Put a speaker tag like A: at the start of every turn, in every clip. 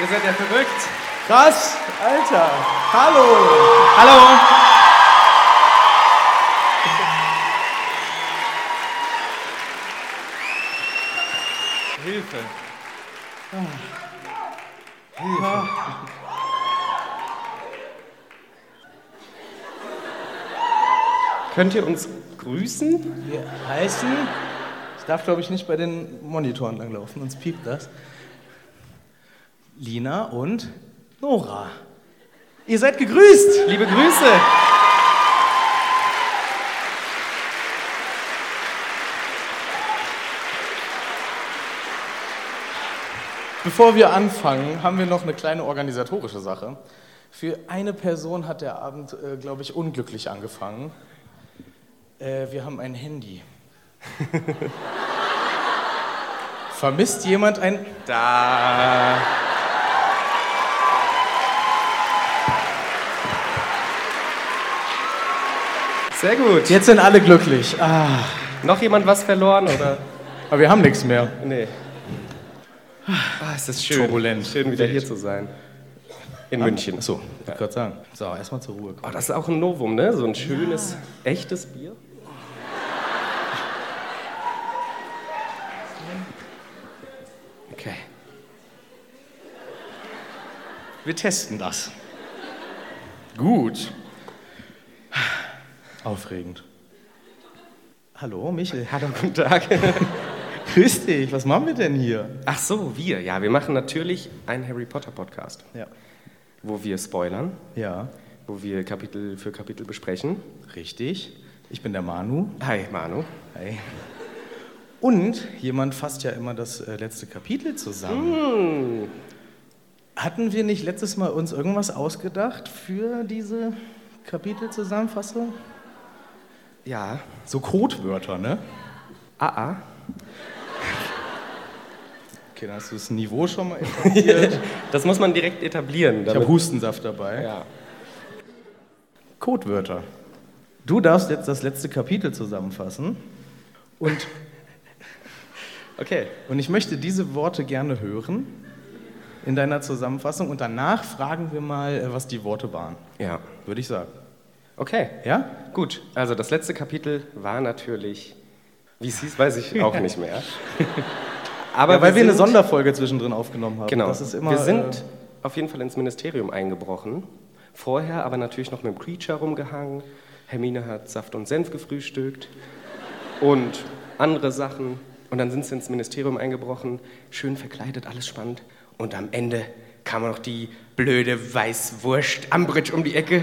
A: Ihr seid ja verrückt.
B: Krass, Alter. Hallo.
A: Hallo. Hilfe. Ah. Könnt ihr uns grüßen?
B: Wir heißen. Ich darf, glaube ich, nicht bei den Monitoren langlaufen, sonst piept das. Lina und Nora. Ihr seid gegrüßt.
A: Liebe Grüße.
B: Bevor wir anfangen, haben wir noch eine kleine organisatorische Sache. Für eine Person hat der Abend, äh, glaube ich, unglücklich angefangen. Äh, wir haben ein Handy. Vermisst jemand ein
A: Da. Sehr gut.
B: Jetzt sind alle glücklich. Ah,
A: Noch jemand was verloren oder?
B: aber wir haben nichts mehr.
A: Nee. Ah, ist das schön.
B: Turbulent.
A: Schön wieder hier zu sein. In München.
B: So, ich ja. gerade sagen. So, erstmal zur Ruhe
A: Oh,
B: kommen.
A: das ist auch ein Novum, ne? So ein schönes, echtes Bier. Okay.
B: Wir testen das. Gut. Aufregend. Hallo, Michel.
A: Hallo, guten Tag.
B: Grüß dich. Was machen wir denn hier?
A: Ach so, wir. Ja, wir machen natürlich einen Harry Potter Podcast,
B: Ja.
A: wo wir spoilern,
B: Ja,
A: wo wir Kapitel für Kapitel besprechen.
B: richtig. Ich bin der Manu.
A: Hi, Manu.
B: Hi. Und jemand fasst ja immer das äh, letzte Kapitel zusammen. Mm.
A: Hm.
B: Hatten wir nicht letztes Mal uns irgendwas ausgedacht für diese Kapitelzusammenfassung?
A: Ja.
B: So Codewörter, ne?
A: Ah, ah.
B: Okay, dann hast du das Niveau schon mal etabliert.
A: ah. Das muss man direkt etablieren.
B: ich habe
A: damit-
B: Hustensaft dabei.
A: ja.
B: Codewörter. Du darfst jetzt das letzte Kapitel zusammenfassen. Und,
A: Okay.
B: und ich möchte diese Worte gerne hören in deiner Zusammenfassung. Und danach fragen wir mal, äh, was die Worte waren.
A: Ja.
B: Würde ich sagen.
A: Okay.
B: Ja?
A: Gut. Also das letzte Kapitel war natürlich, wie es hieß, weiß ich auch nicht mehr. Aber
B: ja, weil wir, eine
A: sind-
B: Sonderfolge zwischendrin aufgenommen haben.
A: Genau.
B: Das ist immer,
A: wir sind
B: äh,
A: auf jeden Fall ins Ministerium eingebrochen. Vorher aber natürlich noch mit dem Creature rumgehangen. Hermine hat Saft und Senf gefrühstückt und andere Sachen. Und dann sind sie ins Ministerium eingebrochen, schön verkleidet, alles spannend. Und am Ende kam noch die blöde Weißwurst Ambridge um die Ecke.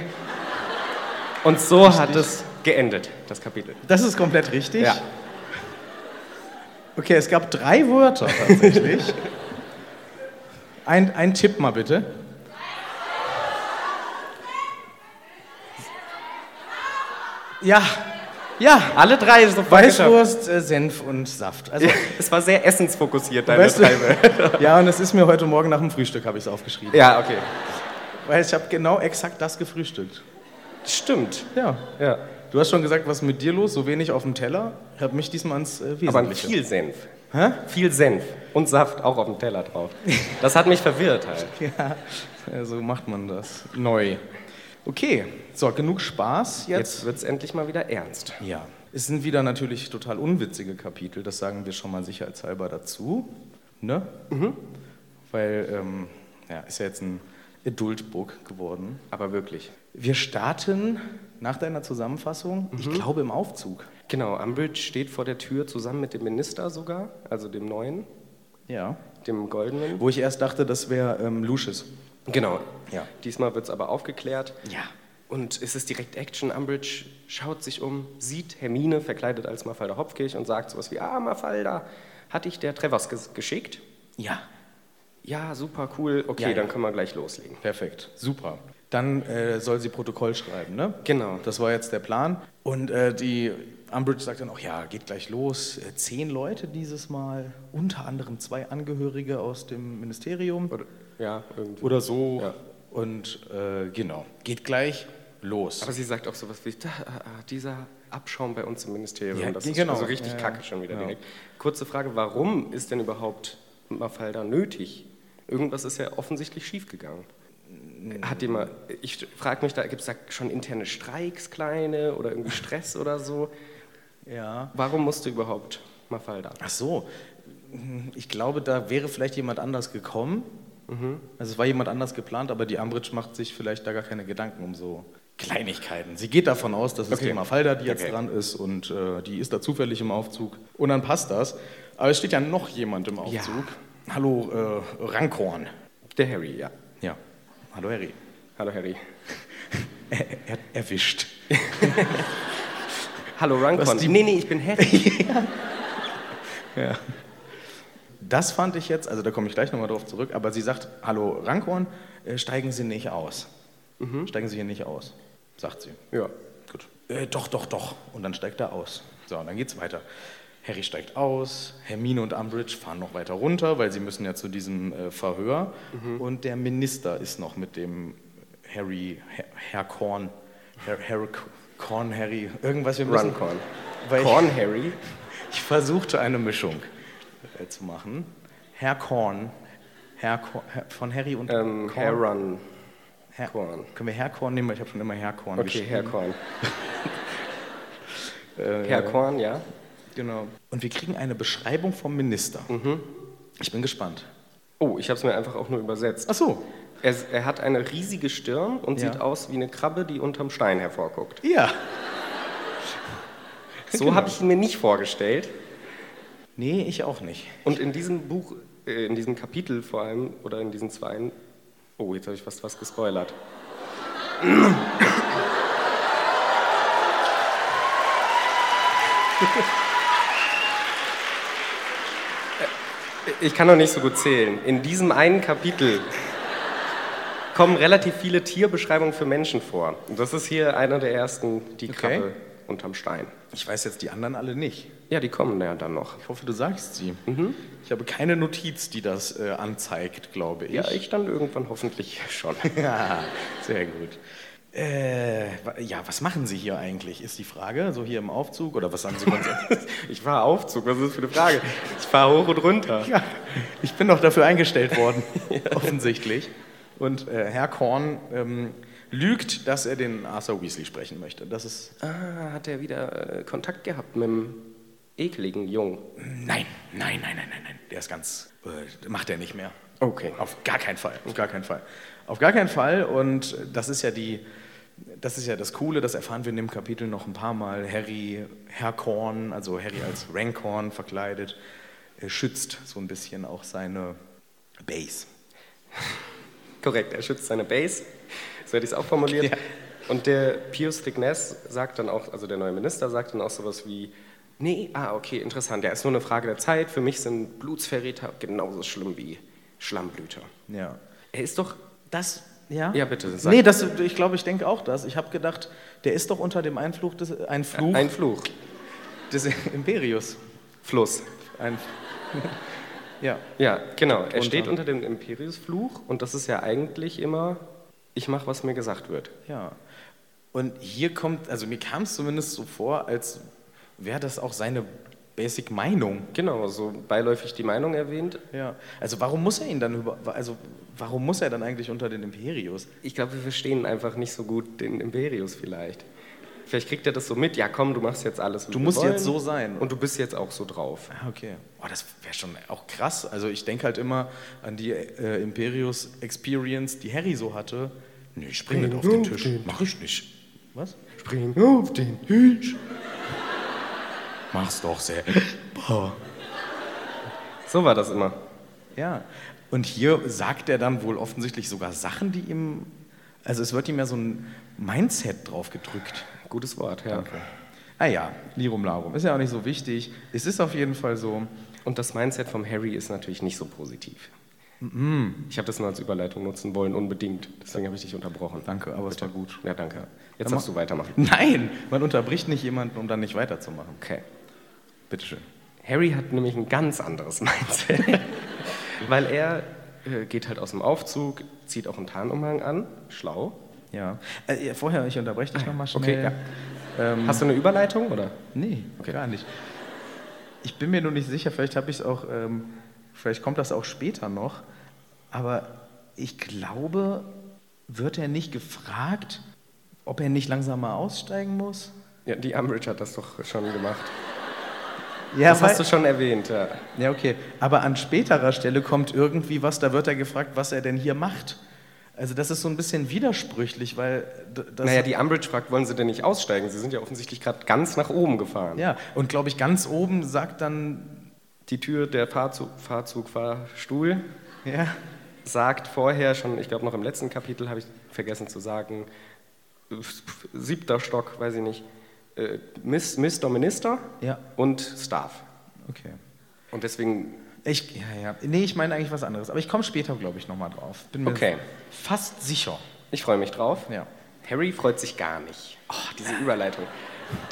A: Und so hat es geendet, das Kapitel.
B: das ist komplett richtig.
A: Ja.
B: Okay, es gab drei Wörter tatsächlich. ein, ein Tipp mal bitte. Ja, ja.
A: Alle drei so
B: Weißwurst, äh, Senf und Saft. Also,
A: Es war sehr essensfokussiert, deine
B: weißt du-
A: drei Wörter.
B: ja, und es ist mir heute Morgen nach dem Frühstück, habe ich es aufgeschrieben.
A: Ja, okay.
B: Weil ich habe genau exakt das gefrühstückt.
A: Stimmt.
B: Ja.
A: Ja.
B: Du hast schon gesagt, was ist mit dir los? So wenig auf dem Teller. Ich habe mich diesmal ans äh, Wesentliche.
A: Aber viel Senf.
B: Hä?
A: Viel Senf und Saft auch auf dem Teller drauf. Das hat mich verwirrt halt.
B: Ja, äh, so macht man das. Neu. Okay, so, genug Spaß
A: Jetzt
B: jetzt.
A: wird es endlich mal wieder ernst.
B: Ja. Es sind wieder natürlich total unwitzige Kapitel, das sagen wir schon mal sicherheitshalber dazu. Ne? Weil, ähm, ja, ist ja jetzt ein Adultbook geworden.
A: Aber wirklich.
B: Wir starten nach deiner Zusammenfassung, ich glaube, im Aufzug.
A: Genau, Umbridge steht vor der Tür zusammen mit dem Minister sogar, also dem Neuen,
B: Ja.
A: dem Goldenen.
B: Wo ich erst dachte, das wäre ähm, Lucius.
A: Genau.
B: Ja.
A: Diesmal wird es aber aufgeklärt.
B: Ja.
A: Und es ist direkt Action. Umbridge schaut sich um, sieht Hermine verkleidet als Mafalda Hopfkirch und sagt sowas wie, ah, Mafalda, hat dich der Trevors ges geschickt?
B: Ja.
A: Ja, super cool. Okay,
B: Ja, ja.
A: dann können wir gleich loslegen.
B: Perfekt, super. Dann äh, soll sie Protokoll schreiben, ne?
A: Genau.
B: Das war jetzt der Plan. Und äh, die Umbridge sagt dann auch, ja, geht gleich los. Äh, zehn Leute dieses Mal, unter anderem zwei Angehörige aus dem Ministerium
A: Oder, ja, irgendwie.
B: oder so.
A: Ja.
B: Und äh, genau, geht gleich los.
A: Aber sie sagt auch sowas wie, da, äh, äh, dieser Abschaum bei uns im Ministerium,
B: Ja,
A: das
B: genau.
A: ist also richtig
B: Ja, ja.
A: kacke schon wieder
B: Genau.
A: direkt. Kurze Frage, warum ist denn überhaupt Mafalda nötig? Irgendwas ist ja offensichtlich schiefgegangen.
B: Hm.
A: Hat die mal, ich frage mich da, gibt es da schon interne Streiks, kleine oder irgendwie Stress oder so?
B: Ja.
A: Warum musste überhaupt Mafalda?
B: Ach so, Hm, ich glaube, da wäre vielleicht jemand anders gekommen.
A: Mhm.
B: Also es war jemand anders geplant, aber die Ambridge macht sich vielleicht da gar keine Gedanken um so Kleinigkeiten. Sie geht davon aus, dass es
A: Okay.
B: die Mafalda, die jetzt
A: Okay.
B: dran ist und äh, die ist da zufällig im Aufzug. Und dann passt das. Aber es steht ja noch jemand im Aufzug. Hallo, äh, Rankorn.
A: Der Harry, ja.
B: Ja. Hallo, Harry.
A: Hallo Harry.
B: Er, er, erwischt.
A: Hallo Rankin.
B: Was die-
A: Nee, nee, ich bin Harry.
B: Ja. Das fand ich jetzt, also da komme ich gleich nochmal drauf zurück, aber sie sagt, hallo Rankhorn, äh, steigen Sie nicht aus. Steigen Sie hier nicht aus, sagt sie.
A: ja.
B: Gut. Mhm. Äh, doch, doch, doch. Und dann steigt er aus. So, und dann geht's weiter. Harry steigt aus, Hermine und Umbridge fahren noch weiter runter, weil sie müssen ja zu diesem äh, Verhör. Und der Minister ist noch mit dem äh, Harry, Herr, Herr Korn, Herr, Herr Korn, Harry, irgendwas. Wir müssen,
A: Rankorn.
B: Weil ich-
A: Korn Harry.
B: ich versuchte eine Mischung äh, zu machen. Herr Korn, Herr Korn Herr, von Harry und
A: Ähm,
B: Korn.
A: Herr Run.
B: Herr
A: Korn.
B: Können wir Herr Korn nehmen? Weil Ich habe schon immer Herr Korn
A: Okay, Herr Korn.
B: Äh,
A: Herr Korn, ja.
B: Genau. Und wir kriegen eine Beschreibung vom Minister.
A: Mhm.
B: Ich bin gespannt.
A: Oh, ich habe es mir einfach auch nur übersetzt.
B: Ach so.
A: Er, er hat eine riesige Stirn und
B: Ja.
A: sieht aus wie eine Krabbe, die unterm Stein hervorguckt.
B: Ja.
A: So
B: Genau.
A: habe ich ihn mir nicht vorgestellt.
B: Nee, ich auch nicht.
A: Und in diesem Buch, äh, in diesem Kapitel vor allem, oder in diesen zweien, oh, jetzt habe ich fast was gespoilert. Äh, Äh, Ich kann noch nicht so gut zählen. In diesem einen Kapitel kommen relativ viele Tierbeschreibungen für Menschen vor. Und das ist hier einer der ersten, die
B: Okay.
A: Krabbe unterm Stein.
B: Ich weiß jetzt die anderen alle nicht.
A: Ja, die kommen ja dann noch.
B: Ich hoffe, du sagst sie.
A: Mhm.
B: Ich habe keine Notiz, die das äh, anzeigt, glaube ich.
A: Ja, ich dann irgendwann hoffentlich schon.
B: Ja, sehr gut. Äh, wa- ja, was machen Sie hier eigentlich, ist die Frage. So hier im Aufzug oder was sagen Sie ganz
A: Ich fahre Aufzug, was ist das für eine Frage? Ich fahre hoch und runter.
B: ja, Ich bin doch dafür eingestellt worden, offensichtlich. Und äh, Herr Korn ähm, lügt, dass er den Arthur Weasley sprechen möchte. Das ist.
A: Ah, hat er wieder äh, Kontakt gehabt mit dem ekligen Jungen?
B: Nein, nein, nein, nein, nein, nein. Der ist ganz. Äh, macht er nicht mehr.
A: Okay.
B: Auf gar keinen Fall. Auf gar keinen Fall. Auf gar keinen Fall. Und das ist ja die. Das ist ja das Coole, das erfahren wir in dem Kapitel noch ein paar Mal. Harry, Herr Korn, also Harry als Rankorn verkleidet, äh, schützt so ein bisschen auch seine Base.
A: Korrekt, er schützt seine Base, so hätte ich es auch formuliert.
B: Ja.
A: Und der Pius Thickness sagt dann auch, also der neue Minister sagt dann auch sowas wie, nee, ah, okay, interessant, ja, ist nur eine Frage der Zeit, für mich sind Blutsverräter genauso schlimm wie Schlammblüter.
B: Ja.
A: Er ist doch,
B: Das, ja?
A: Ja, bitte, sag.
B: Sag. Nee, das, ich glaube, ich denke auch das. Ich habe gedacht, der ist doch unter dem Einfluch des, ein Fluch
A: ein Fluch,
B: des Imperius.
A: Fluss.
B: Ein, ja.
A: Ja, genau. Er
B: Drunter.
A: steht unter dem Imperius-Fluch und das ist ja eigentlich immer, ich mache, was mir gesagt wird.
B: Ja. Und hier kommt, also mir kam es zumindest so vor, als wäre das auch seine Basic Meinung.
A: Genau, so beiläufig die Meinung erwähnt.
B: Ja. Also warum muss er ihn dann über, also warum muss er dann eigentlich unter den Imperius?
A: Ich glaube, wir verstehen einfach nicht so gut den Imperius vielleicht. Vielleicht kriegt er das so mit, ja komm, du machst jetzt alles. wie
B: Du
A: wir
B: musst jetzt so sein.
A: Und du bist jetzt auch so drauf.
B: Ah, okay. Boah, das wäre schon auch krass. Also ich denke halt immer an die äh, Imperius Experience, die Harry so hatte. Nee, ich springe nicht auf den Tisch. Mach ich nicht. Was?
A: Spring auf den Tisch.
B: Mach's doch sehr.
A: So war das immer.
B: Ja. Und hier sagt er dann wohl offensichtlich sogar Sachen, die ihm. Also es wird ihm ja so ein Mindset drauf gedrückt.
A: Gutes Wort, ja.
B: Ah ja, Lirum Larum. Ist ja auch nicht so wichtig. Es ist auf jeden Fall so.
A: Und das Mindset vom Harry ist natürlich nicht so positiv. Ich habe das nur als Überleitung nutzen wollen, unbedingt. Deswegen habe ich dich unterbrochen.
B: Danke, aber es war gut.
A: Ja, danke. Jetzt
B: Dann
A: darfst
B: mach-
A: du weitermachen.
B: Nein, man unterbricht nicht jemanden, um dann nicht weiterzumachen.
A: Okay.
B: Bitteschön.
A: Harry hat nämlich ein ganz anderes Mindset, weil er äh, geht halt aus dem Aufzug, zieht auch einen Tarnumhang an, schlau.
B: Ja. Äh, ja, vorher, ich unterbreche dich nochmal
A: okay,
B: schnell. ja. Ähm,
A: Hast du eine Überleitung oder?
B: nee, gar nicht. Ich bin mir nur nicht sicher, vielleicht habe ich es auch, ähm, vielleicht kommt das auch später noch. Aber ich glaube, wird er nicht gefragt, ob er nicht langsam mal aussteigen muss?
A: Ja, die Umbridge hat das doch schon gemacht.
B: Ja,
A: das hast
B: weil-
A: du schon erwähnt, ja.
B: Ja, okay. Aber an späterer Stelle kommt irgendwie was, da wird er gefragt, was er denn hier macht. Also das ist so ein bisschen widersprüchlich, weil d- das
A: Naja, die Umbridge fragt, wollen sie denn nicht aussteigen? Sie sind ja offensichtlich gerade ganz nach oben gefahren.
B: ja und glaube ich ganz oben sagt dann
A: Die Tür der Fahrzug, Fahrzug, Fahrstuhl
B: ja
A: sagt vorher schon, ich glaube noch im letzten Kapitel habe ich vergessen zu sagen, äh, siebter Stock, weiß ich nicht, äh, Miss, Mr. Minister
B: Ja.
A: und Staff.
B: okay.
A: Und deswegen,
B: Ich ja ja nee, ich meine eigentlich was anderes, aber ich komme später glaube ich noch mal drauf. Bin mir
A: Okay.
B: fast sicher.
A: ich freue mich drauf.
B: Ja.
A: Harry freut sich gar nicht. Oh, diese Überleitung.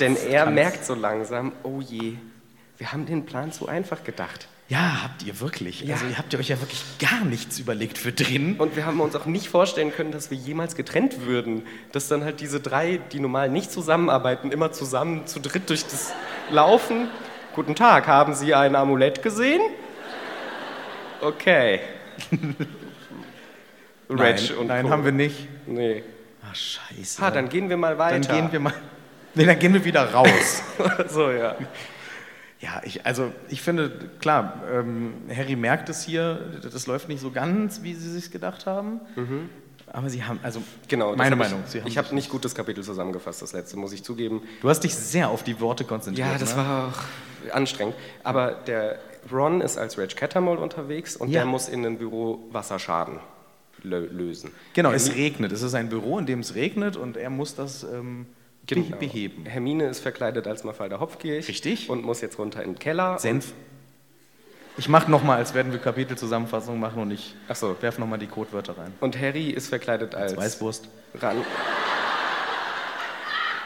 A: Denn er merkt so langsam, oh je, wir haben den Plan zu einfach gedacht.
B: Ja, habt ihr wirklich?
A: Ja.
B: Also ihr habt ihr euch ja wirklich gar nichts überlegt für drin.
A: Und wir haben uns auch nicht vorstellen können, dass wir jemals getrennt würden. Dass dann halt diese drei, die normal nicht zusammenarbeiten, immer zusammen zu dritt durch das Laufen. Guten Tag, haben Sie ein Amulett gesehen? Okay. Reg
B: nein,
A: und
B: nein
A: Co.
B: haben wir nicht.
A: Nee.
B: Ah Scheiße.
A: Ah, dann gehen wir mal
B: dann
A: weiter.
B: gehen wir mal Nee, dann gehen wir wieder raus.
A: wir. so, ja.
B: Ja, ich, also ich finde, klar, ähm, Harry merkt es hier, das läuft nicht so ganz, wie sie sich gedacht haben. Mhm. Aber sie haben, also
A: Genau. das
B: meine
A: hab ich-
B: Meinung. Sie haben
A: Ich habe nicht gut das Kapitel zusammengefasst, das letzte, muss ich zugeben.
B: du hast dich sehr auf die Worte konzentriert.
A: Ja, das
B: ne?
A: war auch anstrengend. Aber der Ron ist als Reg Cattermole unterwegs und
B: Ja.
A: der muss in ein Büro Wasserschaden lö lösen.
B: Genau, es regnet. Es ist ein Büro, in dem es regnet und er muss das ähm, be- beheben.
A: Genau. Hermine ist verkleidet als Mafalda Hopfkirch.
B: Richtig.
A: Und muss jetzt runter in den Keller.
B: Senf. Ich mache nochmal, als werden wir Kapitelzusammenfassung machen und ich
A: Ach so.
B: werf nochmal die Codewörter rein.
A: Und Harry ist verkleidet als
B: Weißwurst.
A: Ran.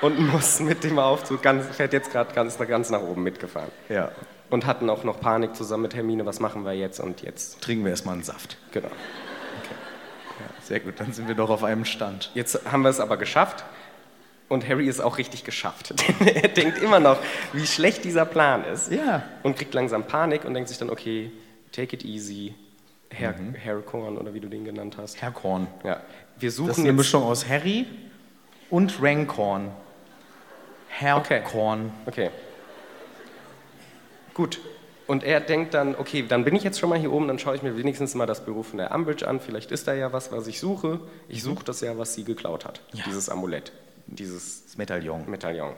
A: Und muss mit dem Aufzug ganz, fährt jetzt gerade ganz, ganz nach oben mitgefahren.
B: Ja.
A: Und hatten auch noch Panik zusammen mit Hermine, was machen wir jetzt und jetzt.
B: Trinken wir erstmal einen Saft.
A: Genau.
B: Sehr gut, dann sind wir doch auf einem Stand.
A: Jetzt haben wir es aber geschafft und Harry ist auch richtig geschafft. er denkt immer noch, wie schlecht dieser Plan ist
B: Ja.
A: und kriegt langsam Panik und denkt sich dann, okay, take it easy, Herr,
B: Mhm.
A: Herr Korn oder wie du den genannt hast.
B: Herr Korn.
A: Ja, wir
B: Das
A: suchen
B: ist eine
A: jetzt...
B: Mischung aus Harry und Rancorn. Herr
A: Okay.
B: Korn.
A: Okay. Gut. Und er denkt dann, okay, dann bin ich jetzt schon mal hier oben, dann schaue ich mir wenigstens mal das Büro von der Umbridge an, vielleicht ist da ja was, was ich suche. Ich suche das ja, was sie geklaut hat,
B: Mhm. Ja.
A: dieses Amulett, dieses
B: Das Medaillon.
A: Medaillon.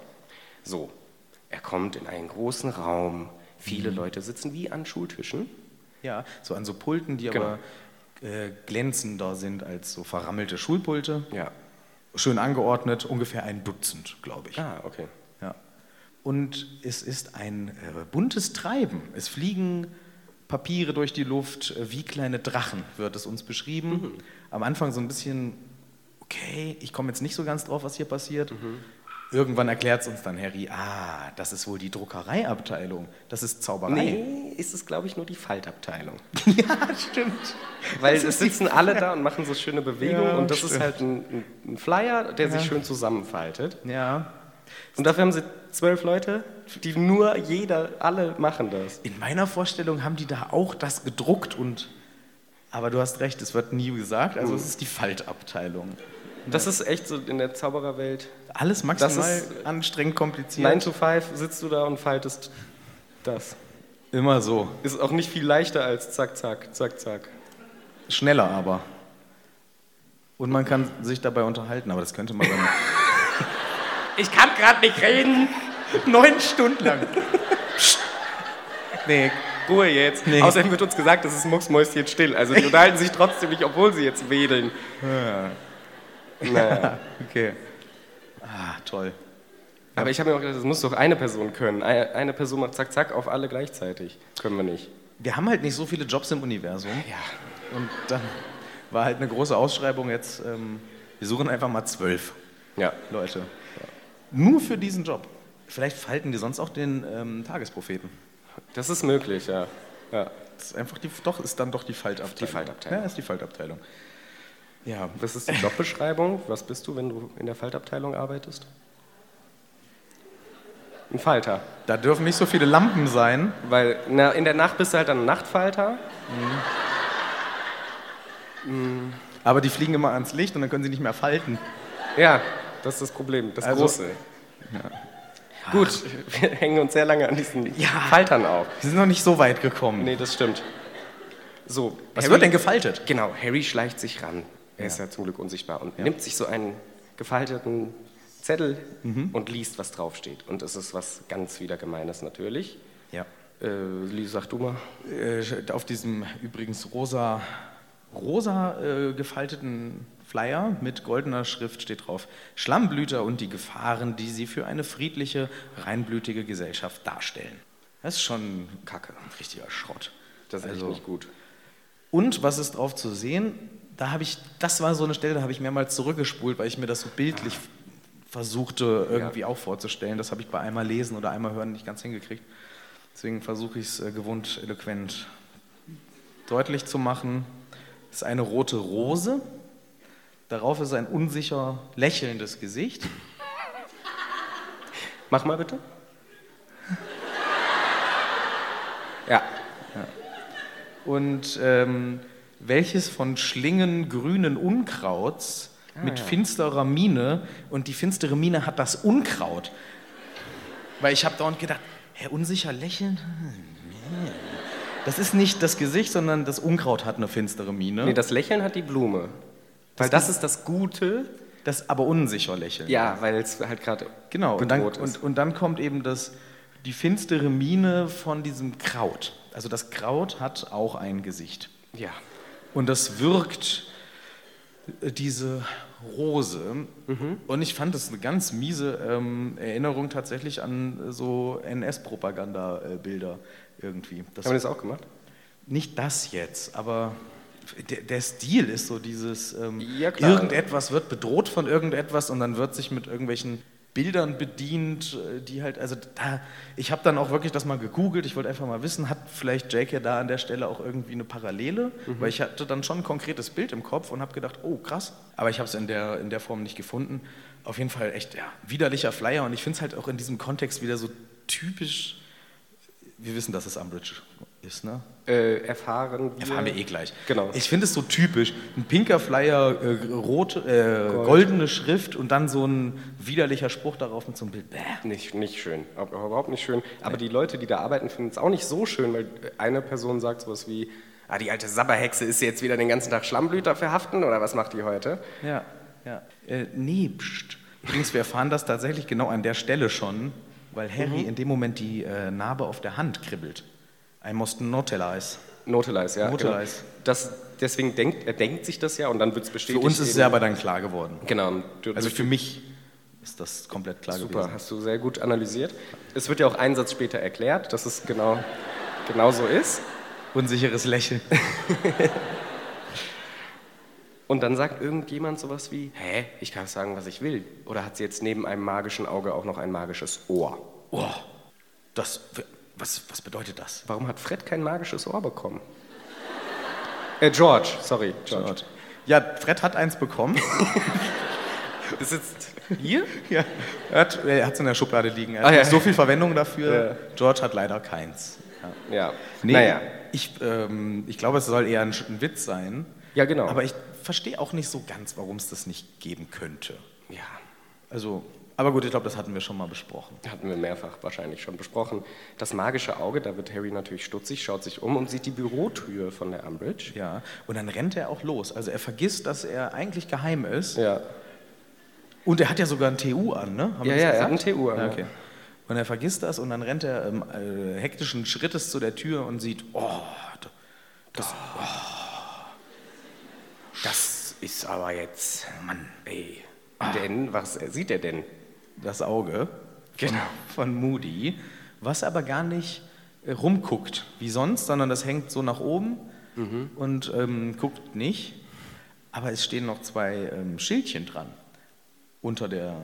A: So, er kommt in einen großen Raum. Viele Leute sitzen wie an Schultischen.
B: Ja, so an so Pulten, die
A: Genau.
B: aber äh, glänzender sind als so verrammelte Schulpulte.
A: Ja.
B: Schön angeordnet, ungefähr ein Dutzend, glaube ich.
A: Ah, okay.
B: Ja. Und es ist ein äh, buntes Treiben. Es fliegen Papiere durch die Luft, äh, wie kleine Drachen wird es uns beschrieben.
A: Mhm.
B: Am Anfang so ein bisschen, okay, ich komme jetzt nicht so ganz drauf, was hier passiert.
A: Mhm.
B: Irgendwann erklärt es uns dann Harry, ah, das ist wohl die Druckereiabteilung, das ist Zauberei.
A: Nee, ist es, glaube ich, nur die Faltabteilung.
B: ja, stimmt.
A: Weil es sitzen alle da und machen so schöne Bewegungen
B: Ja,
A: und das ist
B: stimmt.
A: halt ein, ein- ein Flyer, der sich schön zusammenfaltet.
B: Ja.
A: Und dafür haben sie zwölf Leute, die nur jeder, alle machen das.
B: In meiner Vorstellung haben die da auch das gedruckt und. Aber du hast recht, es wird nie gesagt, also es ist die Faltabteilung.
A: Das ist echt so in der Zaubererwelt.
B: Alles
A: ist-
B: maximal anstrengend kompliziert.
A: 9 to 5 sitzt du da und faltest das.
B: Immer so.
A: Ist auch nicht viel leichter als zack, zack, zack, zack.
B: Schneller aber. Und man kann sich dabei unterhalten, aber das könnte man dann
A: Ich kann gerade nicht reden.
B: neun Stunden lang. Psst. nee,
A: Ruhe jetzt.
B: Nee.
A: Außerdem wird uns gesagt, es ist Mucksmäuschen still. Also die unterhalten sich trotzdem nicht, obwohl sie jetzt wedeln. Naja.
B: okay. Ah, toll.
A: Aber ich habe mir auch gedacht, das muss doch eine Person können. Ei- Eine Person macht zack, zack auf alle gleichzeitig. Können wir nicht.
B: Wir haben halt nicht so viele Jobs im Universum.
A: Ja.
B: Und dann war halt eine große Ausschreibung jetzt, ähm, wir suchen einfach mal zwölf
A: Ja.
B: Leute. Nur für diesen Job. Vielleicht falten die sonst auch den ähm, Tagespropheten.
A: Das ist möglich, ja. ja.
B: Das ist einfach die, doch, ist dann doch die Faltabteilung.
A: Die Faltabteilung.
B: Ja, ist die Faltabteilung. Ja,
A: Was ist die Jobbeschreibung? Was bist du, wenn du in der Faltabteilung arbeitest? Ein Falter.
B: da dürfen nicht so viele Lampen sein.
A: Weil na, in der Nacht bist du halt dann ein Nachtfalter.
B: Aber die fliegen immer ans Licht und dann können sie nicht mehr falten.
A: Ja, das ist das Problem, das
B: Also-
A: Große. Gut, wir hängen uns sehr lange an diesen
B: Ja.
A: Faltern auf.
B: Sie sind noch nicht so weit gekommen.
A: Nee, das stimmt. So,
B: Was
A: Harry-
B: wird denn gefaltet?
A: Genau, Harry schleicht sich ran. Er ist ja zum Glück unsichtbar und nimmt sich so einen gefalteten Zettel
B: Mhm.
A: und liest, was draufsteht. Und es ist was ganz wieder Gemeines natürlich.
B: Ja.
A: Äh, Lisa, sag du mal.
B: Äh, auf diesem übrigens rosa, rosa äh, gefalteten Flyer mit goldener Schrift steht drauf: Schlammblüter und die Gefahren, die sie für eine friedliche, reinblütige Gesellschaft darstellen. Das ist schon Kacke, ein richtiger Schrott.
A: Das ist
B: Also-
A: echt nicht gut.
B: Und was ist drauf zu sehen? Da habe ich, das war so eine Stelle, da habe ich mehrmals zurückgespult, weil ich mir das so bildlich versuchte irgendwie auch vorzustellen. Das habe ich bei einmal lesen oder einmal hören nicht ganz hingekriegt. Deswegen versuche ich es äh, gewohnt eloquent deutlich zu machen. Es ist eine rote Rose. Darauf ist ein unsicher lächelndes Gesicht.
A: Mach mal bitte. ja,
B: Und ähm, welches von Schlingen grünen Unkrauts
A: Ah,
B: mit finsterer Miene und die finstere Miene hat das Unkraut. Weil ich habe dauernd gedacht, Herr unsicher lächeln? Das ist nicht das Gesicht, sondern das Unkraut hat eine finstere Miene.
A: nee, das Lächeln hat die Blume. Weil das, ist das Gute.
B: das aber unsicher lächeln.
A: Ja, weil es halt gerade
B: Genau, und dann,
A: bedroht ist.
B: und, und dann kommt eben das, die finstere Miene von diesem Kraut. Also das Kraut hat auch ein Gesicht.
A: ja.
B: Und das wirkt äh, diese Rose. Und ich fand das eine ganz miese ähm, Erinnerung tatsächlich an äh, so NS-Propaganda-Bilder irgendwie. Das,
A: Haben wir das auch gemacht?
B: nicht das jetzt, aber der, der Stil ist so dieses, ähm,
A: Ja, klar.
B: irgendetwas wird bedroht von irgendetwas und dann wird sich mit irgendwelchen Bildern bedient, äh, die halt, also da, ich habe dann auch wirklich das mal gegoogelt, ich wollte einfach mal wissen, hat vielleicht JK da an der Stelle auch irgendwie eine Parallele,
A: Mhm.
B: weil ich hatte dann schon ein konkretes Bild im Kopf und habe gedacht, oh krass, aber ich habe es in der, in der Form nicht gefunden. Auf jeden Fall echt, ja, widerlicher Flyer und ich finde es halt auch in diesem Kontext wieder so typisch, wir wissen, dass es Umbridge ist, ne?
A: Äh, erfahren wir.
B: Erfahren wir eh gleich.
A: Genau.
B: Ich finde es so typisch. Ein pinker Flyer, äh, rot, äh, goldene Schrift und dann so ein widerlicher Spruch darauf mit so einem Bild. Bäh.
A: Nicht, nicht schön, Ab- überhaupt nicht schön. Aber die Leute, die da arbeiten, finden es auch nicht so schön, weil eine Person sagt sowas wie, ah, die alte Sabberhexe ist jetzt wieder den ganzen Tag Schlammblüter verhaften oder was macht die heute?
B: Ja, ja. Äh, nee, pst. Übrigens, wir erfahren das tatsächlich genau an der Stelle schon, weil Harry in dem Moment die äh, Narbe auf der Hand kribbelt. I must notalize.
A: Notalize, ja.
B: Notalize.
A: Genau. Das, deswegen denkt, er denkt sich das ja und dann wird es
B: Für
A: bestätigt.
B: uns ist es
A: eben-
B: ja aber dann klar geworden.
A: Genau. Du,
B: Also
A: also
B: für mich ist das komplett klar
A: super,
B: gewesen.
A: hast du sehr gut analysiert. Es wird ja auch ein Satz später erklärt, dass es genau, genau so ist.
B: Unsicheres Lächeln.
A: Und dann sagt irgendjemand sowas wie, hä, ich kann sagen, was ich will. Oder hat sie jetzt neben einem magischen Auge auch noch ein magisches Ohr?
B: Oh, das, was, was bedeutet das?
A: Warum hat Fred kein magisches Ohr bekommen? Äh, George, sorry, George.
B: Dort. Ja, Fred hat eins bekommen.
A: Das sitzt hier?
B: ja. Er hat es in der Schublade liegen. Er
A: Ah,
B: hat
A: ja.
B: nicht so viel Verwendung dafür.
A: Ja.
B: George hat leider keins.
A: Ja.
B: Nee,
A: Naja.
B: ich, ähm, ich glaube, es soll eher ein, Sch- ein Witz sein.
A: Ja, genau.
B: Aber ich verstehe auch nicht so ganz, warum es das nicht geben könnte.
A: ja,
B: Also, aber gut, ich glaube, das hatten wir schon mal besprochen.
A: hatten wir mehrfach wahrscheinlich schon besprochen. Das magische Auge, da wird Harry natürlich stutzig, schaut sich um und sieht die Bürotür von der Umbridge.
B: Ja. Und dann rennt er auch los. Also er vergisst, dass er eigentlich geheim ist.
A: Ja.
B: Und er hat ja sogar ein TU an, ne? Haben wir
A: Ja,
B: das
A: ja, er hat
B: gesagt?
A: ein TU an,
B: Ja,
A: ja.
B: okay. Und er vergisst das und dann rennt er ähm, äh, hektischen Schrittes zu der Tür und sieht, oh, d- das,
A: Das ist aber jetzt,
B: Mann,
A: ey. Denn, was sieht er denn?
B: das Auge genau. von Moody, was aber gar nicht äh, rumguckt wie sonst, sondern das hängt so nach oben
A: Mhm.
B: und ähm, guckt nicht. Aber es stehen noch zwei ähm, Schildchen dran unter der,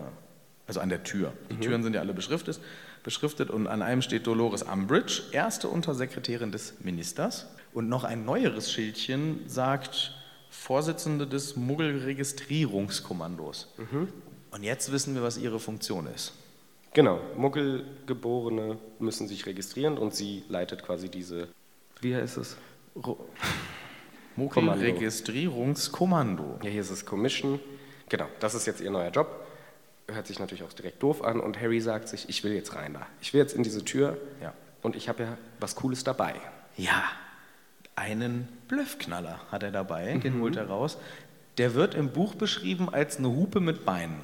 B: also an der Tür. Die Türen sind ja alle beschriftet, beschriftet und an einem steht Dolores Umbridge, erste Untersekretärin des Ministers. Und noch ein neueres Schildchen sagt Vorsitzende des Muggelregistrierungskommandos. Und jetzt wissen wir, was ihre Funktion ist.
A: Genau, Muggelgeborene müssen sich registrieren und sie leitet quasi diese. Wie heißt es?
B: Ru-
A: Kommando.
B: Registrierungskommando.
A: Ja, hier ist es Commission. Genau, das ist jetzt ihr neuer Job. Hört sich natürlich auch direkt doof an und Harry sagt sich, ich will jetzt rein da. Ich will jetzt in diese Tür
B: Ja.
A: und ich habe ja was Cooles dabei.
B: Ja, einen Bluffknaller hat er dabei, den holt er raus. Der wird im Buch beschrieben als eine Hupe mit Beinen.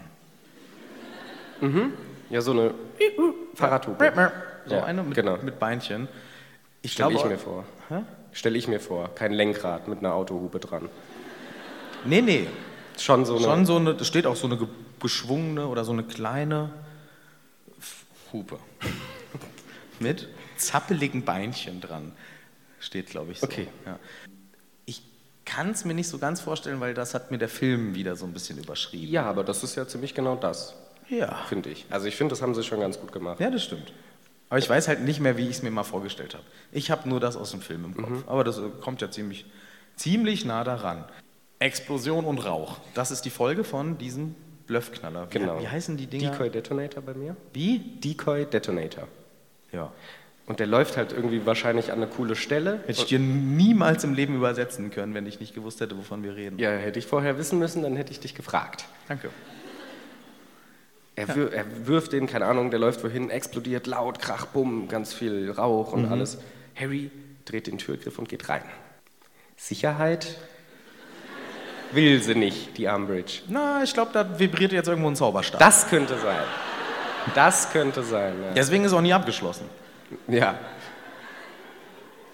A: Ja, so eine
B: Äh,
A: Fahrradhupe.
B: So
A: Ja,
B: eine mit,
A: genau.
B: mit Beinchen. Ich
A: Stelle ich
B: glaube-
A: mir vor.
B: Hä?
A: Stelle ich mir vor. Kein Lenkrad mit einer Autohupe dran.
B: Nee, nee.
A: Schon so eine.
B: Schon so eine, da steht auch so eine ge- geschwungene oder so eine kleine F- Hupe. mit zappeligen Beinchen dran. Steht, glaube ich, so.
A: Okay.
B: Ja. Ich kann es mir nicht so ganz vorstellen, weil das hat mir der Film wieder so ein bisschen überschrieben.
A: Ja, aber das ist ja ziemlich genau das,
B: Ja.
A: finde ich. Also ich finde, das haben sie schon ganz gut gemacht.
B: Ja, das stimmt. Aber ich weiß halt nicht mehr, wie ich es mir mal vorgestellt habe. Ich habe nur das aus dem Film im Kopf.
A: Mhm.
B: Aber das äh, kommt ja ziemlich, ziemlich nah daran. Explosion und Rauch. Das ist die Folge von diesem Bluffknaller. Wie,
A: Genau.
B: wie heißen die Dinger?
A: Decoy Detonator bei mir?
B: Wie?
A: Decoy Detonator.
B: Ja.
A: Und der läuft halt irgendwie wahrscheinlich an eine coole Stelle.
B: Hätte ich dir niemals im Leben übersetzen können, wenn ich nicht gewusst hätte, wovon wir reden.
A: Ja, hätte ich vorher wissen müssen, dann hätte ich dich gefragt.
B: Danke.
A: Er, wir, er wirft den, keine Ahnung, der läuft wohin, explodiert laut, krach, bumm, ganz viel Rauch und alles. Harry dreht den Türgriff und geht rein. Sicherheit will sie nicht, die Umbridge.
B: Na, ich glaube, da vibriert jetzt irgendwo ein Zauberstab.
A: Das könnte sein. Das könnte sein. Ja.
B: Deswegen ist auch nie abgeschlossen.
A: Ja.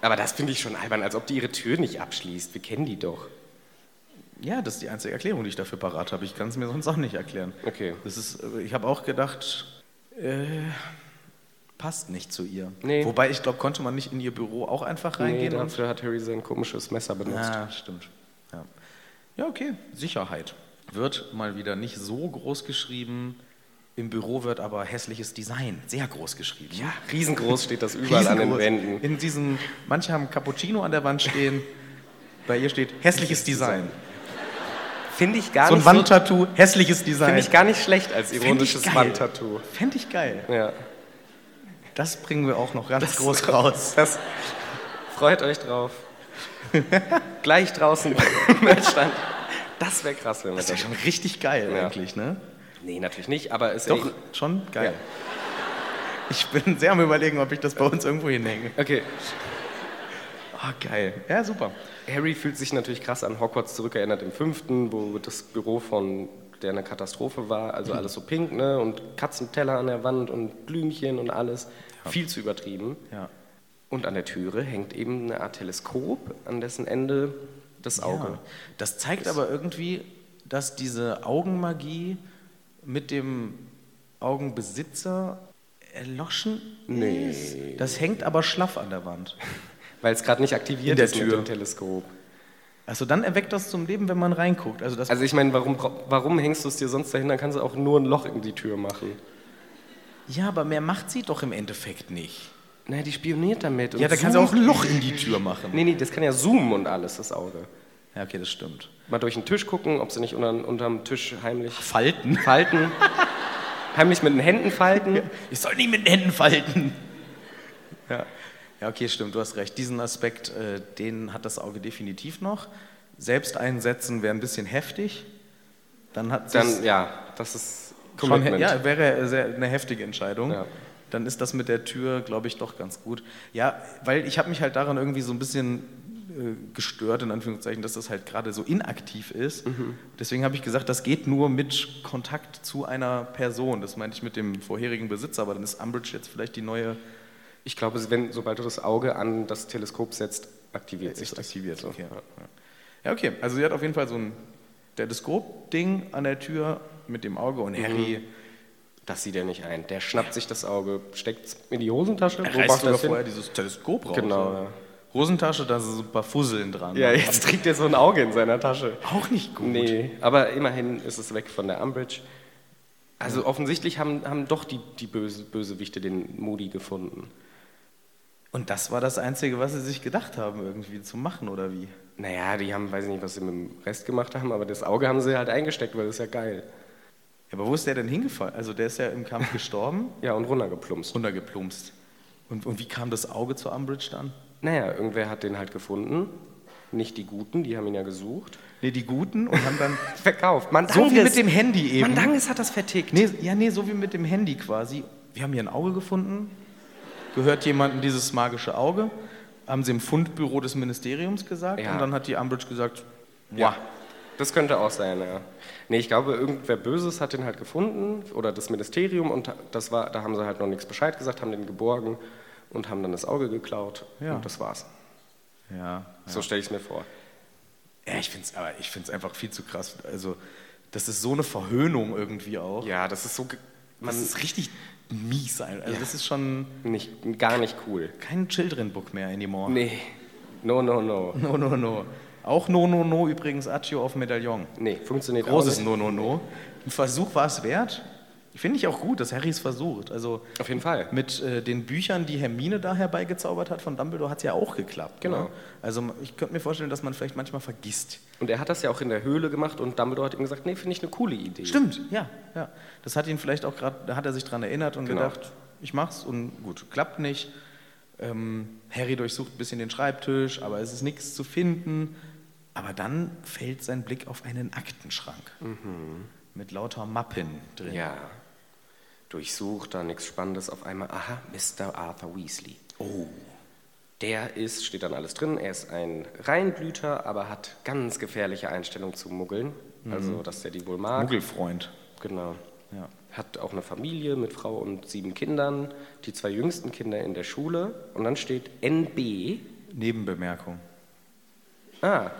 A: Aber das finde ich schon albern, als ob die ihre Tür nicht abschließt. Wir kennen die doch.
B: Ja, das ist die einzige Erklärung, die ich dafür parat habe. Ich kann es mir sonst auch nicht erklären.
A: Okay.
B: Das ist, äh, ich habe auch gedacht, äh, passt nicht zu ihr.
A: Nee.
B: Wobei, ich glaube, konnte man nicht in ihr Büro auch einfach
A: Nee,
B: reingehen? und,
A: dafür hat Harry sein komisches Messer benutzt.
B: ah, stimmt. Ja. ja, okay. Sicherheit. Wird mal wieder nicht so groß geschrieben. Im Büro wird aber hässliches Design sehr groß geschrieben.
A: Ja, riesengroß steht das überall an den
B: Riesengroß.
A: Wänden.
B: In diesem, manche haben Cappuccino an der Wand stehen. Bei ihr steht hässliches Design.
A: Finde ich gar
B: So ein
A: nicht so,
B: Wandtattoo, hässliches Design.
A: finde ich gar nicht schlecht als
B: Fänd ich
A: ironisches
B: geil.
A: Wandtattoo.
B: Fänd ich geil.
A: Ja.
B: Das bringen wir auch noch ganz groß raus.
A: Das freut euch drauf. Gleich draußen beim Merchstand. Das wäre krass, wenn wir das.
B: Das ist ja schon richtig geil
A: Ja.
B: eigentlich, ne?
A: Nee, natürlich nicht, aber es
B: Doch, schon geil.
A: Ja.
B: Ich bin sehr am überlegen, ob ich das bei uns irgendwo hinhänge.
A: Okay.
B: Ah, geil. Ja, super.
A: Harry fühlt sich natürlich krass an Hogwarts zurückerinnert im fünften, wo das Büro von der eine Katastrophe war, also
B: Mhm.
A: alles so pink, ne? Und Katzenteller an der Wand und Blümchen und alles. Viel zu übertrieben.
B: Ja.
A: Und an der Türe hängt eben eine Art Teleskop, an dessen Ende das Auge.
B: ja. Das zeigt aber irgendwie, dass diese Augenmagie mit dem Augenbesitzer erloschen
A: Nee.
B: ist. Das hängt aber schlaff an der Wand.
A: Weil es gerade nicht
B: In
A: aktiviert
B: der
A: ist mit
B: Tür.
A: dem Teleskop.
B: Also dann erweckt das zum Leben, wenn man reinguckt. Also das
A: Also ich meine, warum, bra- warum hängst du es dir sonst dahin? Dann kannst du auch nur ein Loch in die Tür machen.
B: Ja, aber mehr macht sie doch im Endeffekt nicht.
A: Naja, die spioniert damit. und
B: Ja, da kann sie auch
A: zoomt.
B: ein Loch in die Tür machen.
A: Nee, nee, das kann ja zoomen und alles, das Auge.
B: Ja, okay, das stimmt.
A: Mal durch den Tisch gucken, ob sie nicht unter, unterm Tisch heimlich
B: Falten.
A: falten. heimlich mit den Händen falten.
B: Ich soll nicht mit den Händen falten. Ja. ja, okay, stimmt, du hast recht. Diesen Aspekt, äh, den hat das Auge definitiv noch. Selbst einsetzen wäre ein bisschen heftig. Dann hat
A: Dann, ja, das ist
B: schon,
A: Commitment.
B: ja, wäre sehr, eine heftige Entscheidung.
A: Ja.
B: Dann ist das mit der Tür, glaube ich, doch ganz gut. Ja, weil ich habe mich halt daran irgendwie so ein bisschen äh, gestört, in Anführungszeichen, dass das halt gerade so inaktiv ist.
A: Mhm.
B: Deswegen habe ich gesagt, das geht nur mit Kontakt zu einer Person. Das meinte ich mit dem vorherigen Besitzer, aber dann ist Umbridge jetzt vielleicht die neue
A: Ich glaube, wenn, sobald du das Auge an das Teleskop setzt, aktiviert sich
B: ist
A: das.
B: Äh, aktiviert.
A: So.
B: Okay. Ja. Ja, okay. Also sie hat auf jeden Fall so ein Teleskop-Ding an der Tür mit dem Auge
A: Mhm.
B: und Harry
A: Das sieht er nicht ein. Der schnappt sich das Auge, steckt es in die Hosentasche.
B: Er
A: Wo
B: reißt
A: macht er
B: sogar
A: das hin?
B: vorher dieses Teleskop raus.
A: Genau,
B: oder?
A: ja.
B: Hosentasche, da sind so ein paar Fusseln dran.
A: Ja, jetzt trägt er so ein Auge in seiner Tasche.
B: Auch nicht gut.
A: Nee, aber immerhin ist es weg von der Umbridge. Also offensichtlich haben, haben doch die, die Böse, Bösewichte den Moody gefunden.
B: Und das war das Einzige, was sie sich gedacht haben, irgendwie zu machen, oder wie?
A: Naja, die haben, weiß ich nicht, was sie mit dem Rest gemacht haben, aber das Auge haben sie halt eingesteckt, weil das ist ja geil.
B: Ja, aber wo ist der denn hingefallen? Also der ist ja im Kampf gestorben,
A: Ja, und runtergeplumpst.
B: runtergeplumpst. Und, und wie kam das Auge zu Umbridge dann?
A: Naja, irgendwer hat den halt gefunden Nicht die Guten, die haben ihn ja gesucht.
B: Nee, die Guten und haben dann.
A: Verkauft. Mandanges.
B: so wie mit dem Handy eben.
A: Mandanges hat das vertickt.
B: Nee, ja, nee, so wie mit dem Handy quasi. Wir haben hier ein Auge gefunden. Gehört jemandem dieses magische Auge? Haben sie im Fundbüro des Ministeriums gesagt
A: Ja.
B: und dann hat die Ambridge gesagt,
A: Ja.
B: ja.
A: Das könnte auch sein, ja. Nee, ich glaube, irgendwer Böses hat den halt gefunden oder das Ministerium und das war, da haben sie halt noch nichts Bescheid gesagt, haben den geborgen und haben dann das Auge geklaut
B: Ja.
A: und das war's.
B: ja.
A: So stelle ich es mir vor.
B: Ja, ich finde es aber ich find's einfach viel zu krass. Also, das ist so eine Verhöhnung irgendwie auch.
A: Ja, das ist so ge- man
B: das ist richtig mies. ein- Also, das ist schon
A: nicht, gar nicht cool.
B: kein Children Book mehr anymore.
A: Nee. No, no, no.
B: No, no, no. Auch No, no, no übrigens Accio auf Medaillon.
A: Nee, funktioniert
B: Großes
A: auch nicht.
B: No, no, no. Ein Versuch war es wert. Finde ich auch gut, dass Harry es versucht. Also
A: Auf jeden Fall.
B: mit äh, den Büchern, die Hermine da herbeigezaubert hat von Dumbledore, hat es ja auch geklappt.
A: Genau.
B: Ne? Also ich könnte mir vorstellen, dass man vielleicht manchmal vergisst.
A: Und er hat das ja auch in der Höhle gemacht und Dumbledore hat ihm gesagt, nee, finde ich eine coole Idee.
B: Stimmt, ja, ja. Das hat ihn vielleicht auch gerade, da hat er sich dran erinnert und
A: Genau.
B: gedacht, ich mach's und gut, klappt nicht. Ähm, Harry durchsucht ein bisschen den Schreibtisch, aber es ist nichts zu finden. Aber dann fällt sein Blick auf einen Aktenschrank mit lauter Mappen drin.
A: Ja. Durchsucht, da nichts Spannendes auf einmal. Aha, Mr. Arthur Weasley.
B: Oh,
A: Der ist, steht dann alles drin, er ist ein Reinblüter, aber hat ganz gefährliche Einstellung zu Muggeln. Also, dass der die wohl mag.
B: Muggelfreund.
A: Genau.
B: Ja.
A: Hat auch eine Familie mit Frau und sieben Kindern, die zwei jüngsten Kinder in der Schule. Und dann steht NB.
B: Nebenbemerkung.
A: Ah,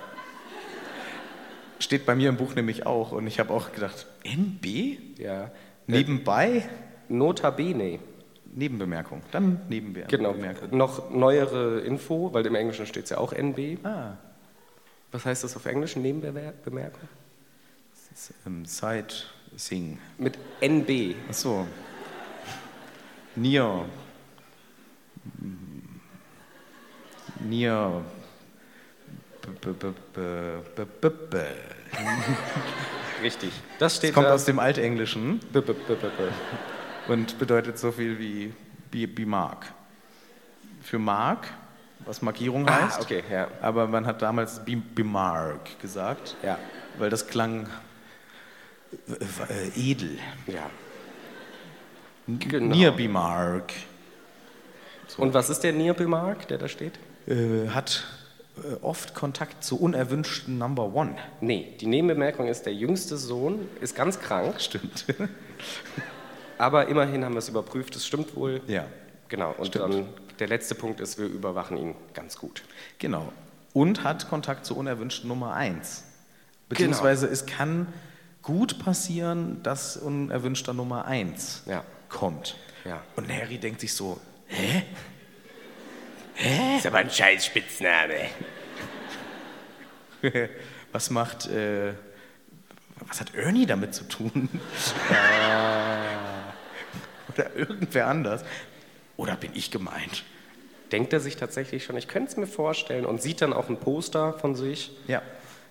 B: Steht bei mir im Buch nämlich auch und ich habe auch gedacht, Äh, NB?
A: ja. Äh,
B: Nebenbei?
A: Nota bene.
B: Nebenbemerkung. Dann Nebenbemerkung.
A: Genau. Noch neuere Info, weil im Englischen steht es ja auch NB.
B: Ah,
A: Was heißt das auf Englisch? Nebenbemerkung?
B: das ist, ähm, Side-Sing.
A: Mit NB.
B: Ach so. Nier. Hm. Nier. B- b- b- b- b- b- b-
A: Richtig. Das
B: Das
A: steht
B: kommt
A: da.
B: aus dem Altenglischen
A: B -b -b -b -b.
B: und bedeutet so viel wie Bi- Bimark. Für Mark, was Markierung
A: Ah,
B: heißt.
A: okay, ja.
B: Aber man hat damals Bi- Bimark gesagt,
A: Ja.
B: weil das klang äh, äh, edel.
A: Ja. Genau.
B: Nier Bimark.
A: Und was ist der Nierbemark, der da steht?
B: äh, hat äh, oft Kontakt zu unerwünschten Number One.
A: Nee, die Nebenbemerkung ist, der jüngste Sohn ist ganz krank,
B: Stimmt.
A: aber immerhin haben wir es überprüft, das stimmt wohl.
B: ja,
A: Genau, und
B: Stimmt.
A: dann der letzte Punkt ist, wir überwachen ihn ganz gut.
B: genau. Und hat Kontakt zu unerwünschten Nummer Eins. Genau. Beziehungsweise es kann gut passieren, dass unerwünschter Nummer Eins
A: Ja.
B: kommt.
A: Ja.
B: Und Harry denkt sich so,
A: Ist aber ein scheiß Spitzname.
B: was macht, äh, was hat Ernie damit zu tun? Ah. Oder irgendwer anders? Oder bin ich gemeint?
A: Denkt er sich tatsächlich schon, ich könnte es mir vorstellen und sieht dann auch ein Poster von sich.
B: Ja.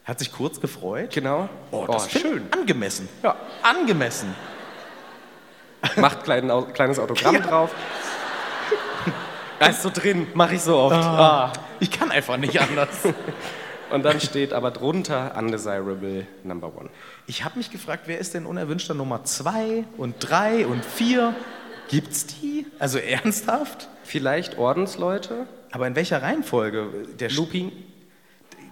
B: Hat sich kurz gefreut.
A: Genau.
B: Oh, das ist schön. Angemessen.
A: Ja.
B: Angemessen.
A: Macht klein, au, kleines Autogramm drauf. Da ist so drin, mache ich so oft.
B: Ah. Ich kann einfach nicht anders.
A: Und dann steht aber drunter Undesirable Number One.
B: ich habe mich gefragt, wer ist denn unerwünschter Nummer 2 und 3 und 4? Gibt's die? Also ernsthaft?
A: Vielleicht Ordensleute,
B: Aber in welcher Reihenfolge? Der Sch-
A: Lupin.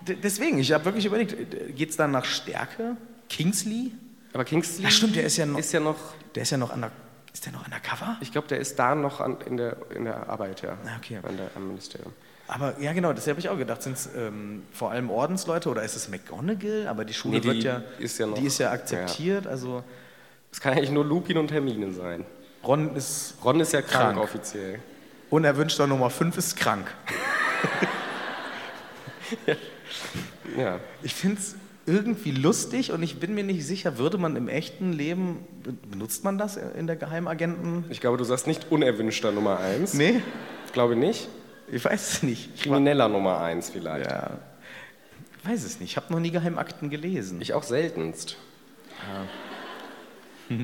B: D- Deswegen, ich habe wirklich überlegt, äh, geht's dann nach Stärke? Kingsley?
A: Aber Kingsley
B: Ach stimmt, der ist ja noch
A: ist ja noch,
B: der ist ja noch under, ist der noch undercover?
A: ich glaube, der ist da noch an, in, der, in der Arbeit, ja.
B: Ah, okay.
A: An der, am Ministerium.
B: Aber ja genau, das habe ich auch gedacht, sind es ähm, vor allem Ordensleute oder ist es McGonagall, aber die Schule
A: Nee, die
B: wird ja
A: ist ja noch-
B: die ist ja
A: ja.
B: akzeptiert, also
A: Es kann eigentlich nur Lupin und Hermine sein.
B: Ron ist
A: Ron ist ja krank,
B: Krank.
A: offiziell.
B: unerwünschter Nummer 5 ist krank.
A: Ja.
B: Ich finde es irgendwie lustig und ich bin mir nicht sicher, würde man im echten Leben, benutzt man das in der Geheimagenten?
A: Ich glaube, du sagst nicht unerwünschter Nummer 1.
B: Nee,
A: Glaube nicht.
B: ich weiß es nicht.
A: Krimineller Nummer 1 vielleicht.
B: Ja, ich weiß es nicht. Ich habe noch nie Geheimakten gelesen.
A: Ich auch seltenst. Äh,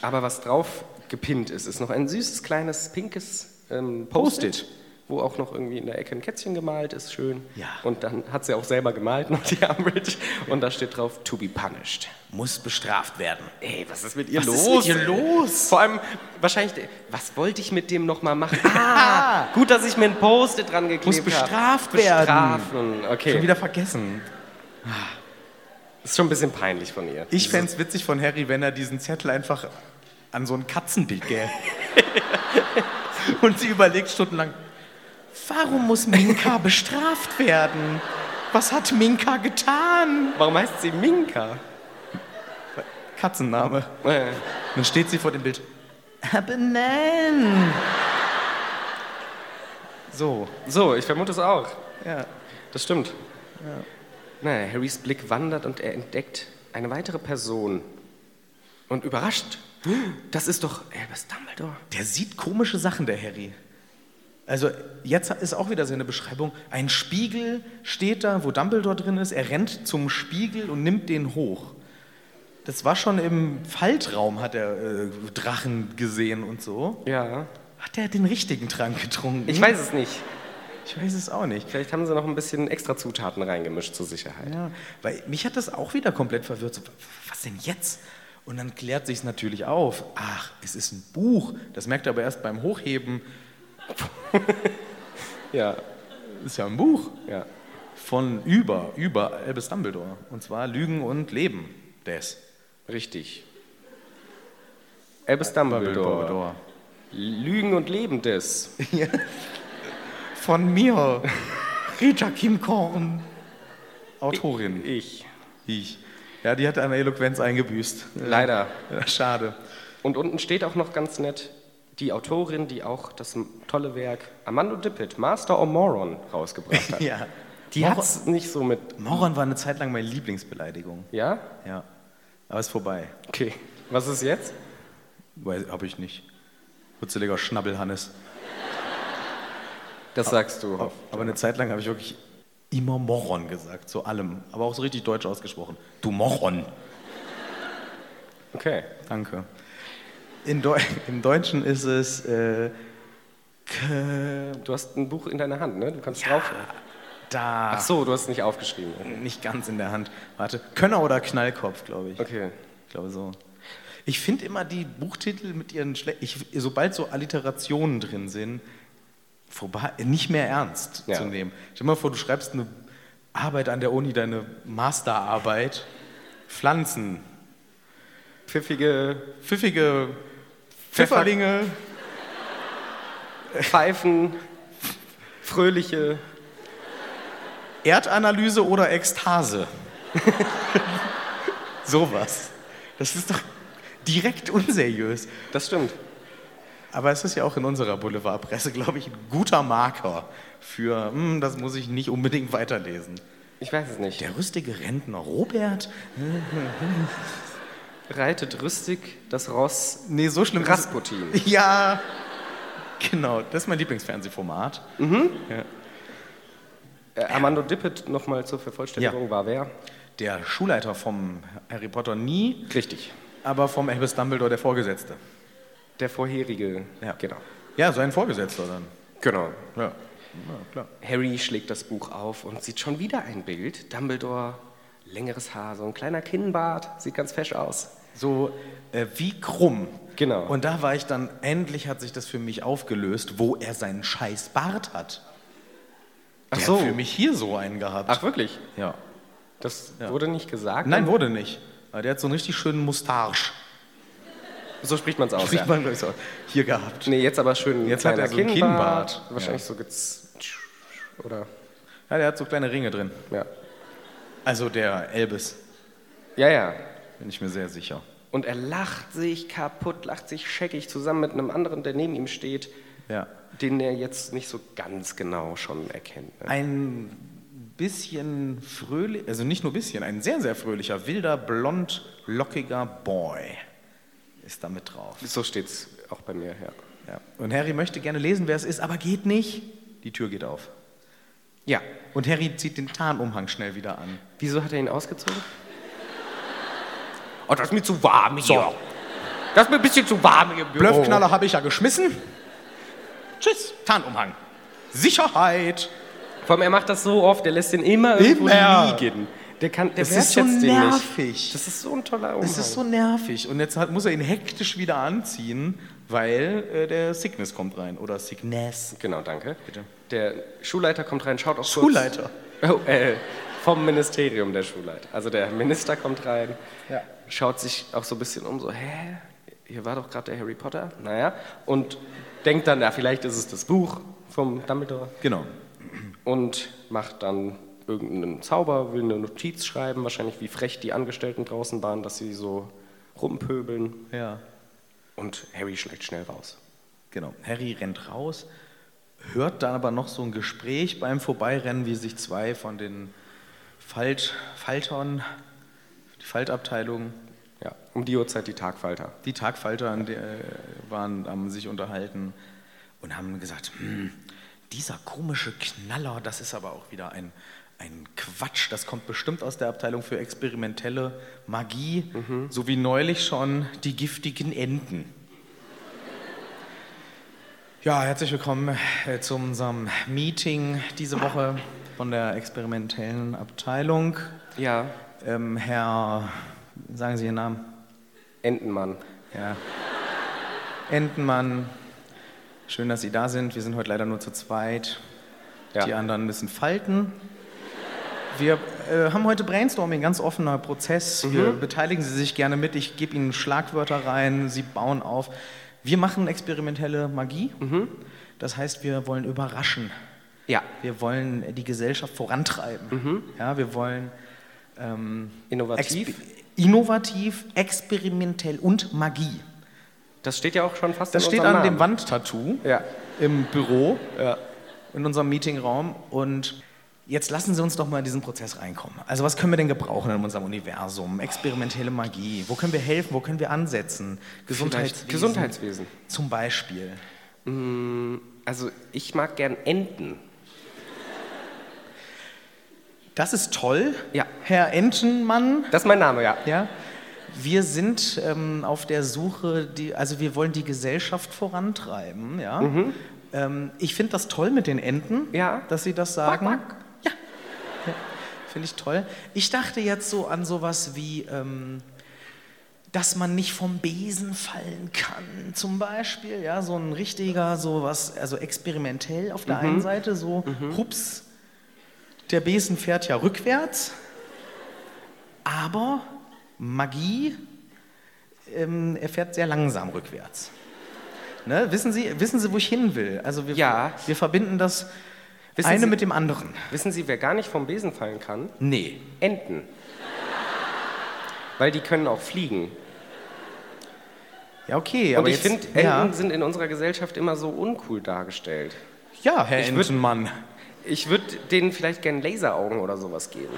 A: Aber was drauf gepinnt ist, ist noch ein süßes kleines pinkes ähm, Post-it,
B: Post-it.
A: wo wo auch noch irgendwie in der Ecke ein Kätzchen gemalt ist, schön.
B: Ja.
A: Und dann hat sie auch selber gemalt noch die Umbridge und da steht drauf, to be punished.
B: Muss bestraft werden.
A: Ey, was ist mit ihr
B: Was
A: los?
B: ist mit ihr los?
A: Vor allem, wahrscheinlich, was wollte ich mit dem nochmal machen? Ah, gut, dass ich mir ein Post-it dran geklebt habe.
B: Muss bestraft werden.
A: Bestrafen, okay.
B: Schon wieder vergessen.
A: ist schon ein bisschen peinlich von ihr.
B: Ich fände es witzig von Harry, wenn er diesen Zettel einfach an so ein Katzenbild gäbe. Und sie überlegt stundenlang, warum muss Minka bestraft werden? Was hat Minka getan?
A: Warum heißt sie Minka?
B: Katzenname.
A: Äh,
B: Dann steht sie vor dem Bild. Aber nein! So,
A: So, ich vermute es auch.
B: ja.
A: Das stimmt. Naja, Harrys Blick wandert und er entdeckt eine weitere Person. Und überrascht. Das ist doch Albus Dumbledore.
B: Der sieht komische Sachen, der Harry. Also jetzt ist auch wieder seine Beschreibung. Ein Spiegel steht da, wo Dumbledore drin ist. Er rennt zum Spiegel und nimmt den hoch. Das war schon im Faltraum, hat er äh, Drachen gesehen und so.
A: Ja.
B: Hat er den richtigen Trank getrunken?
A: Ich weiß es nicht.
B: ich weiß es auch nicht.
A: Vielleicht haben sie noch ein bisschen extra Zutaten reingemischt zur Sicherheit.
B: Ja, weil mich hat das auch wieder komplett verwirrt. So, was denn jetzt? Und dann klärt sich es natürlich auf. Ach, es ist ein Buch. Das merkt er aber erst beim Hochheben.
A: Ja.
B: Ist ja ein Buch.
A: Ja.
B: Von über, über Albus Dumbledore. Und zwar Lügen und Leben. Des.
A: Richtig. Albus Dumbledore. Lügen und Lebendes.
B: Von mir. Rita Kim Korn. Autorin.
A: Ich.
B: Ich. Ja, die hat eine Eloquenz eingebüßt.
A: Leider.
B: Ja, schade.
A: Und unten steht auch noch ganz nett die Autorin, die auch das tolle Werk Amando Dippet, Master of Moron, rausgebracht hat.
B: Ja.
A: Die hat es nicht so mit.
B: Moron war eine Zeit lang meine Lieblingsbeleidigung.
A: Ja?
B: Ja. Aber ist vorbei.
A: Okay. Was ist jetzt?
B: Weiß, hab ich nicht. Putzeliger Schnabbelhannes.
A: Das sagst du.
B: Aber eine Zeit lang habe ich wirklich immer Moron gesagt, zu allem. Aber auch so richtig deutsch ausgesprochen. Du Moron.
A: Okay.
B: Danke. In Deu Im Deutschen ist es äh, K-
A: Du hast ein Buch in deiner Hand, ne? Du kannst drauf.
B: da.
A: Ach so, du hast es nicht aufgeschrieben.
B: Nicht ganz in der Hand. Warte. Könner oder Knallkopf, glaube ich.
A: Okay.
B: Ich glaube so. Ich finde immer die Buchtitel mit ihren Schle ich, sobald so Alliterationen drin sind, vorbei, nicht mehr ernst
A: Ja.
B: zu nehmen. Stell dir mal vor, du schreibst eine Arbeit an der Uni, deine Masterarbeit, Pflanzen,
A: Pfiffige
B: pfiffige Pfifferlinge,
A: Pfeifen, fröhliche.
B: Erdanalyse oder Ekstase. Sowas. Das ist doch direkt unseriös.
A: Das stimmt.
B: Aber es ist ja auch in unserer Boulevardpresse, glaube ich, ein guter Marker für, hm, das muss ich nicht unbedingt weiterlesen.
A: Ich weiß es nicht.
B: Der rüstige Rentner Robert?
A: Reitet rüstig das Ross
B: Nee, so schlimm. ist es-
A: Rasputin.
B: Ja, genau. Das ist mein Lieblingsfernsehformat.
A: Äh, Armando Dippet, nochmal zur Vervollständigung,
B: Ja.
A: war wer?
B: Der Schulleiter vom Harry Potter nie,
A: Richtig.
B: aber vom Albus Dumbledore der Vorgesetzte.
A: Der vorherige.
B: Ja.
A: Genau.
B: Ja, sein Vorgesetzter dann.
A: Genau.
B: Ja, ja klar.
A: Harry schlägt das Buch auf und sieht schon wieder ein Bild. Dumbledore, längeres Haar, so ein kleiner Kinnbart, sieht ganz fesch aus.
B: So äh, wie krumm.
A: Genau.
B: Und da war ich dann, endlich hat sich das für mich aufgelöst, wo er seinen scheiß Bart hat.
A: Ach
B: Der hat für mich hier so einen gehabt.
A: Ach wirklich?
B: ja.
A: Das wurde nicht gesagt?
B: Nein, wurde nicht. Aber Der hat so einen richtig schönen Mustache.
A: So spricht man es aus.
B: Spricht
A: ja.
B: man, glaub ich, so. Hier gehabt.
A: Nee, jetzt aber schön.
B: Jetzt hat
A: kleiner
B: er so ein
A: Kinnbart.
B: Kinnbart.
A: Wahrscheinlich so gez... Oder,
B: Ja, der hat so kleine Ringe drin.
A: ja.
B: Also der Elbis,
A: Ja, ja.
B: bin ich mir sehr sicher.
A: Und er lacht sich kaputt, lacht sich scheckig zusammen mit einem anderen, der neben ihm steht,
B: Ja.
A: den er jetzt nicht so ganz genau schon erkennt. Ne?
B: Ein bisschen fröhlich, also nicht nur bisschen, ein sehr, sehr fröhlicher, wilder, blond, lockiger Boy ist da mit drauf.
A: So steht's auch bei mir, ja.
B: Ja. Und Harry möchte gerne lesen, wer es ist, aber geht nicht. Die Tür geht auf.
A: Ja.
B: Und Harry zieht den Tarnumhang schnell wieder an.
A: Wieso hat er ihn ausgezogen?
C: Oh, das ist mir zu warm hier. Das ist
B: Oh.
C: mir ein bisschen zu warm hier im Büro.
B: Blöffknaller habe ich ja geschmissen. Tschüss, Tarnumhang. Sicherheit.
A: Vor allem, er macht das so oft, er lässt den immer irgendwo
B: Immer.
A: liegen. Der, kann, der
B: Das ist so
A: wertschätzt den
B: nervig.
A: nicht. Das ist so ein toller Umhang.
B: Es ist so nervig. Und jetzt hat, muss er ihn hektisch wieder anziehen, weil äh, der Sickness kommt rein. Oder Sickness.
A: Genau, danke. Der Schulleiter kommt rein, schaut auch
B: Schulleiter.
A: Kurz, oh, äh, vom Ministerium der Schulleiter. Also der Minister kommt rein, schaut sich auch so ein bisschen um, so, hä? Hier war doch gerade der Harry Potter? Naja. Und denkt dann, na, vielleicht ist es das Buch vom Dumbledore.
B: Genau.
A: Und macht dann irgendeinen Zauber, will eine Notiz schreiben, wahrscheinlich wie frech die Angestellten draußen waren, dass sie so rumpöbeln.
B: Ja.
A: Und Harry schlägt schnell raus.
B: Genau. Harry rennt raus, hört dann aber noch so ein Gespräch beim Vorbeirennen, wie sich zwei von den Falt Faltern, die Faltabteilung,
A: Ja, um die Uhrzeit die Tagfalter.
B: die Tagfalter an der, äh, waren, haben sich unterhalten und haben gesagt, hm, dieser komische Knaller, das ist aber auch wieder ein, ein Quatsch, das kommt bestimmt aus der Abteilung für experimentelle Magie, so wie neulich schon die giftigen Enten. Ja, herzlich willkommen äh, zu unserem Meeting diese Woche von der experimentellen Abteilung.
A: Ja,
B: Ähm, Herr, sagen Sie Ihren Namen?
A: Entenmann.
B: Ja. Entenmann, schön, dass Sie da sind. Wir sind heute leider nur zu zweit.
A: Ja.
B: Die anderen müssen falten. Wir äh, haben heute Brainstorming, ganz offener Prozess.
A: Mhm.
B: Wir beteiligen Sie sich gerne mit. Ich gebe Ihnen Schlagwörter rein, Sie bauen auf. Wir machen experimentelle Magie.
A: Mhm.
B: Das heißt, wir wollen überraschen.
A: Ja,
B: Wir wollen die Gesellschaft vorantreiben. Ja, wir wollen ähm,
A: Mhm. innovativ.
B: exp- innovativ, experimentell und Magie.
A: Das steht ja auch schon fast
B: Das
A: in
B: steht
A: unserem
B: an dem
A: Namen.
B: Wandtattoo
A: Ja.
B: im Büro, in unserem Meetingraum. Und jetzt lassen Sie uns doch mal in diesen Prozess reinkommen. Also was können wir denn gebrauchen in unserem Universum? Experimentelle Magie. Wo können wir helfen? Wo können wir ansetzen? Gesundheitswesen.
A: Vielleicht Gesundheitswesen.
B: Zum Beispiel.
A: Also ich mag gern Enten.
B: Das ist toll,
A: Ja.
B: Herr Entenmann.
A: Das ist mein Name, ja.
B: Ja. Wir sind ähm, auf der Suche, die, also wir wollen die Gesellschaft vorantreiben. Ja. Ähm, ich finde das toll mit den Enten,
A: Ja.
B: dass Sie das sagen. Ja. ja. Finde ich toll. Ich dachte jetzt so an sowas wie, ähm, dass man nicht vom Besen fallen kann, zum Beispiel. Ja, so ein richtiger, sowas, also experimentell auf der einen Seite, so, hups, der Besen fährt ja rückwärts. Aber Magie ähm, erfährt sehr langsam rückwärts. Ne? Wissen, Sie, wissen Sie, wo ich hin will? Also wir,
A: Ja.
B: wir verbinden das
A: Wissen
B: eine
A: Sie-
B: mit dem anderen.
A: Wissen Sie, wer gar nicht vom Besen fallen kann?
B: Nee.
A: Enten. Weil die können auch fliegen.
B: Ja, okay.
A: Und
B: aber
A: ich
B: jetzt-
A: finde, Enten
B: ja.
A: sind in unserer Gesellschaft immer so uncool dargestellt.
B: ja, Herr
A: würd-
B: Entenmann.
A: Ich würde denen vielleicht gern Laseraugen oder sowas geben.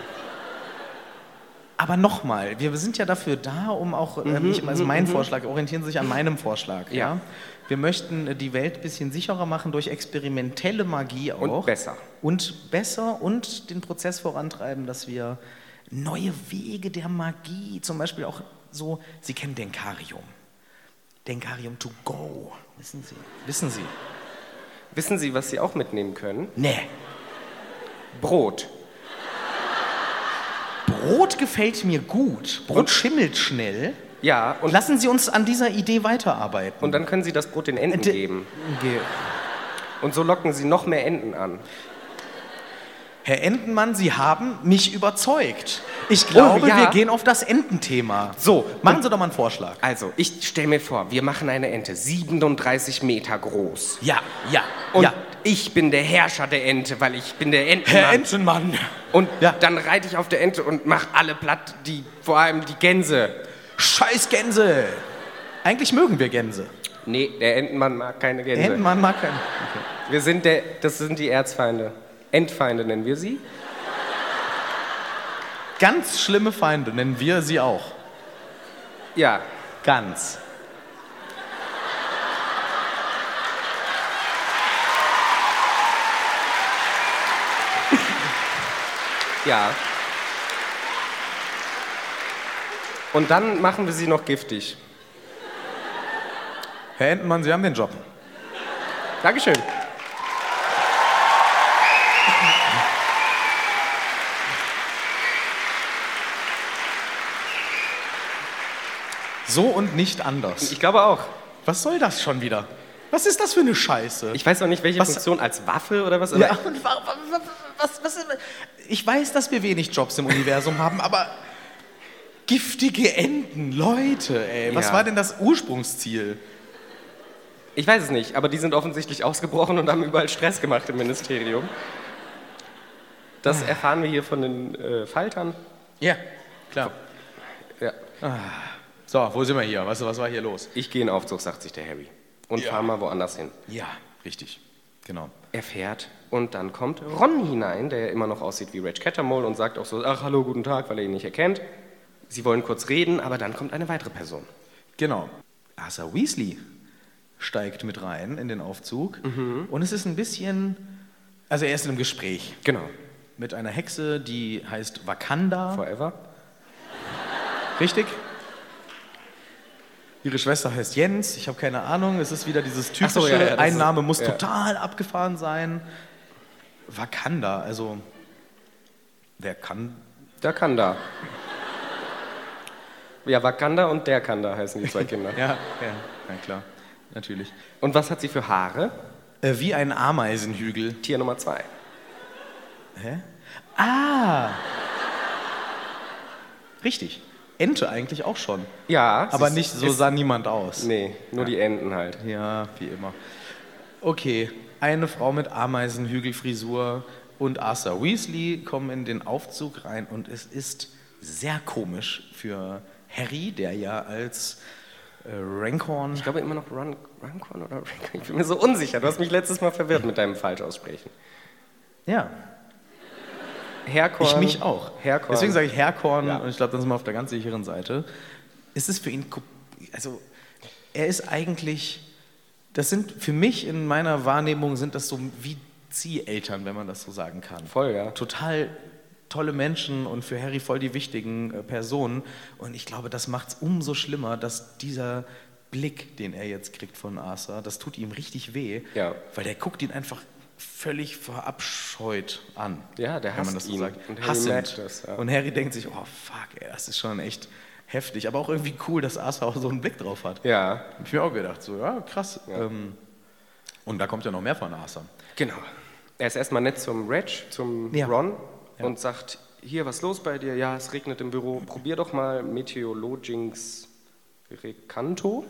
B: Aber nochmal, wir sind ja dafür da, um auch, äh, nicht, also mein Vorschlag, orientieren Sie sich an meinem Vorschlag. Ja.
A: Mhm, Ja.
B: Wir möchten äh, die Welt ein bisschen sicherer machen durch experimentelle Magie auch.
A: Und besser.
B: Und besser und den Prozess vorantreiben, dass wir neue Wege der Magie, zum Beispiel auch so, Sie kennen Denkarium. Denkarium to go, wissen Sie? Wissen Sie?
A: Wissen Sie, was Sie auch mitnehmen können?
B: Nee.
A: Brot.
B: Brot gefällt mir gut. Brot
A: Und-
B: schimmelt schnell.
A: Ja, und,
B: Lassen Sie uns an dieser Idee weiterarbeiten.
A: und dann können Sie das Brot den Enten
B: Äh, d-
A: geben.
B: Ge-
A: Und so locken Sie noch mehr Enten an.
B: Herr Entenmann, Sie haben mich überzeugt. Ich glaube,
A: ja.
B: wir gehen auf das Ententhema.
A: So,
B: machen Sie doch mal einen Vorschlag.
A: Also, ich stelle mir vor, wir machen eine Ente 37 Meter groß.
B: Ja, ja,
A: Und
B: ja.
A: ich bin der Herrscher der Ente, weil ich bin der Entenmann.
B: Herr Entenmann.
A: und
B: Ja.
A: dann reite ich auf der Ente und mach alle platt, die vor allem die Gänse.
B: Scheiß Gänse. Eigentlich mögen wir Gänse.
A: Nee, der Entenmann mag keine Gänse.
B: Der Entenmann mag keinen.
A: Wir sind der das sind die Erzfeinde. Endfeinde nennen wir sie.
B: Ganz schlimme Feinde nennen wir sie auch.
A: Ja.
B: Ganz.
A: Ja. Und dann machen wir sie noch giftig.
B: Herr Entenmann, Sie haben den Job.
A: Dankeschön.
B: So und nicht anders.
A: Ich glaube auch.
B: Was soll das schon wieder? Was ist das für eine Scheiße?
A: Ich weiß noch nicht, welche
B: Was-
A: Funktion als Waffe oder was. aber-
B: Ja, und wa- wa- wa- was, was, ich weiß, dass wir wenig Jobs im Universum haben, aber giftige Enten, Leute, ey. Was
A: Ja.
B: war denn das Ursprungsziel?
A: Ich weiß es nicht, aber die sind offensichtlich ausgebrochen und haben überall Stress gemacht im Ministerium. Das erfahren wir hier von den äh, Faltern.
B: Ja, klar.
A: Ja.
B: So, wo sind wir hier? Was, was war hier los?
A: Ich gehe in Aufzug, sagt sich der Harry. Und fahr mal woanders hin.
B: Ja, richtig. Genau.
A: Er fährt und dann kommt Ron hinein, der ja immer noch aussieht wie Reg Cattermole und sagt auch so, ach hallo, guten Tag, weil er ihn nicht erkennt. Sie wollen kurz reden, aber dann kommt eine weitere Person.
B: Genau. Arthur Weasley steigt mit rein in den Aufzug und es ist ein bisschen, also er ist in einem Gespräch
A: Genau.
B: mit einer Hexe, die heißt Wakanda.
A: Forever.
B: Richtig? Ihre Schwester heißt Jens, ich habe keine Ahnung, es ist wieder dieses
A: Ach
B: typische,
A: so, ja, ja, das
B: ein
A: ist-
B: Name muss
A: ja.
B: total abgefahren sein. Wakanda, also wer kann?
A: Der kann da. Ja, Wakanda und der kann da heißen die zwei Kinder.
B: Ja, ja, ja klar, natürlich.
A: Und was hat sie für Haare?
B: Äh, wie ein Ameisenhügel.
A: Tier Nummer zwei.
B: Hä? Ah! Richtig. Ente eigentlich auch schon.
A: Ja.
B: Aber
A: sie
B: nicht,
A: ist-
B: so
A: ist-
B: sah niemand aus.
A: Nee, nur die Enten halt.
B: Ja, wie immer. Okay, eine Frau mit Ameisenhügelfrisur und Arthur Weasley kommen in den Aufzug rein und es ist sehr komisch für Harry, der ja als äh, Rancorn.
A: Ich glaube immer noch Run, Runcorn oder Runcorn. Ich bin mir so unsicher. Du hast mich letztes Mal verwirrt mit deinem Falschaussprechen.
B: Ja,
A: Herkorn.
B: ich mich auch.
A: Herkorn.
B: Deswegen sage ich Herkorn
A: Ja.
B: und ich glaube, dann sind wir auf der ganz sicheren Seite. Es ist für ihn, ko- also er ist eigentlich, das sind für mich in meiner Wahrnehmung sind das so wie Zieheltern, wenn man das so sagen kann.
A: Voll, ja.
B: total tolle Menschen und für Harry voll die wichtigen äh, Personen. Und ich glaube, das macht es umso schlimmer, dass dieser Blick, den er jetzt kriegt von Arthur, das tut ihm richtig weh,
A: Ja.
B: weil der guckt ihn einfach völlig verabscheut an.
A: Ja, der
B: wenn man
A: hasst
B: das so
A: ihn.
B: sagt.
A: Und
B: Und
A: Harry
B: Hassend.
A: merkt das, ja.
B: Und Harry denkt sich, oh fuck, ey, das ist schon echt heftig. Aber auch irgendwie cool, dass Arthur auch so einen Blick drauf hat.
A: Ja,
B: Hab ich mir auch gedacht, so, ja, krass. Ähm, und da kommt ja noch mehr von Arthur.
A: genau. Er ist erstmal nett zum Reg, zum
B: Ja.
A: Ron und sagt, hier, was ist los bei dir? Ja, es regnet im Büro. Probier doch mal Meteorologings Recanto.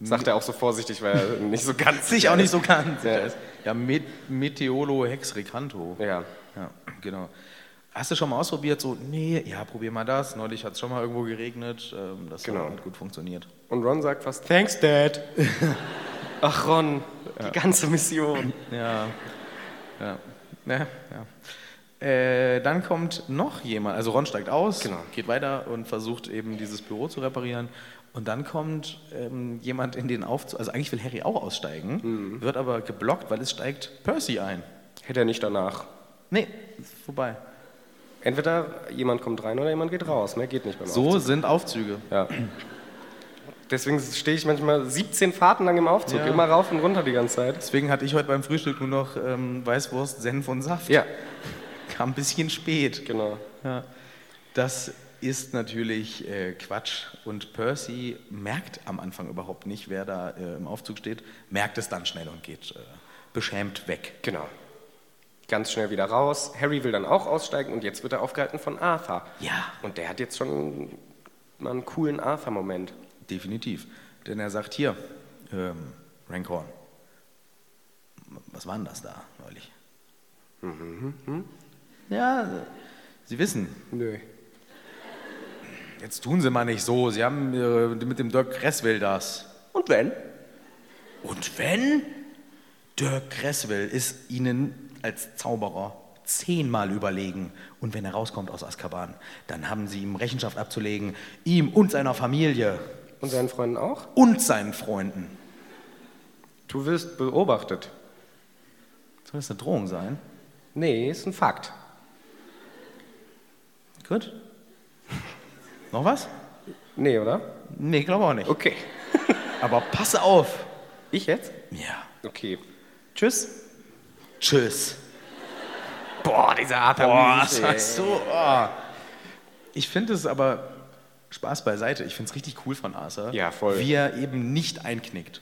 A: Sagt er auch so vorsichtig, weil er nicht so ganz
B: sich auch nicht so ganz
A: Ja.
B: sicher ist. Ja, Met Meteolo Hex Recanto.
A: Ja.
B: Ja, genau. Hast du schon mal ausprobiert? So, nee, ja, probier mal das. Neulich hat es schon mal irgendwo geregnet. Ähm, das
A: Genau.
B: hat nicht gut funktioniert.
A: Und Ron sagt fast, thanks, Dad. Ach, Ron, die ganze Mission.
B: Ja. Ja. ja, ja. Äh, dann kommt noch jemand, also Ron steigt aus,
A: Genau.
B: geht weiter und versucht eben dieses Büro zu reparieren. Und dann kommt ähm, jemand in den Aufzug, also eigentlich will Harry auch aussteigen,
A: Mhm.
B: wird aber geblockt, weil es steigt Percy ein.
A: Hätte er nicht danach.
B: Nee, ist vorbei.
A: Entweder jemand kommt rein oder jemand geht raus. Mehr geht nicht beim
B: So sind Aufzüge.
A: Ja. Deswegen stehe ich manchmal 17 Fahrten lang im Aufzug,
B: Ja.
A: immer rauf und runter die ganze Zeit.
B: Deswegen hatte ich heute beim Frühstück nur noch ähm, Weißwurst, Senf und Saft.
A: Ja,
B: Kam ein bisschen spät.
A: genau.
B: Ja. Das ist natürlich äh, Quatsch. Und Percy merkt am Anfang überhaupt nicht, wer da äh, im Aufzug steht, merkt es dann schnell und geht äh, beschämt weg.
A: Genau. Ganz schnell wieder raus. Harry will dann auch aussteigen und jetzt wird er aufgehalten von Arthur.
B: Ja.
A: Und der hat jetzt schon mal einen coolen Arthur-Moment.
B: Definitiv. Denn er sagt hier, ähm, Rancorn, was war denn das da neulich? Ja, äh, Sie wissen,
A: Nö.
B: Jetzt tun Sie mal nicht so. Sie haben äh, mit dem Dirk Cresswell das.
A: Und wenn?
B: Und wenn? Dirk Cresswell ist Ihnen als Zauberer zehnmal überlegen. Und wenn er rauskommt aus Azkaban, dann haben Sie ihm Rechenschaft abzulegen. Ihm und seiner Familie
A: Und seinen Freunden auch?
B: und seinen Freunden.
A: Du wirst beobachtet.
B: Soll das eine Drohung sein?
A: Nee, ist ein Fakt.
B: Gut. Noch was?
A: Nee, oder?
B: Nee, glaube auch nicht.
A: Okay.
B: Aber passe auf.
A: Ich jetzt?
B: Ja.
A: Okay. Tschüss.
B: Tschüss.
A: Boah, dieser Arthur.
B: Boah,
A: Weasley,
B: das
A: ey.
B: war so. Oh. Ich finde es aber Spaß beiseite. Ich finde es richtig cool von Arthur,
A: Ja, voll.
B: wie er eben nicht einknickt.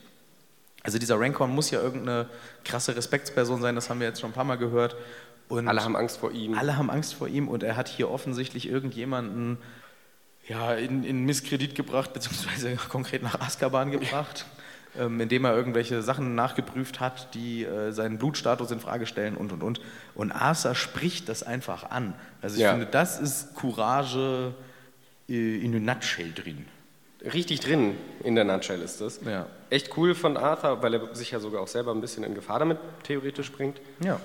B: Also dieser Rancor muss ja irgendeine krasse Respektsperson sein, das haben wir jetzt schon ein paar Mal gehört. Und
A: Alle haben Angst vor ihm.
B: alle haben Angst vor ihm und er hat hier offensichtlich irgendjemanden ja, in, in Misskredit gebracht, beziehungsweise konkret nach Azkaban gebracht, ähm, indem er irgendwelche Sachen nachgeprüft hat, die äh, seinen Blutstatus in Frage stellen und und und. Und Arthur spricht das einfach an. Also ich
A: Ja.
B: finde, das ist Courage äh, in a nutshell drin.
A: Richtig drin in der Nutshell ist das.
B: Ja.
A: Echt cool von Arthur, weil er sich ja sogar auch selber ein bisschen in Gefahr damit theoretisch bringt.
B: Ja.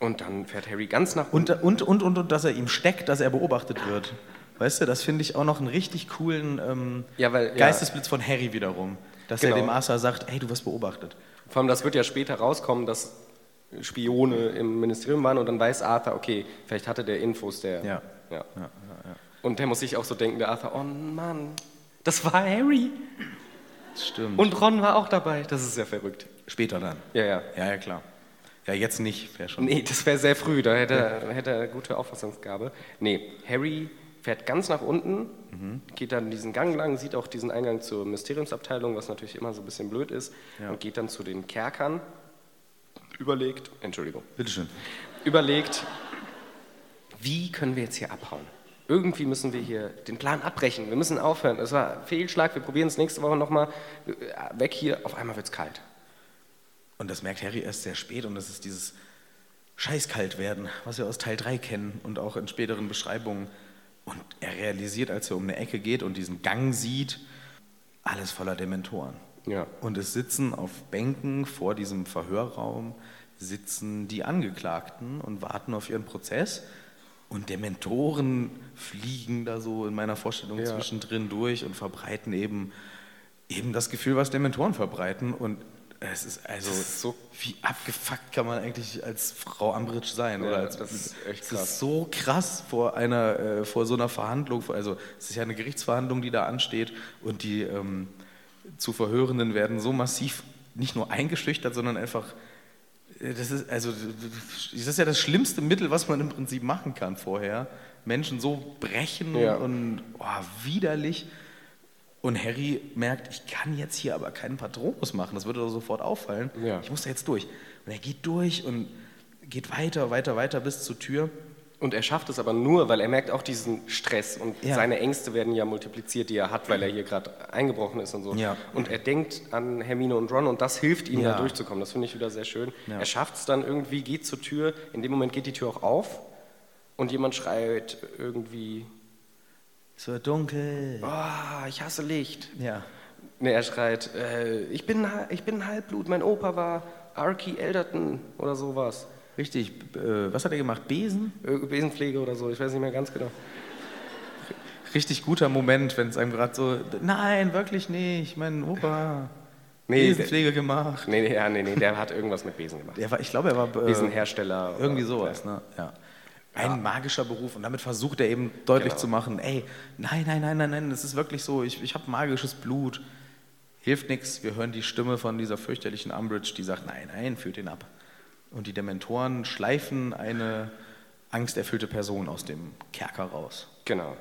A: Und dann fährt Harry ganz nach
B: Und, und, und, und, und dass er ihm steckt, dass er beobachtet wird. Weißt du, das finde ich auch noch einen richtig coolen ähm,
A: Ja, weil- ja.
B: Geistesblitz von Harry wiederum. Dass er
A: Genau.
B: dem Arthur sagt, hey, du wirst beobachtet.
A: Vor allem, das wird ja später rauskommen, dass Spione im Ministerium waren und dann weiß Arthur, okay, vielleicht hatte der Infos, der.
B: Ja.
A: ja. Und der muss sich auch so denken, der Arthur, oh Mann, das war Harry.
B: Stimmt. Und
A: Und Ron war auch dabei. Das ist ja verrückt.
B: später dann.
A: Ja, ja.
B: Ja, ja, klar. Ja, jetzt nicht, wäre schon.
A: Nee, das wäre sehr früh, da hätte er, hätte er gute Auffassungsgabe. Nee, Harry fährt ganz nach unten, geht dann diesen Gang lang, sieht auch diesen Eingang zur Mysteriumsabteilung, was natürlich immer so ein bisschen blöd ist, und geht dann zu den Kerkern, überlegt, Entschuldigung,
B: Bitteschön.
A: überlegt, wie können wir jetzt hier abhauen? Irgendwie müssen wir hier den Plan abbrechen. Wir müssen aufhören. Es war Fehlschlag. Wir probieren es nächste Woche nochmal. Weg hier. Auf einmal wird es kalt.
B: Und das merkt Harry erst sehr spät und das ist dieses Scheißkaltwerden, was wir aus Teil 3 kennen und auch in späteren Beschreibungen. Und er realisiert, als er um eine Ecke geht und diesen Gang sieht, alles voller Dementoren.
A: Ja.
B: Und es sitzen auf Bänken vor diesem Verhörraum, sitzen die Angeklagten und warten auf ihren Prozess. Und Dementoren fliegen da so in meiner Vorstellung zwischendrin durch und verbreiten eben, eben das Gefühl, was Dementoren verbreiten. Und es ist also so, wie abgefuckt kann man eigentlich als Frau Ambridge sein? oder als,
A: das ist echt
B: Es ist so krass vor einer, äh, vor so einer Verhandlung. Also es ist ja eine Gerichtsverhandlung, die da ansteht und die ähm, zu Verhörenden werden so massiv nicht nur eingeschüchtert, sondern einfach äh, das ist also das ist ja das schlimmste Mittel, was man im Prinzip machen kann vorher. Menschen so brechen
A: Ja.
B: und oh, widerlich. Und Harry merkt, ich kann jetzt hier aber keinen Patronus machen, das würde doch sofort auffallen.
A: Ja.
B: Ich muss da jetzt durch. Und er geht durch und geht weiter, weiter, weiter bis zur Tür.
A: Und er schafft es aber nur, weil er merkt auch diesen Stress und
B: Ja.
A: seine Ängste werden ja multipliziert, die er hat, weil er hier gerade eingebrochen ist und so.
B: Ja.
A: Und er denkt an Hermine und Ron und das hilft ihm,
B: Ja.
A: da durchzukommen. Das finde ich wieder sehr schön.
B: Ja.
A: Er schafft es dann irgendwie, geht zur Tür. In dem Moment geht die Tür auch auf und jemand schreit irgendwie,
B: Es wird dunkel.
A: oh, ich hasse Licht.
B: Ja.
A: Ne, er schreit, äh, ich, bin, ein Ha- ich bin ein Halbblut, mein Opa war Archie Elderton oder sowas.
B: Richtig. b- Äh, was hat er gemacht? Besen?
A: Äh, Besenpflege oder so, ich weiß nicht mehr ganz genau.
B: Richtig guter Moment, wenn es einem gerade so. Nein, wirklich nicht. Mein Opa.
A: Nee,
B: Besenpflege gemacht.
A: Nee, nee, ja, nee, nee, der hat irgendwas mit Besen gemacht.
B: Der war, ich glaube, er war. äh,
A: Besenhersteller. oder-
B: Irgendwie sowas, ne? Ja. Ein magischer Beruf und damit versucht er eben deutlich
A: Genau.
B: zu machen, ey, nein, nein, nein, nein, nein, das ist wirklich so, ich, ich habe magisches Blut. Hilft nichts, wir hören die Stimme von dieser fürchterlichen Umbridge, die sagt, nein, nein, führt ihn ab. Und die Dementoren schleifen eine angsterfüllte Person aus dem Kerker raus.
A: Genau.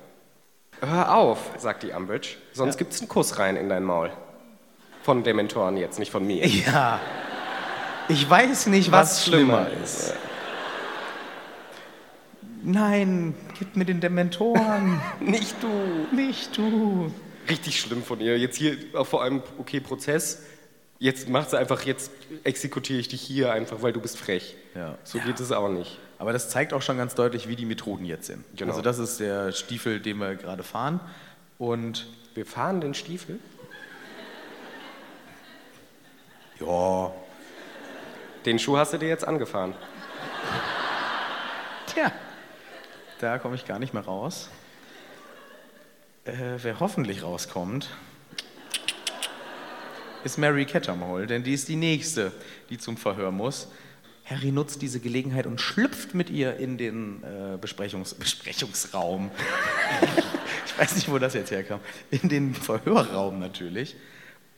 A: Hör auf, sagt die Umbridge, sonst gibt's einen Kuss rein in dein Maul. Von Dementoren jetzt, nicht von mir.
B: Ja, ich weiß nicht, was, schlimmer ist. Nein, gib mir den Dementoren,
A: Nicht du.
B: nicht du.
A: Richtig schlimm von ihr. Jetzt hier auch vor allem, okay, Prozess. Jetzt macht sie einfach, jetzt exekutiere ich dich hier einfach, weil du bist frech.
B: Ja.
A: So geht es auch nicht.
B: Aber das zeigt auch schon ganz deutlich, wie die Methoden jetzt sind.
A: Genau.
B: Also das ist der Stiefel, den wir gerade fahren. Und
A: Wir fahren den Stiefel.
B: ja,
A: Den Schuh hast du dir jetzt angefahren.
B: tja, da komme ich gar nicht mehr raus. Äh, wer hoffentlich rauskommt, ist Mary Cattermole, denn die ist die Nächste, die zum Verhör muss. Harry nutzt diese Gelegenheit und schlüpft mit ihr in den äh, Besprechungs Besprechungsraum. ich weiß nicht, wo das jetzt herkam. In den Verhörraum natürlich.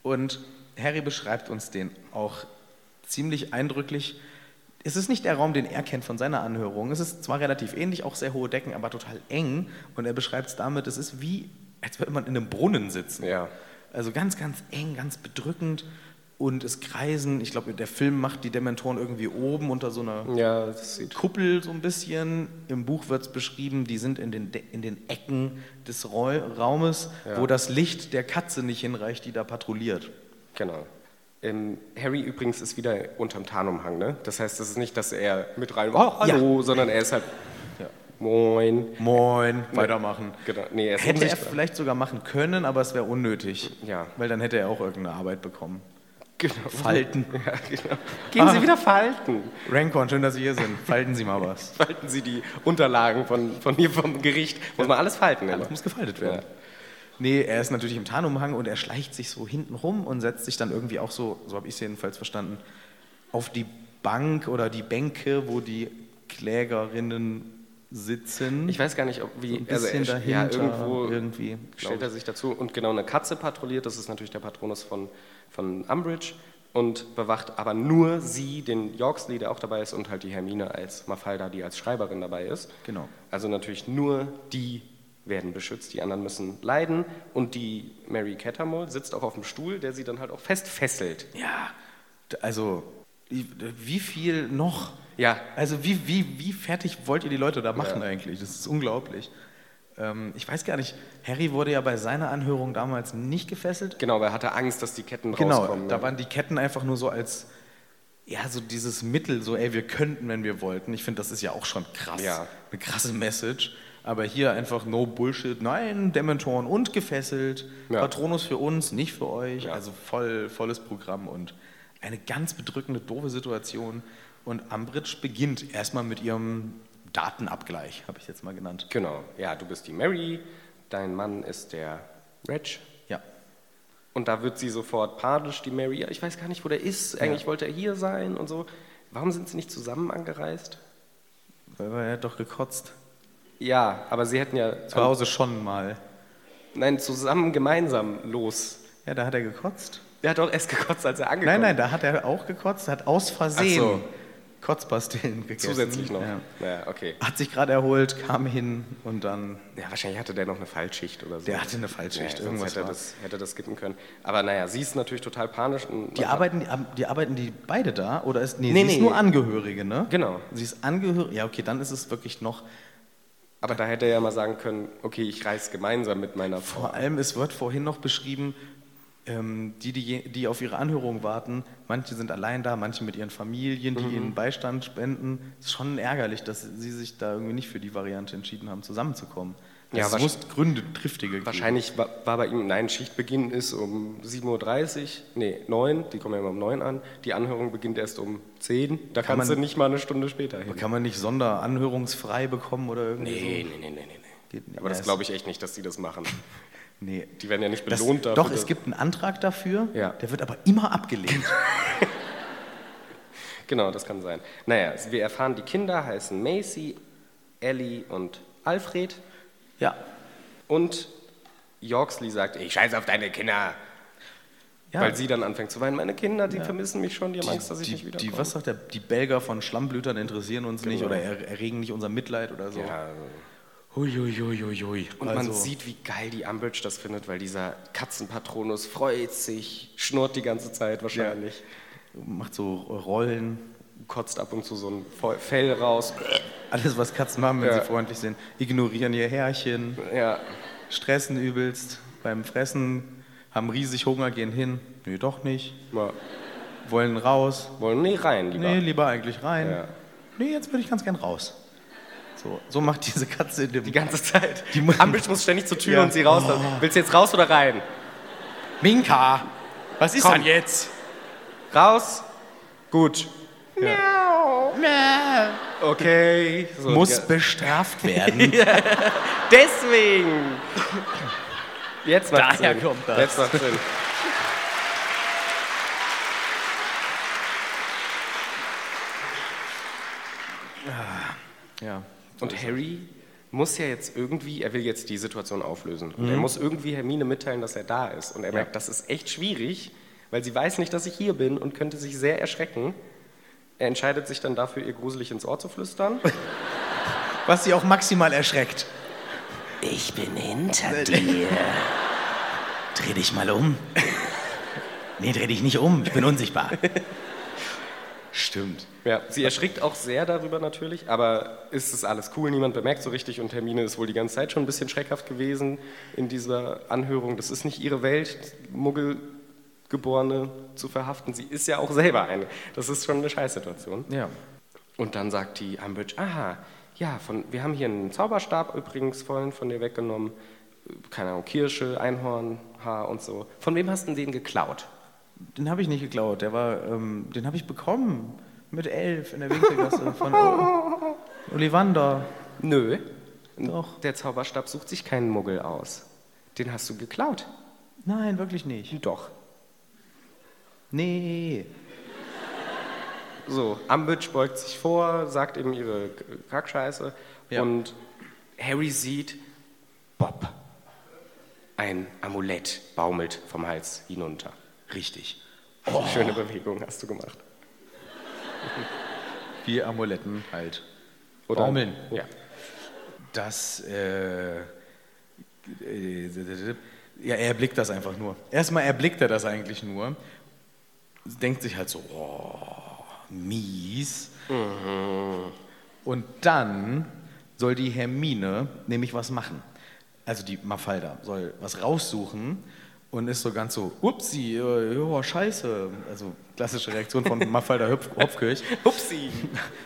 B: Und Harry beschreibt uns den auch ziemlich eindrücklich. Es ist nicht der Raum, den er kennt von seiner Anhörung. Es ist zwar relativ ähnlich, auch sehr hohe Decken, aber total eng. Und er beschreibt es damit, es ist wie als würde man in einem Brunnen sitzen.
A: Ja.
B: Also ganz, ganz eng, ganz bedrückend. Und es kreisen, ich glaube, der Film macht die Dementoren irgendwie oben unter so einer
A: Ja, das sieht.
B: Kuppel so ein bisschen. Im Buch wird es beschrieben, die sind in den, De in den Ecken des Räu Raumes, wo das Licht der Katze nicht hinreicht, die da patrouilliert.
A: Genau. Ähm, Harry übrigens ist wieder unterm Tarnumhang, ne? Das heißt, es ist nicht, dass er mit rein, oh, hallo, sondern er ist halt,
B: Ja.
A: moin.
B: Moin, weitermachen.
A: Genau. Nee, er ist
B: Hätte er
A: unsichtbar.
B: vielleicht sogar machen können, aber es wäre unnötig.
A: Ja.
B: Weil dann hätte er auch irgendeine Arbeit bekommen.
A: Genau.
B: Falten. Ah.
A: Ja, genau. Gehen Sie wieder falten.
B: Rancorn, schön, dass Sie hier sind. Falten Sie mal was.
A: Falten Sie die Unterlagen von, von hier vom Gericht. Muss man alles falten.
B: Alles
A: Alles
B: muss gefaltet werden. Nee, er ist natürlich im Tarnumhang und er schleicht sich so hinten rum und setzt sich dann irgendwie auch so, so habe ich es jedenfalls verstanden, auf die Bank oder die Bänke, wo die Klägerinnen sitzen.
A: Ich weiß gar nicht, ob wie. also,
B: ein
A: er-
B: bisschen dahinter
A: ja, irgendwo
B: irgendwie, glaub
A: stellt er sich dazu. Und genau eine Katze patrouilliert, das ist natürlich der Patronus von, von Umbridge. Und bewacht aber nur sie, den Yorksley, der auch dabei ist, und halt die Hermine als Mafalda, die als Schreiberin dabei ist.
B: Genau.
A: Also natürlich nur die werden beschützt, die anderen müssen leiden. Und die Mary Cattermole sitzt auch auf dem Stuhl, der sie dann halt auch festfesselt.
B: Ja, d- also i- d- wie viel noch?
A: Ja.
B: Also wie, wie, wie fertig wollt ihr die Leute da machen eigentlich? Das ist unglaublich. Ähm, ich weiß gar nicht, Harry wurde ja bei seiner Anhörung damals nicht gefesselt.
A: Genau, weil er hatte Angst, dass die Ketten
B: Genau,
A: rauskommen. ne?
B: da
A: ja.
B: waren die Ketten einfach nur so als, ja, so dieses Mittel, so ey, wir könnten, wenn wir wollten. Ich finde, das ist ja auch schon krass.
A: Ja.
B: Eine krasse Message. Aber hier einfach no Bullshit, nein, Dementoren und gefesselt,
A: Ja.
B: Patronus für uns, nicht für euch.
A: Ja.
B: Also voll, volles Programm und eine ganz bedrückende, doofe Situation. Und Ambridge beginnt erstmal mit ihrem Datenabgleich, habe ich jetzt mal genannt.
A: Genau, ja, du bist die Mary, dein Mann ist der Reg.
B: Ja,
A: Und da wird sie sofort panisch, die Mary. Ja, ich weiß gar nicht, wo der ist. Eigentlich wollte er hier sein und so. Warum sind sie nicht zusammen angereist?
B: weil er hat doch gekotzt. Also
A: Ja, aber sie hätten ja
B: Zu Hause schon mal.
A: nein, zusammen gemeinsam los.
B: Ja, da hat er gekotzt.
A: Der hat doch erst gekotzt, als er angekommen
B: Nein, nein, da hat er auch gekotzt, hat aus Versehen
A: Ach so.
B: Kotzpastillen gegessen.
A: Zusätzlich noch.
B: Ja.
A: Ja. okay.
B: Hat sich gerade erholt, kam hin und dann.
A: Ja, wahrscheinlich hatte der noch eine Fallschicht oder so.
B: Der hatte eine Fallschicht,
A: Ja, irgendwas
B: irgendwas
A: hätte
B: war.
A: das, hätte das skippen können. Aber naja, sie ist natürlich total panisch. Und
B: Die arbeiten die, die arbeiten die beide da? Oder ist. Nee,
A: Nee,
B: sie ist
A: nee.
B: nur Angehörige, ne?
A: Genau.
B: Sie ist Angehörige. Ja, okay, dann ist es wirklich noch.
A: Aber da hätte er ja mal sagen können, okay, ich reise gemeinsam mit meiner Frau.
B: Vor allem, es wird vorhin noch beschrieben, ähm, die, die, die auf ihre Anhörung warten, manche sind allein da, manche mit ihren Familien,
A: Mhm.
B: die ihnen Beistand spenden. Ist schon ärgerlich, dass sie sich da irgendwie nicht für die Variante entschieden haben, zusammenzukommen.
A: Ja,
B: es
A: wahrsch-
B: muss Gründe, triftige geben.
A: Wahrscheinlich wa- war bei ihm, nein, Schichtbeginn ist um 7.30 Uhr, nee, 9, die kommen ja immer um 9 an. Die Anhörung beginnt erst um 10, da
B: Kann
A: kannst
B: man-
A: du nicht mal eine Stunde später hin.
B: Aber Kann man nicht sonderanhörungsfrei bekommen oder irgendwie
A: Nee,
B: so?
A: nee, nee, nee, nee.
B: Geht nicht.
A: Aber
B: Ja,
A: das
B: es-
A: glaube ich echt nicht, dass die das machen.
B: Nee.
A: Die werden ja nicht
B: Das,
A: belohnt dafür.
B: doch, es
A: dass-
B: gibt einen Antrag dafür,
A: Ja.
B: der wird aber immer abgelehnt.
A: Genau, das kann sein. Naja, wir erfahren, die Kinder heißen Macy, Ellie und Alfred.
B: ja.
A: Und Yorksley sagt, ich scheiße auf deine Kinder.
B: ja.
A: Weil sie dann anfängt zu weinen, meine Kinder, die
B: Ja.
A: vermissen mich schon, die haben Angst, dass ich
B: die,
A: nicht wiederkomme. Genau.
B: die, was sagt der, die Belger von Schlammblütern interessieren uns nicht oder er, erregen nicht unser Mitleid oder so. Also,
A: ja, also-
B: Huiuiuiui.
A: Und man sieht, wie geil die Umbridge das findet, weil dieser Katzenpatronus freut sich, schnurrt die ganze Zeit wahrscheinlich,
B: macht so Rollen.
A: kotzt ab und zu so ein Fe- Fell raus.
B: Alles, was Katzen machen, wenn
A: Ja.
B: sie freundlich sind. Ignorieren ihr Härchen,
A: Ja,
B: stressen übelst beim Fressen, haben riesig Hunger, gehen hin. Nee, doch nicht.
A: mal.
B: Wollen raus.
A: wollen nee rein lieber.
B: Nee, lieber eigentlich rein.
A: Ja.
B: Nee, jetzt würde ich ganz gern raus. So, so macht diese Katze in dem
A: Die ganze Zeit.
B: Die
A: Die
B: mu-
A: Umbridge muss ständig zur Tür
B: Ja. Oh.
A: und sie raus. Willst du jetzt raus oder rein?
B: Minka! Was ist
A: Komm.
B: denn jetzt?
A: Raus. Gut.
B: Mäh.
A: Okay. So,
B: Muss
A: ja.
B: bestraft werden.
A: Deswegen. Jetzt macht's
B: Daher
A: Sinn.
B: kommt das.
A: Jetzt macht's Sinn.
B: ja.
A: Und Harry muss ja jetzt irgendwie, er will jetzt die Situation auflösen. Und
B: Mhm.
A: er muss irgendwie Hermine mitteilen, dass er da ist. Und er merkt, das ist echt schwierig, weil sie weiß nicht, dass ich hier bin und könnte sich sehr erschrecken. Er entscheidet sich dann dafür, ihr gruselig ins Ohr zu flüstern.
B: Was sie auch maximal erschreckt. Ich bin hinter dir. Dreh dich mal um. Nee, dreh dich nicht um. Ich bin unsichtbar. Stimmt.
A: Ja, sie erschrickt auch sehr darüber natürlich, aber ist es alles cool, niemand bemerkt so richtig und Hermine ist wohl die ganze Zeit schon ein bisschen schreckhaft gewesen in dieser Anhörung. Das ist nicht ihre Welt, Muggelgeborene zu verhaften. Sie ist ja auch selber eine. Das ist schon eine Scheißsituation.
B: Ja.
A: Und dann sagt die Umbridge, aha, ja, von, wir haben hier einen Zauberstab übrigens vorhin von dir weggenommen. Äh, Keine Ahnung, Kirsche, Einhorn, Haar und so. Von wem hast du den geklaut?
B: Den habe ich nicht geklaut. Der war, ähm, den habe ich bekommen. Mit elf in der Winkelgasse von O- Ollivander.
A: Nö.
B: Doch.
A: Der Zauberstab sucht sich keinen Muggel aus. Den hast du geklaut.
B: Nein, wirklich nicht.
A: Doch.
B: Nee.
A: So, Umbridge beugt sich vor, sagt ihm ihre Kackscheiße
B: Ja.
A: und Harry sieht Bob. Ein Amulett baumelt vom Hals hinunter.
B: Richtig. Oh.
A: Schöne Bewegung hast du gemacht.
B: Die Amuletten halt.
A: Oder-
B: Baumeln.
A: Ja.
B: Das, äh, äh, ja, er erblickt das einfach nur. Erstmal erblickt er das eigentlich nur. Denkt sich halt so, oh, mies. Und dann soll die Hermine nämlich was machen. Also die Mafalda soll was raussuchen und ist so ganz so, upsi, äh, ja, scheiße. Also klassische Reaktion von Mafalda Hüpf- Hopfkirch.
A: Upsi.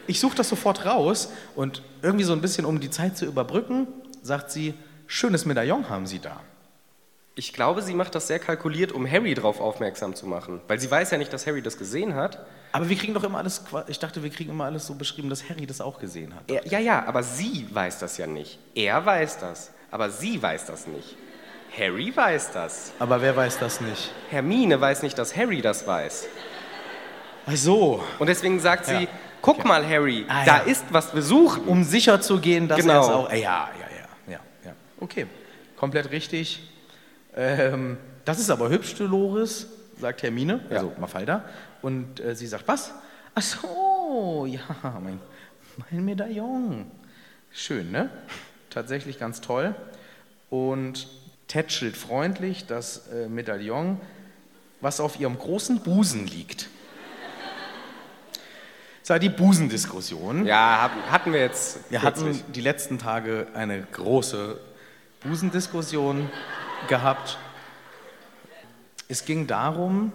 B: Ich suche das sofort raus und irgendwie so ein bisschen, um die Zeit zu überbrücken, sagt sie, schönes Medaillon haben Sie da.
A: Ich glaube, sie macht das sehr kalkuliert, um Harry darauf aufmerksam zu machen. Weil sie weiß ja nicht, dass Harry das gesehen hat.
B: Aber wir kriegen doch immer alles, qua- ich dachte, wir kriegen immer alles so beschrieben, dass Harry das auch gesehen hat.
A: Er, ja, ja, aber sie weiß das ja nicht. Er weiß das, aber sie weiß das nicht. Harry weiß das.
B: Aber wer weiß das nicht?
A: Hermine weiß nicht, dass Harry das weiß.
B: Ach so,
A: Und deswegen sagt sie,
B: Ja.
A: guck mal, Harry,
B: Ah,
A: da
B: ja.
A: ist, was wir suchen.
B: um sicher zu gehen, dass er es
A: Genau.
B: auch. Äh, Ja, ja, ja, ja, ja. Okay, komplett richtig. Ähm, das ist aber hübsch, Dolores, sagt Hermine, also Mafalda. Und äh, sie sagt, was? Ach so, ja, mein, mein Medaillon. Schön, ne? Tatsächlich ganz toll. Und tätschelt freundlich das äh, Medaillon, was auf ihrem großen Busen liegt. Das war die Busendiskussion.
A: Ja, haben- hatten wir jetzt.
B: Wir
A: kürzlich.
B: hatten die letzten Tage eine große Busendiskussion gehabt. Es ging darum,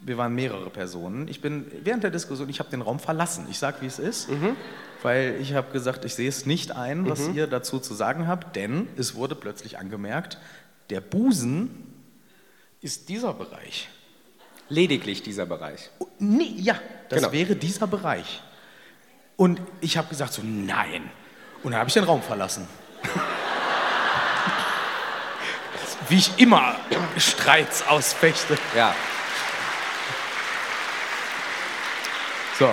B: wir waren mehrere Personen. Ich bin während der Diskussion, ich habe den Raum verlassen. Ich sage, wie es ist, weil ich habe gesagt, ich sehe es nicht ein, was ihr dazu zu sagen habt, denn es wurde plötzlich angemerkt, der Busen ist dieser Bereich.
A: lediglich dieser Bereich.
B: Oh, Nee, ja, das
A: Genau.
B: wäre dieser Bereich. Und ich habe gesagt so, nein. Und dann habe ich den Raum verlassen. Wie ich immer Streits ausfechte.
A: Ja,
B: So.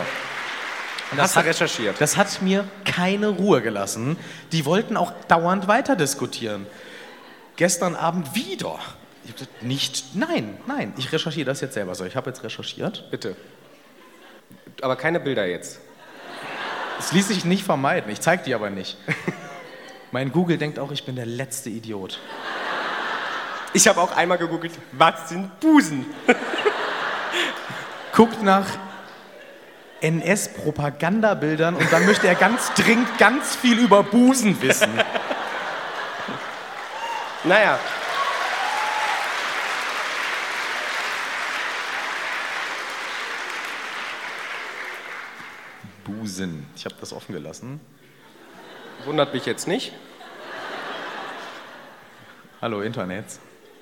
B: Und
A: Hast du recherchiert?
B: Das hat mir keine Ruhe gelassen. Die wollten auch dauernd weiter diskutieren. Gestern Abend wieder. Ich habe gesagt, nicht, nein, nein. Ich recherchiere das jetzt selber so. Ich habe jetzt recherchiert.
A: bitte. Aber keine Bilder jetzt.
B: Es ließ sich nicht vermeiden. Ich zeig die aber nicht. Mein Google denkt auch, ich bin der letzte Idiot.
A: Ich habe auch einmal gegoogelt, was sind Busen?
B: Guckt nach NS-Propagandabildern und dann möchte er ganz dringend ganz viel über Busen wissen.
A: Naja,
B: Busen. Ich habe das offen gelassen.
A: wundert mich jetzt nicht.
B: Hallo, Internet.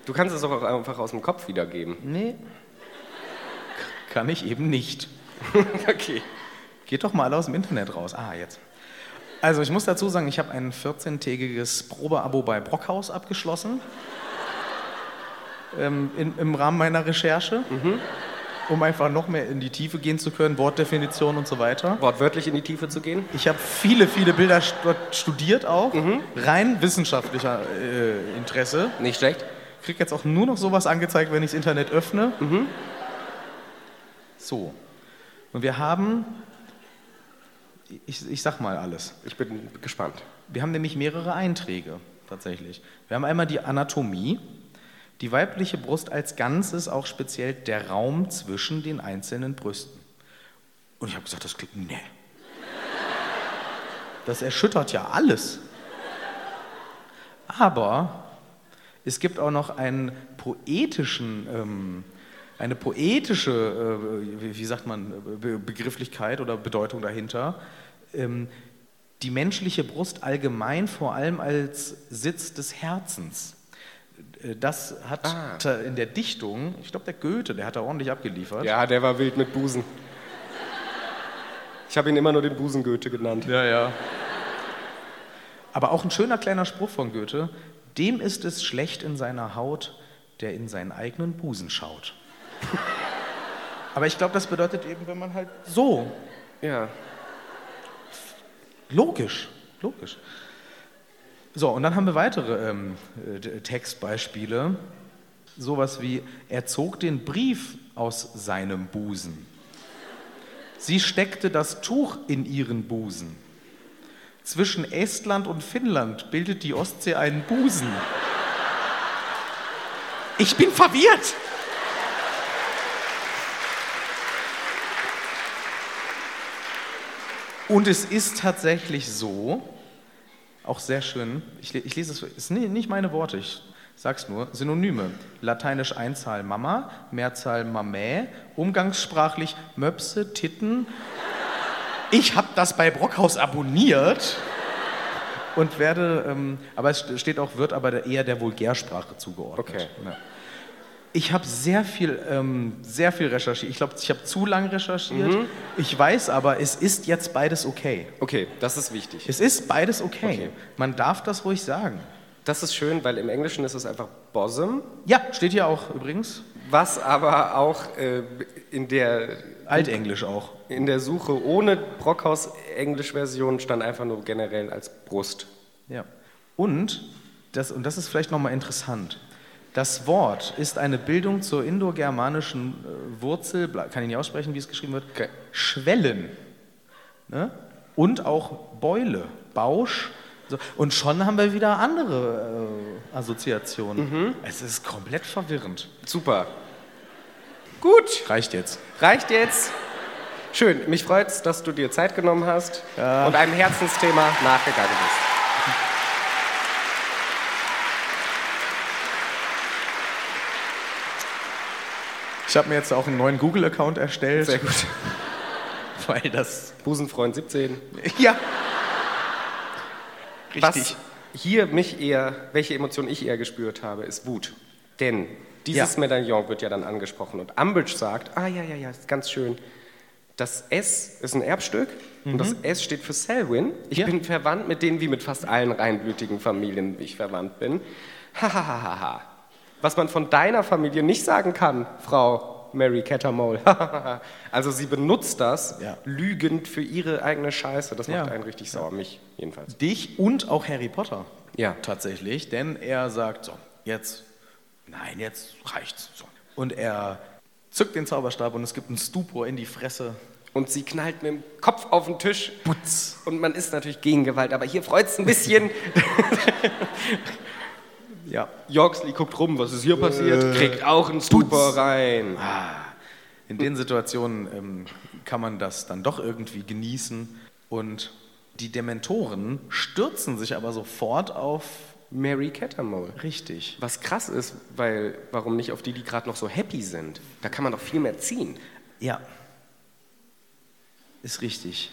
A: Du kannst es doch auch einfach aus dem Kopf wiedergeben.
B: Nee. Kann ich eben nicht.
A: Okay.
B: Geht doch mal alle aus dem Internet raus. Ah, jetzt. Also ich muss dazu sagen, ich habe ein 14-tägiges Probeabo bei Brockhaus abgeschlossen. Ähm, in, Im Rahmen meiner Recherche. Um einfach noch mehr in die Tiefe gehen zu können, Wortdefinition und so weiter.
A: Wortwörtlich in die Tiefe zu gehen?
B: Ich habe viele, viele Bilder st- dort studiert auch. Rein wissenschaftlicher äh, Interesse.
A: Nicht schlecht.
B: Krieg jetzt auch nur noch sowas angezeigt, wenn ich das Internet öffne. So. Und wir haben, ich, ich sag mal alles.
A: Ich bin gespannt.
B: Wir haben nämlich mehrere Einträge. tatsächlich. Wir haben einmal die Anatomie. Die weibliche Brust als Ganzes, auch speziell der Raum zwischen den einzelnen Brüsten. Und ich habe gesagt, das klingt, nee. Das erschüttert ja alles. Aber es gibt auch noch einen poetischen, ähm, eine poetische, äh, wie, wie sagt man, Be Begrifflichkeit oder Bedeutung dahinter. Ähm, die menschliche Brust allgemein vor allem als Sitz des Herzens. Äh, Das hat ta- in der Dichtung, ich glaube, der Goethe, der hat da ordentlich abgeliefert.
A: Ja, der war wild mit Busen. Ich habe ihn immer nur den Busengoethe genannt.
B: Ja, ja. Aber auch ein schöner kleiner Spruch von Goethe. Dem ist es schlecht in seiner Haut, der in seinen eigenen Busen schaut. Aber ich glaube, das bedeutet eben, wenn man halt so,
A: Ja.
B: logisch, logisch. So, und dann haben wir weitere ähm, äh, D- Textbeispiele. Sowas wie, er zog den Brief aus seinem Busen. Sie steckte das Tuch in ihren Busen. Zwischen Estland und Finnland bildet die Ostsee einen Busen. Ich bin verwirrt. Und es ist tatsächlich so, auch sehr schön, ich, le- ich lese es, ist ni- nicht meine Worte, ich sag's nur, Synonyme. Lateinisch Einzahl Mama, Mehrzahl Mamä, umgangssprachlich Möpse, Titten. Ich hab das bei Brockhaus abonniert und werde, ähm, aber es st- steht auch, wird aber der- eher der Vulgärsprache zugeordnet.
A: Okay.
B: Ja. Ich habe sehr viel, ähm, sehr viel recherchiert. Ich glaube, ich habe zu lang recherchiert. Ich weiß aber, es ist jetzt beides okay.
A: Okay, das ist wichtig.
B: Es ist beides okay.
A: Okay.
B: Man darf das ruhig sagen.
A: Das ist schön, weil im Englischen ist es einfach Bosom,
B: Ja, steht hier auch übrigens.
A: was aber auch äh, in, der,
B: Altenglisch auch.
A: in der Suche ohne Brockhaus-Englisch-Version stand einfach nur generell als Brust.
B: Ja. Und das, und das ist vielleicht nochmal interessant. Das Wort ist eine Bildung zur indogermanischen äh, Wurzel, bla- kann ich nicht aussprechen, wie es geschrieben wird,
A: Okay.
B: Schwellen. Ne? Und auch Beule, Bausch. So. Und schon haben wir wieder andere äh, Assoziationen. Es ist komplett verwirrend.
A: Super. Gut.
B: Reicht jetzt.
A: Reicht jetzt. Schön, mich freut's, dass du dir Zeit genommen hast und einem Herzensthema nachgegangen bist.
B: Ich habe mir jetzt auch einen neuen Google-Account erstellt.
A: Sehr gut.
B: Weil das.
A: Busenfreund 17.
B: Ja.
A: Was hier mich eher, welche Emotion ich eher gespürt habe, ist Wut. Denn dieses
B: Ja.
A: Medaillon wird ja dann angesprochen und Ambridge sagt, ah ja, ja, ja, ist ganz schön. Das S ist ein Erbstück und das S steht für Selwyn. Ich
B: Mhm. Ja.
A: bin verwandt mit denen, wie mit fast allen reinblütigen Familien ich verwandt bin. Hahaha. Was man von deiner Familie nicht sagen kann, Frau Mary Cattermole. also sie benutzt das
B: Ja.
A: lügend für ihre eigene Scheiße. Das macht
B: Ja.
A: einen richtig sauer, mich jedenfalls.
B: Dich und auch Harry Potter.
A: Ja.
B: Tatsächlich, denn er sagt so, jetzt, nein, jetzt reicht's. So. Und er zückt den Zauberstab und es gibt einen Stupor in die Fresse.
A: Und sie knallt mit dem Kopf auf den Tisch.
B: Putz.
A: Und man ist natürlich gegen Gewalt, aber hier freut es ein bisschen.
B: Ja.
A: Yorksley guckt rum, was ist hier passiert, kriegt auch einen Stupor rein.
B: In den Situationen ähm, kann man das dann doch irgendwie genießen. Und die Dementoren stürzen sich aber sofort auf
A: Mary Cattermole.
B: richtig.
A: Was krass ist, weil warum nicht auf die, die gerade noch so happy sind? Da kann man doch viel mehr ziehen.
B: Ja. Ist richtig.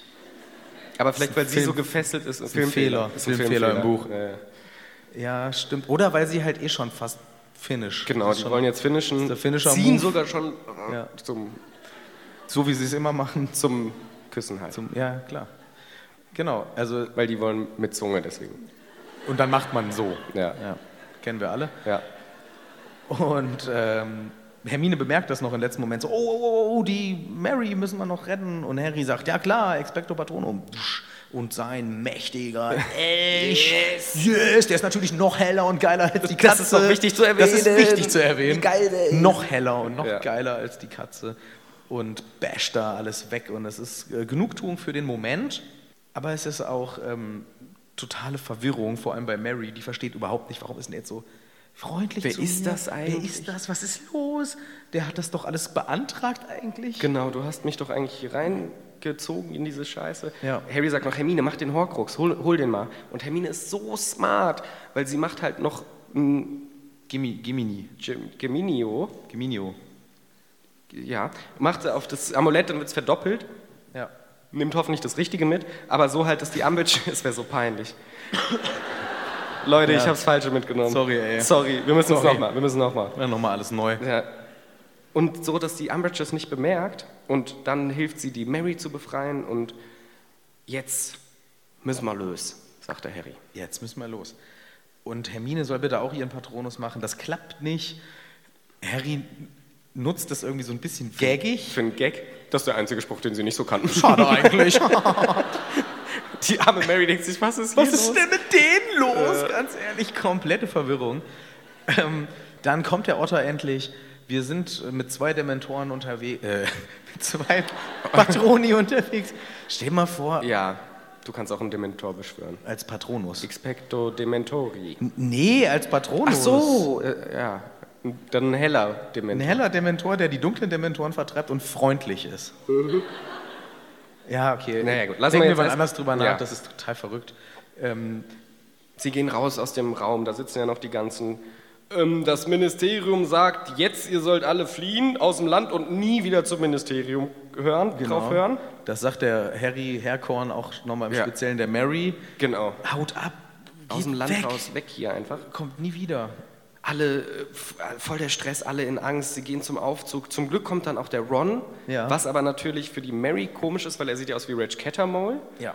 A: Aber vielleicht,
B: Ist ein
A: weil sie
B: Film-
A: so gefesselt ist.
B: ist ein Fehler.
A: Ist ein
B: Filmfehler im Buch.
A: Äh,
B: Ja, stimmt. Oder weil sie halt eh schon fast finish.
A: genau,
B: Ist
A: die
B: schon-
A: wollen jetzt finishen.
B: ist der Finisher
A: ziehen
B: Move.
A: sogar schon äh,
B: Ja.
A: zum,
B: So wie sie es immer machen.
A: zum Küssen halt.
B: Zum, ja, klar. Genau, also
A: weil die wollen mit Zunge deswegen.
B: und dann macht man so.
A: Ja.
B: Ja, kennen wir alle.
A: ja.
B: Und ähm, Hermine bemerkt das noch im letzten Moment so, oh, oh, oh, oh, die Mary müssen wir noch retten. Und Harry sagt, ja klar, Expecto Patronum. Und sein mächtiger Elch, yes. der ist natürlich noch heller und geiler als die Katze.
A: Das ist noch wichtig zu
B: Das ist
A: erwähnen.
B: wichtig zu erwähnen.
A: Wie geil der ist.
B: Noch heller und noch
A: Ja.
B: geiler als die Katze. Und basht da alles weg. Und es ist äh, Genugtuung für den Moment. Aber es ist auch ähm, totale Verwirrung, vor allem bei Mary, die versteht überhaupt nicht, warum ist denn jetzt so freundlich
A: Wer
B: zu
A: ist
B: mir?
A: das
B: Wer
A: eigentlich?
B: ist das? Was ist los? Der hat das doch alles beantragt eigentlich.
A: Genau, du hast mich doch eigentlich hier reingezogen in diese Scheiße.
B: Ja.
A: Harry sagt noch, Hermine, mach den Horcrux, hol, hol den mal. Und Hermine ist so smart, weil sie macht halt noch ein
B: Gimi, Gimini,
A: Gem- Geminio,
B: Giminio.
A: ja, macht sie auf das Amulett, dann wird es verdoppelt,
B: Ja.
A: nimmt hoffentlich das Richtige mit, aber so halt, dass die Ambitch, es wäre so peinlich. Leute, ich habe das Falsche mitgenommen.
B: Sorry, ey.
A: Sorry, wir müssen es
B: Sorry.
A: nochmal, wir müssen nochmal.
B: Dann nochmal alles neu.
A: Ja. Und so, dass die Umbridge es nicht bemerkt und dann hilft sie, die Mary zu befreien und jetzt müssen wir los, sagt der Harry.
B: Jetzt müssen wir los. Und Hermine soll bitte auch ihren Patronus machen. Das klappt nicht. Harry nutzt das irgendwie so ein bisschen gaggig.
A: Für einen Gag, das ist der einzige Spruch, den sie nicht so kannten.
B: Schade eigentlich.
A: Die arme Mary denkt sich, was ist
B: Was
A: hier
B: ist
A: los?
B: denn mit denen
A: Äh,
B: los? Ganz ehrlich, komplette Verwirrung. Ähm, dann kommt der Otter endlich. Wir sind äh, mit zwei Dementoren unterwegs, äh, mit zwei Patroni unterwegs. Stell mal vor,
A: Ja, du kannst auch einen Dementor beschwören.
B: als Patronus.
A: Expecto Dementori.
B: Nee, als Patronus.
A: Ach so, äh, ja. Dann ein heller
B: Ein
A: Dementor.
B: heller Dementor, der die dunklen Dementoren vertreibt und freundlich ist. ja, okay.
A: Naja, gut. Lassen wir
B: Denken wir
A: jetzt
B: mal
A: erst-
B: anders drüber nach,
A: Ja.
B: das ist total verrückt. Ähm,
A: Sie gehen raus aus dem Raum, da sitzen ja noch die ganzen. Ähm, das Ministerium sagt, jetzt ihr sollt alle fliehen aus dem Land und nie wieder zum Ministerium hören, drauf hören.
B: genau. Das sagt der Harry Herkorn auch nochmal im
A: Ja.
B: Speziellen der Mary.
A: Genau.
B: Haut ab.
A: Aus
B: geht
A: dem Land
B: weg,
A: raus, weg hier einfach.
B: Kommt nie wieder.
A: Alle äh, f- voll der Stress, alle in Angst, sie gehen zum Aufzug. Zum Glück kommt dann auch der Ron,
B: Ja.
A: was aber natürlich für die Mary komisch ist, weil er sieht ja aus wie Reg Cattermole.
B: Ja.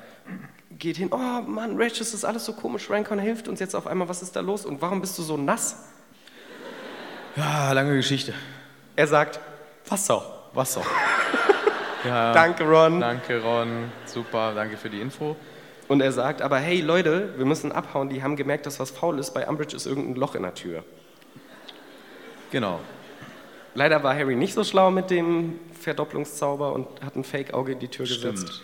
A: Geht hin, oh Mann, Reg, es ist alles so komisch, Rancon hilft uns jetzt auf einmal, was ist da los und warum bist du so nass?
B: Ja, lange Geschichte.
A: Er sagt, Wasser.
B: Wasser. ja,
A: Ah. Danke, Ron.
B: danke, Ron. Super, danke für die Info.
A: Und er sagt, aber hey Leute, wir müssen abhauen, die haben gemerkt, dass was faul ist, bei Umbridge ist irgendein Loch in der Tür.
B: Genau.
A: Leider war Harry nicht so schlau mit dem Verdopplungszauber und hat ein Fake-Auge in die Tür gesetzt.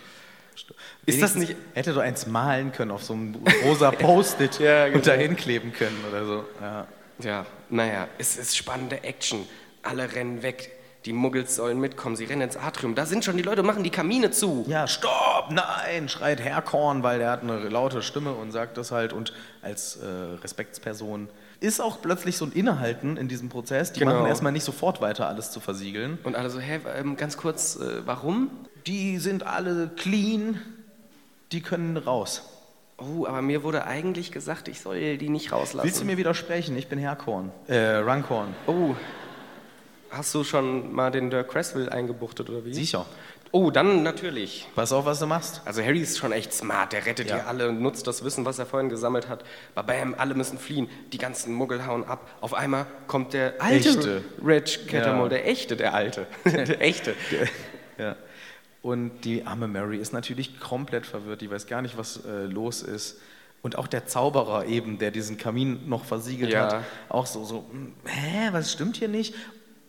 A: Ist das
B: Wenigstens
A: nicht...
B: Hätte doch eins malen können auf so einem rosa Post-it
A: Ja, genau.
B: und dahin kleben können oder so. Ja.
A: Ja, naja, es ist spannende Action. Alle rennen weg. Die Muggels sollen mitkommen, sie rennen ins Atrium. Da sind schon die Leute, und machen die Kamine zu.
B: Ja, stopp, nein, schreit Herr Korn, weil der hat eine laute Stimme und sagt das halt. Und als äh, Respektsperson ist auch plötzlich so ein Innehalten in diesem Prozess. Die
A: Genau.
B: machen erstmal nicht sofort weiter, alles zu versiegeln.
A: Und alle so, hä, ähm, ganz kurz, äh, warum?
B: Die sind alle clean, die können raus.
A: Oh, aber mir wurde eigentlich gesagt, ich soll die nicht rauslassen.
B: Willst du mir widersprechen? Ich bin Herr Korn. Äh, Runkorn.
A: Oh, hast du schon mal den Dirk Creswell eingebuchtet oder wie?
B: Sicher.
A: Oh, dann natürlich.
B: Pass auf, was du machst.
A: Also Harry ist schon echt smart, der rettet
B: Ja.
A: hier alle und nutzt das Wissen, was er vorhin gesammelt hat. Babam, alle müssen fliehen, die ganzen Muggel hauen ab. Auf einmal kommt der alte
B: Echte.
A: Reg Cattermole,
B: Ja.
A: der echte, der alte, der echte.
B: Ja. Und die arme Mary ist natürlich komplett verwirrt, die weiß gar nicht, was äh, los ist. Und auch der Zauberer eben, der diesen Kamin noch versiegelt
A: Ja.
B: hat, auch so, so, hm, hä, was stimmt hier nicht?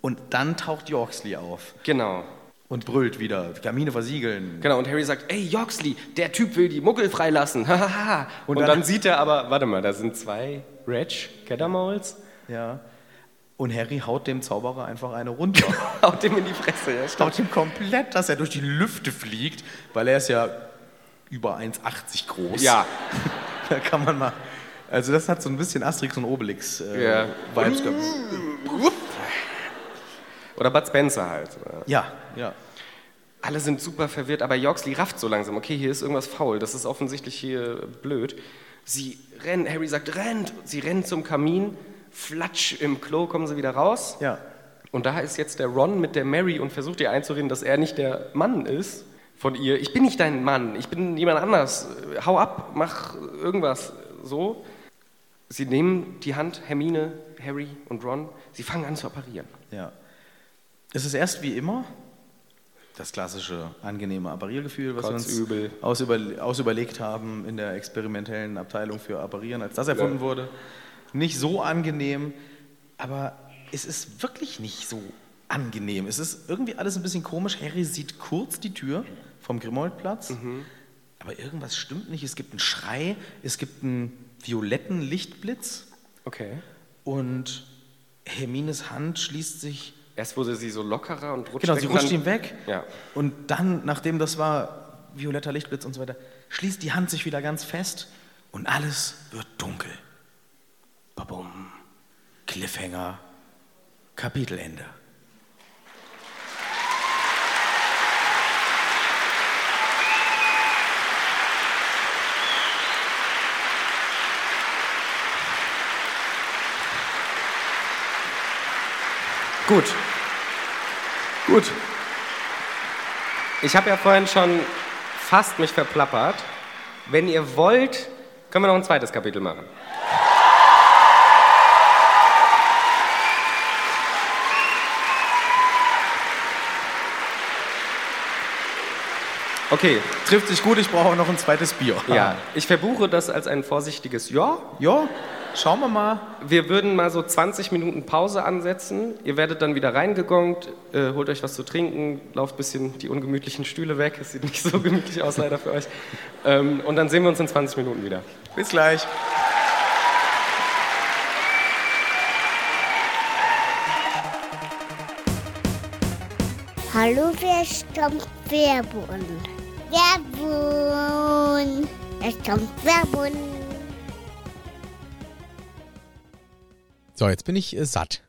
B: Und dann taucht Yorksley auf
A: Genau.
B: und brüllt wieder, Kamine versiegeln.
A: Genau, und Harry sagt, ey, Yorksley, der Typ will die Muggel freilassen. hahaha." und,
B: Und
A: dann,
B: dann-
A: sieht er aber, warte mal, da sind zwei Reg Cattermoles.
B: Ja. Und Harry haut dem Zauberer einfach eine runter.
A: Haut dem in die Fresse, ja,
B: haut ihm komplett, dass er durch die Lüfte fliegt, weil er ist ja über 1,80 groß.
A: Ja.
B: da kann man mal. Also das hat so ein bisschen Asterix und Obelix äh,
A: Ja.
B: Vibes gehabt.
A: Oder Bud Spencer halt.
B: Ja, ja.
A: Alle sind super verwirrt, aber Yorksley rafft so langsam. Okay, hier ist irgendwas faul. Das ist offensichtlich hier blöd. Sie rennen, Harry sagt, rennt. Sie rennen zum Kamin. Flatsch, im Klo kommen sie wieder raus.
B: Ja.
A: Und da ist jetzt der Ron mit der Mary und versucht ihr einzureden, dass er nicht der Mann ist von ihr. Ich bin nicht dein Mann, ich bin jemand anders. Hau ab, mach irgendwas so. Sie nehmen die Hand, Hermine, Harry und Ron. Sie fangen an zu apparieren.
B: Ja. Es ist erst wie immer das klassische angenehme Appariergefühl, was wir
A: Kotzübel.
B: uns aus über, ausüberlegt haben in der experimentellen Abteilung für Apparieren, als das erfunden wurde. Nicht so angenehm, aber es ist wirklich nicht so angenehm. Es ist irgendwie alles ein bisschen komisch. Harry sieht kurz die Tür vom Grimoldplatz, aber irgendwas stimmt nicht. Es gibt einen Schrei, es gibt einen violetten Lichtblitz
A: Okay.
B: und Hermines Hand schließt sich
A: Erst wurde sie so lockerer und rutscht
B: Genau,
A: weg
B: sie
A: und
B: rutscht
A: dann-
B: ihm weg.
A: Ja.
B: Und dann, nachdem das war, violetter Lichtblitz und so weiter, schließt die Hand sich wieder ganz fest und alles wird dunkel. Babum. Cliffhanger. Kapitelende.
A: Gut.
B: Gut.
A: Ich habe ja vorhin schon fast mich verplappert. Wenn ihr wollt, können wir noch ein zweites Kapitel machen. Okay,
B: Trifft sich gut, ich brauche auch noch ein zweites Bier.
A: ja. Ich verbuche das als ein vorsichtiges Ja.
B: Ja, schauen wir mal.
A: Wir würden mal so 20 Minuten Pause ansetzen. Ihr werdet dann wieder reingegongt, äh, holt euch was zu trinken, lauft ein bisschen die ungemütlichen Stühle weg. Es sieht nicht so gemütlich aus, leider für euch. Ähm, und dann sehen wir uns in 20 Minuten wieder.
B: Bis gleich.
D: Hallo, wer stammt Werbun? Werbun! Es kommt Werbun!
E: So, jetzt bin ich äh, satt.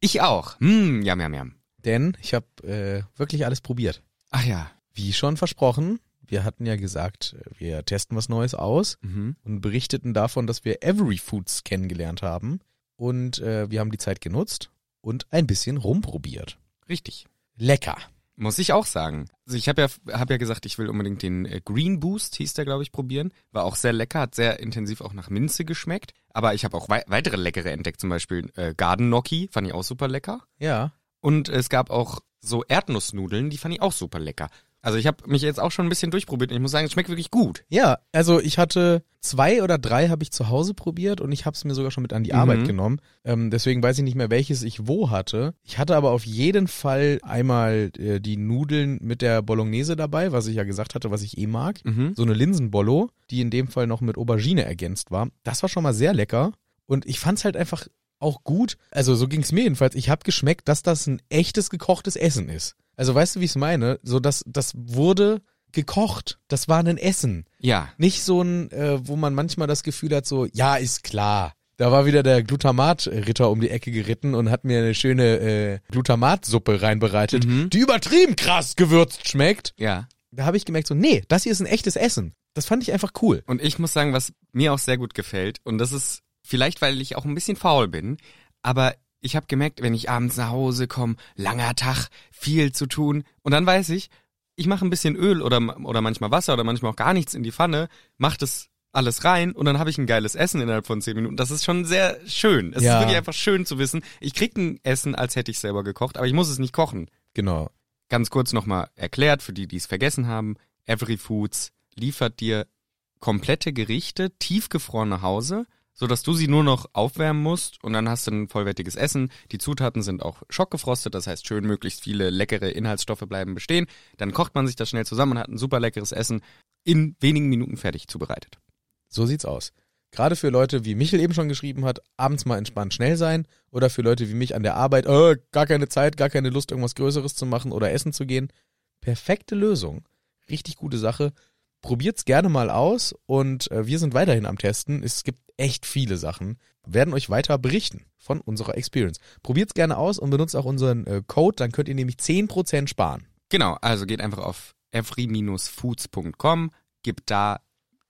F: Ich auch. Hm, jam, jam, jam.
E: Denn ich habe äh, wirklich alles probiert.
F: Ach ja.
E: Wie schon versprochen, wir hatten ja gesagt, äh, wir testen was Neues aus
F: Mhm.
E: und berichteten davon, dass wir Every Foods kennengelernt haben. Und äh, wir haben die Zeit genutzt und ein bisschen rumprobiert.
F: Richtig.
E: Lecker.
F: Muss ich auch sagen. Also ich habe ja, hab ja gesagt, ich will unbedingt den äh, Green Boost, hieß der, glaube ich, probieren. War auch sehr lecker, hat sehr intensiv auch nach Minze geschmeckt. Aber ich habe auch wei weitere leckere entdeckt, zum Beispiel äh, Garden Gnocchi, fand ich auch super lecker.
E: Ja.
F: Und es gab auch so Erdnussnudeln, die fand ich auch super lecker. Also ich habe mich jetzt auch schon ein bisschen durchprobiert und ich muss sagen, es schmeckt wirklich gut.
E: Ja, also ich hatte zwei oder drei habe ich zu Hause probiert und ich habe es mir sogar schon mit an die Arbeit genommen. Ähm, deswegen weiß ich nicht mehr, welches ich wo hatte. Ich hatte aber auf jeden Fall einmal äh, die Nudeln mit der Bolognese dabei, was ich ja gesagt hatte, was ich eh mag.
F: Mhm.
E: So eine Linsenbollo, die in dem Fall noch mit Aubergine ergänzt war. Das war schon mal sehr lecker und ich fand es halt einfach auch gut. Also so ging es mir jedenfalls. Ich habe geschmeckt, dass das ein echtes gekochtes Essen ist. Also weißt du, wie ich es meine? So dass das wurde gekocht. Das war ein Essen.
F: Ja.
E: Nicht so ein, äh, wo man manchmal das Gefühl hat, so, ja, ist klar. Da war wieder der Glutamat-Ritter um die Ecke geritten und hat mir eine schöne äh, Glutamatsuppe reinbereitet, die übertrieben krass gewürzt schmeckt.
F: Ja.
E: Mhm. Da habe ich gemerkt, so, nee, das hier ist ein echtes Essen. Das fand ich einfach cool.
F: Und ich muss sagen, was mir auch sehr gut gefällt, und das ist vielleicht, weil ich auch ein bisschen faul bin, aber ich habe gemerkt, wenn ich abends nach Hause komme, langer Tag, viel zu tun, und dann weiß ich, ich mache ein bisschen Öl oder, oder manchmal Wasser oder manchmal auch gar nichts in die Pfanne, mach das alles rein und dann habe ich ein geiles Essen innerhalb von zehn Minuten. Das ist schon sehr schön. Es
E: Ja.
F: ist wirklich einfach schön zu wissen, ich krieg ein Essen, als hätte ich selber gekocht, aber ich muss es nicht kochen
E: Genau.
F: ganz kurz nochmal erklärt, für die, die es vergessen haben. Every Foods liefert dir komplette Gerichte, tiefgefroren nach Hause, sodass du sie nur noch aufwärmen musst und dann hast du ein vollwertiges Essen. Die Zutaten sind auch schockgefrostet, das heißt schön möglichst viele leckere Inhaltsstoffe bleiben bestehen. Dann kocht man sich das schnell zusammen und hat ein super leckeres Essen in wenigen Minuten fertig zubereitet.
E: So sieht's aus. Gerade für Leute, wie Michel eben schon geschrieben hat, abends mal entspannt schnell sein. Oder für Leute wie mich an der Arbeit, äh, gar keine Zeit, gar keine Lust, irgendwas Größeres zu machen oder essen zu gehen. Perfekte Lösung. Richtig gute Sache. Probiert's gerne mal aus und äh, wir sind weiterhin am Testen. Es gibt echt viele Sachen. Werden euch weiter berichten von unserer Experience. Probiert's gerne aus und benutzt auch unseren äh, Code, dann könnt ihr nämlich 10% sparen.
F: Genau, also geht einfach auf every-foods.com, gibt da,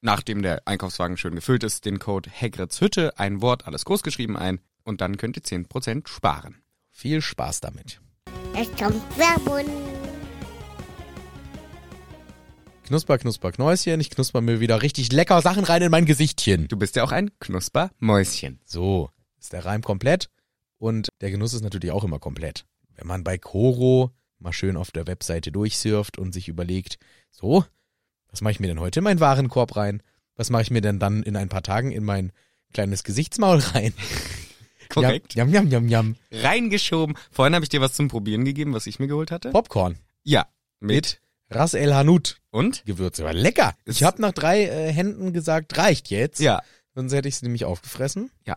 F: nachdem der Einkaufswagen schön gefüllt ist, den Code Hagrids Hütte, ein Wort, alles groß geschrieben ein und dann könnt ihr 10% sparen.
E: Viel Spaß damit.
D: Es kommt Werbun!
E: Knusper, knusper, Knäuschen. Ich knusper mir wieder richtig lecker Sachen rein in mein Gesichtchen.
F: Du bist ja auch ein Knuspermäuschen.
E: So, ist der Reim komplett und der Genuss ist natürlich auch immer komplett. Wenn man bei Koro mal schön auf der Webseite durchsurft und sich überlegt, so, was mache ich mir denn heute in meinen Warenkorb rein? Was mache ich mir denn dann in ein paar Tagen in mein kleines Gesichtsmaul rein?
F: Korrekt.
E: Jam, jam, jam, jam.
F: Reingeschoben. Vorhin habe ich dir was zum Probieren gegeben, was ich mir geholt hatte.
E: Popcorn
F: Ja, mit,
E: Ras El Hanout
F: Und?
E: Gewürze. War lecker. Ich
F: Ist-
E: habe nach drei äh, Händen gesagt, reicht jetzt.
F: Ja.
E: Sonst hätte ich es nämlich aufgefressen.
F: Ja.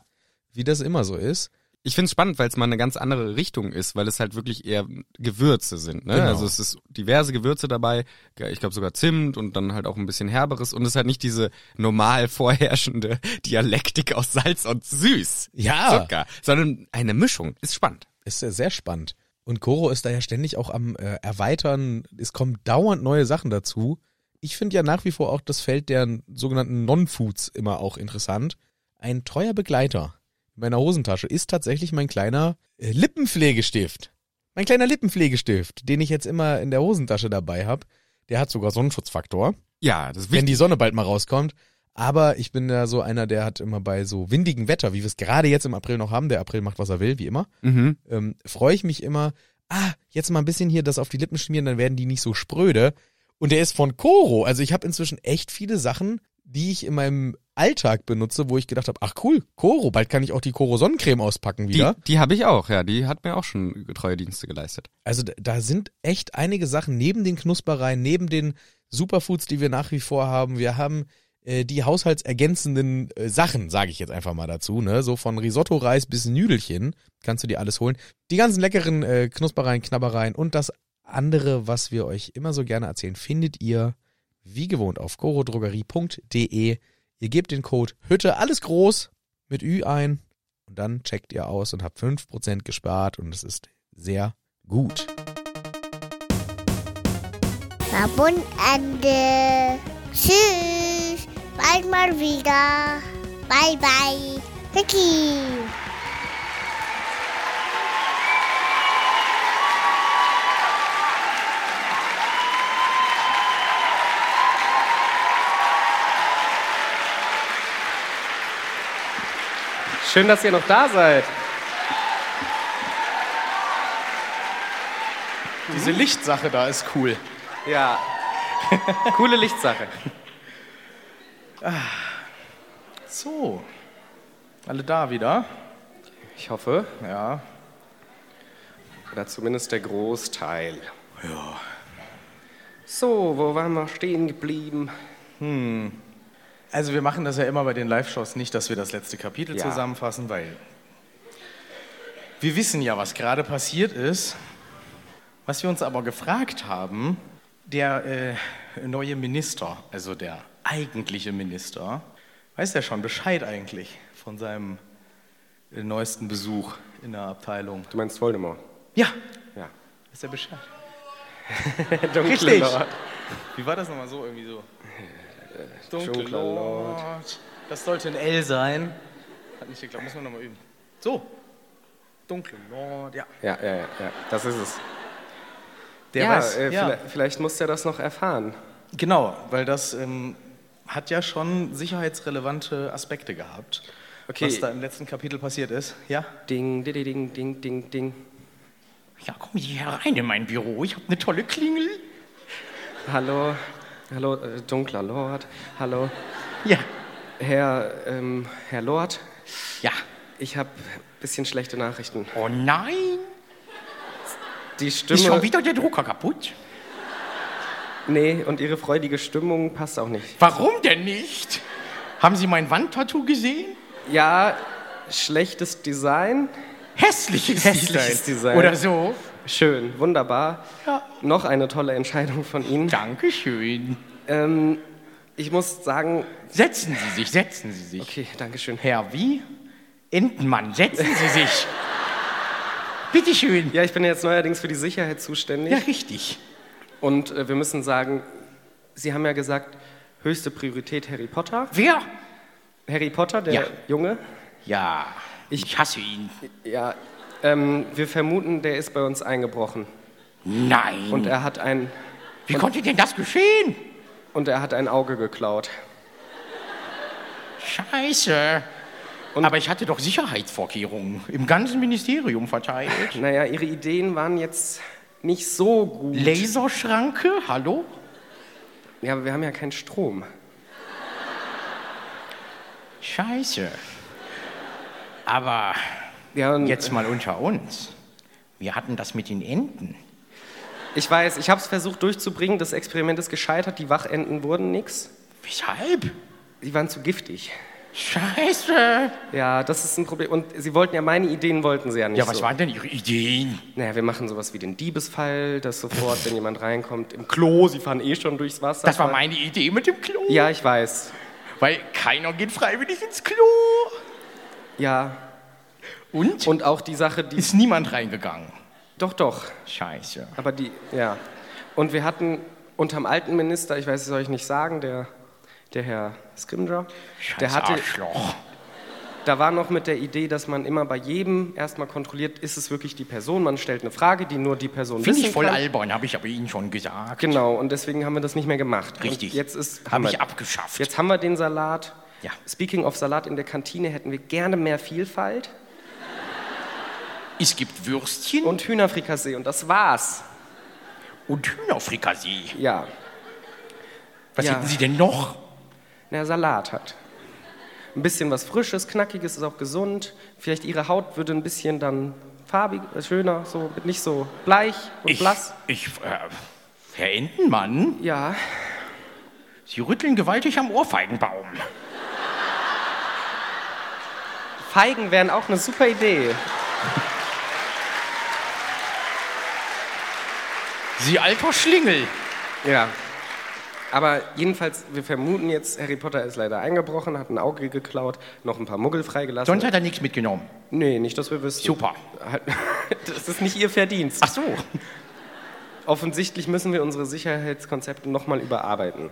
E: Wie das immer so ist.
F: Ich finde es spannend, weil es mal eine ganz andere Richtung ist, weil es halt wirklich eher Gewürze sind. Ne?
E: Genau.
F: Also es ist diverse Gewürze dabei, ich glaube sogar Zimt und dann halt auch ein bisschen herberes und es ist halt nicht diese normal vorherrschende Dialektik aus Salz und Süß,
E: Ja.
F: Zucker, sondern eine Mischung. Ist spannend.
E: Ist ja sehr spannend. Und Koro ist da ja ständig auch am äh, Erweitern. Es kommen dauernd neue Sachen dazu. Ich finde ja nach wie vor auch das Feld der sogenannten Non-Foods immer auch interessant. Ein treuer Begleiter in meiner Hosentasche ist tatsächlich mein kleiner äh, Lippenpflegestift. Mein kleiner Lippenpflegestift, den ich jetzt immer in der Hosentasche dabei habe. Der hat sogar Sonnenschutzfaktor
F: Ja, das ist
E: wenn
F: wichtig.
E: die Sonne bald mal rauskommt. Aber ich bin ja so einer, der hat immer bei so windigem Wetter, wie wir es gerade jetzt im April noch haben, der April macht, was er will, wie immer,
F: Mhm.
E: ähm, freue ich mich immer, ah, jetzt mal ein bisschen hier das auf die Lippen schmieren, dann werden die nicht so spröde. Und der ist von Koro. Also ich habe inzwischen echt viele Sachen, die ich in meinem Alltag benutze, wo ich gedacht habe, ach cool, Koro, bald kann ich auch die Koro Sonnencreme auspacken
F: Die,
E: wieder.
F: die habe ich auch, ja. Die hat mir auch schon getreue Dienste geleistet.
E: Also d- da sind echt einige Sachen neben den Knuspereien, neben den Superfoods, die wir nach wie vor haben. Wir haben äh, die haushaltsergänzenden äh, Sachen, sage ich jetzt einfach mal dazu. Ne? So von Risotto-Reis bis Nüdelchen kannst du dir alles holen. Die ganzen leckeren äh, Knuspereien, Knabbereien und das andere, was wir euch immer so gerne erzählen, findet ihr wie gewohnt auf gorodrogerie.de. Ihr gebt den Code Hütte, alles groß, mit Ü ein und dann checkt ihr aus und habt 5% gespart und es ist sehr gut.
D: Verbundende. Tschüss. Bald mal wieder. Bye, bye. Vicky.
A: Schön, dass ihr noch da seid.
B: Diese Lichtsache da ist cool.
A: Ja. Coole Lichtsache.
B: So. Alle da wieder?
A: Ich hoffe,
B: Ja.
A: oder zumindest der Großteil. Ja. So, wo waren wir stehen geblieben?
B: Also wir machen das ja immer bei den Live-Shows nicht, dass wir das letzte Kapitel
A: Ja.
B: zusammenfassen, weil wir wissen ja, was gerade passiert ist. Was wir uns aber gefragt haben, der äh, neue Minister, also der eigentliche Minister, weiß der schon Bescheid eigentlich von seinem äh, neuesten Besuch in der Abteilung?
A: Du meinst Voldemort?
B: Ja,
A: Ja.
B: weiß der Bescheid.
A: Der dunkle
B: Richtig.
A: Lord.
B: Wie war das nochmal so irgendwie so? Äh,
A: Dunkler Lord.
B: Das sollte ein L sein. Hat nicht geklappt, müssen wir nochmal üben. So. Dunkle Lord, ja.
A: Ja, ja, ja, ja, das ist es.
B: Der
A: ja,
B: weiß,
A: äh,
B: ja.
A: Vielleicht, vielleicht muss der das noch erfahren.
B: Genau, weil das ähm, hat ja schon sicherheitsrelevante Aspekte gehabt.
A: Okay.
B: Was da im letzten Kapitel passiert ist. Ja?
A: Ding, didi, ding, ding, ding, ding.
C: Ja, kommen Sie herein in mein Büro. Ich habe eine tolle Klingel.
A: Hallo, hallo, äh, dunkler Lord. Hallo,
C: Ja,
A: Herr, ähm, Herr Lord.
C: ja.
A: Ich habe ein bisschen schlechte Nachrichten.
C: Oh nein.
A: Die Stimme.
C: Ist schon wieder der Drucker kaputt?
A: Nee, und ihre freudige Stimmung passt auch nicht.
C: Warum denn nicht? Haben Sie mein Wandtattoo gesehen?
A: Ja, schlechtes Design.
C: Hässliches,
A: Hässliches Design.
C: Oder so.
A: Schön, wunderbar.
C: Ja.
A: Noch eine tolle Entscheidung von Ihnen.
C: Dankeschön.
A: Ähm, ich muss sagen,
C: Setzen Sie sich, setzen Sie sich.
A: okay, Dankeschön.
C: Herr wie? Entenmann, setzen Sie sich. Bitteschön.
A: Ja, ich bin jetzt neuerdings für die Sicherheit zuständig.
C: Ja, richtig.
A: Und äh, wir müssen sagen, Sie haben ja gesagt, höchste Priorität Harry Potter.
C: Wer?
A: Harry Potter, der
C: Ja.
A: Junge.
C: Ja, ich hasse ihn.
A: Ja, ähm, wir vermuten, der ist bei uns eingebrochen.
C: Nein.
A: Und er hat ein,
C: Wie konnte denn das geschehen?
A: und er hat ein Auge geklaut.
C: Scheiße. Aber ich hatte doch Sicherheitsvorkehrungen im ganzen Ministerium verteilt.
A: Naja, Ihre Ideen waren jetzt nicht so gut.
C: Laserschranke? Hallo?
A: ja, aber wir haben ja keinen Strom.
C: Scheiße. Aber
A: Ja, und
C: jetzt mal unter uns. Wir hatten das mit den Enten.
A: Ich weiß, ich habe es versucht durchzubringen, das Experiment ist gescheitert, die Wachenten wurden nix.
C: Weshalb?
A: Die waren zu giftig.
C: Scheiße.
A: Ja, das ist ein Problem. Und sie wollten ja, meine Ideen wollten sie ja nicht
C: Ja, was
A: so.
C: waren denn Ihre Ideen?
A: Naja, wir machen sowas wie den Diebesfall, dass sofort, wenn jemand reinkommt, im Klo, sie fahren eh schon durchs Wasser.
C: Das war meine Idee mit dem Klo.
A: Ja, ich weiß.
C: Weil keiner geht freiwillig ins Klo.
A: Ja.
C: Und?
A: Und auch die Sache, die.
C: Ist niemand reingegangen.
A: Doch, doch.
C: Scheiße.
A: Aber die, ja. Und wir hatten unterm alten Minister, ich weiß, das soll ich nicht sagen, der, der Herr Scrimger, der
C: Scheiß
A: hatte,
C: Arschloch.
A: da war noch mit der Idee, dass man immer bei jedem erstmal kontrolliert, ist es wirklich die Person? Man stellt eine Frage, die nur die Person
C: Finde
A: wissen
C: ich voll
A: kann.
C: albern, habe ich aber Ihnen schon gesagt.
A: Genau, und deswegen haben wir das nicht mehr gemacht.
C: Richtig.
A: Und jetzt ist, haben
C: Habe ich
A: wir-
C: abgeschafft.
A: Jetzt haben wir den Salat.
C: Ja.
A: Speaking of Salat in der Kantine hätten wir gerne mehr Vielfalt
C: Es gibt Würstchen und,
A: und Hühnerfrikassee und das war's.
C: und Hühnerfrikassee.
A: Ja,
C: Was
A: Ja.
C: hätten Sie denn noch?
A: na Salat hat. Ein bisschen was Frisches, Knackiges, ist auch gesund. Vielleicht ihre Haut würde ein bisschen dann farbig, äh, schöner, so nicht so bleich und
C: Ich,
A: blass.
C: ich, äh, Herr Entenmann,
A: Ja,
C: Sie rütteln gewaltig am Ohrfeigenbaum.
A: Feigen wären auch eine super Idee.
C: Sie alter Schlingel.
A: Ja. Aber jedenfalls, wir vermuten jetzt, Harry Potter ist leider eingebrochen, hat ein Auge geklaut, noch ein paar Muggel freigelassen.
C: Sonst hat er nichts mitgenommen.
A: Nee, nicht, dass wir wissen. Halt,
C: Super.
A: Das ist nicht ihr Verdienst.
C: Ach so.
A: Offensichtlich müssen wir unsere Sicherheitskonzepte nochmal überarbeiten.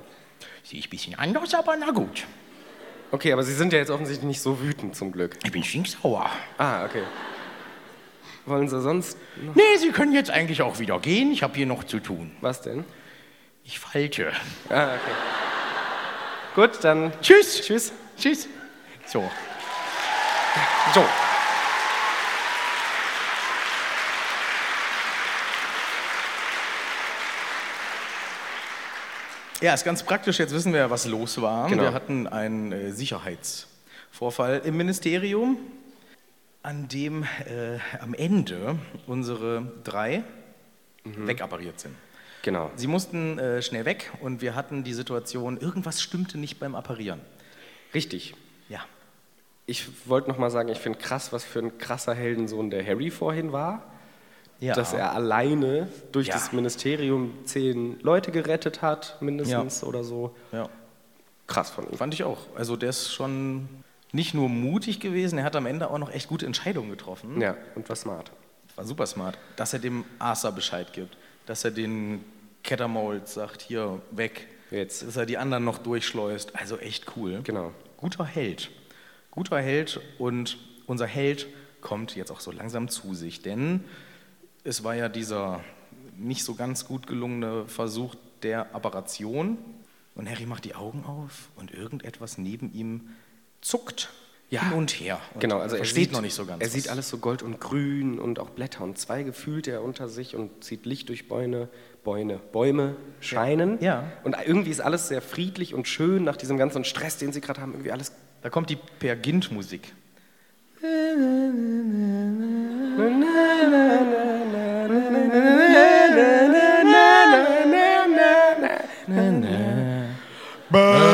C: Sehe ich ein bisschen anders, aber na gut.
A: Okay, aber Sie sind ja jetzt offensichtlich nicht so wütend zum Glück.
C: Ich bin stinksauer.
A: Ah, okay. Wollen Sie sonst noch
C: Nee, Sie können jetzt eigentlich auch wieder gehen. Ich habe hier noch zu tun.
A: was denn?
C: Ich falte.
A: Ah, okay. Gut, dann
C: Tschüss.
A: tschüss.
C: Tschüss. So.
A: So.
B: Ja, ist ganz praktisch. Jetzt wissen wir ja, was los war.
A: Genau.
B: Wir hatten einen äh, Sicherheitsvorfall im Ministerium, an dem äh, am Ende unsere drei Mhm. wegappariert sind.
A: Genau.
B: Sie mussten äh, schnell weg und wir hatten die Situation, irgendwas stimmte nicht beim Apparieren.
A: Richtig.
B: Ja.
A: Ich wollte nochmal sagen, ich finde krass, was für ein krasser Heldensohn der Harry vorhin war.
B: ja.
A: Dass er alleine durch das Ministerium zehn Leute gerettet hat, mindestens oder so.
B: ja.
A: Krass von ihm.
B: Fand ich auch. Also der ist schon nicht nur mutig gewesen, er hat am Ende auch noch echt gute Entscheidungen getroffen.
A: Ja, und war smart.
B: War super smart. Dass er dem Asa Bescheid gibt. Dass er den Kettermold sagt, hier, weg.
A: Jetzt.
B: Dass er die anderen noch durchschleust. Also echt cool.
A: Genau.
B: Guter Held. Guter Held und unser Held kommt jetzt auch so langsam zu sich. Denn es war ja dieser nicht so ganz gut gelungene Versuch der Apparation. Und Harry macht die Augen auf und irgendetwas neben ihm zuckt hin und her. Und
A: Genau, also er
B: versteht
A: sieht
B: noch nicht so ganz.
A: Er
B: was-
A: sieht alles so gold und grün und auch Blätter und Zweige fühlt er unter sich und sieht Licht durch Bäume, Bäume, Bäume scheinen.
B: Ja.
A: Und irgendwie ist alles sehr friedlich und schön nach diesem ganzen Stress, den sie gerade haben, irgendwie alles.
B: Da kommt die Per Gint-Musik.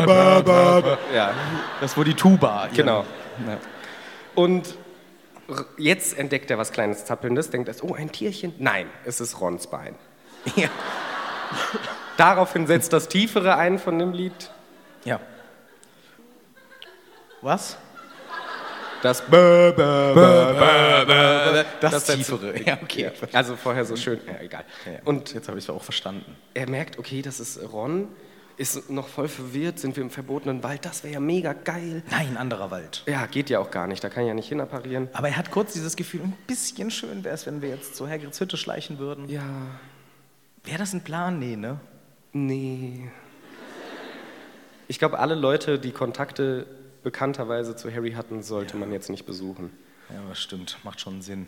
A: Ja,
B: Das war die Tuba.
A: genau. Und r- jetzt entdeckt er was kleines Zappelndes, denkt erst, oh, ein Tierchen. Nein, es ist Rons Bein.
B: Ja.
A: Daraufhin setzt das Tiefere ein von dem Lied.
B: ja. Was?
A: Das
B: Das, Tiefere. Ja, okay.
A: Ja, also vorher so schön, ja, egal.
B: Und
A: Und
B: jetzt habe ich es auch verstanden.
A: er merkt, okay, das ist Ron, ist noch voll verwirrt, sind wir im verbotenen Wald, das wäre ja mega geil.
B: Nein, anderer Wald.
A: Ja, geht ja auch gar nicht, da kann ich ja nicht hinapparieren.
B: Aber er hat kurz dieses Gefühl, ein bisschen schön wäre es, wenn wir jetzt zu Hagrids Hütte schleichen würden.
A: Ja,
B: Wäre das ein Plan? Nee, ne?
A: nee. Ich glaube, alle Leute, die Kontakte bekannterweise zu Harry hatten, sollte man jetzt nicht besuchen.
B: Ja, das stimmt. Macht schon Sinn.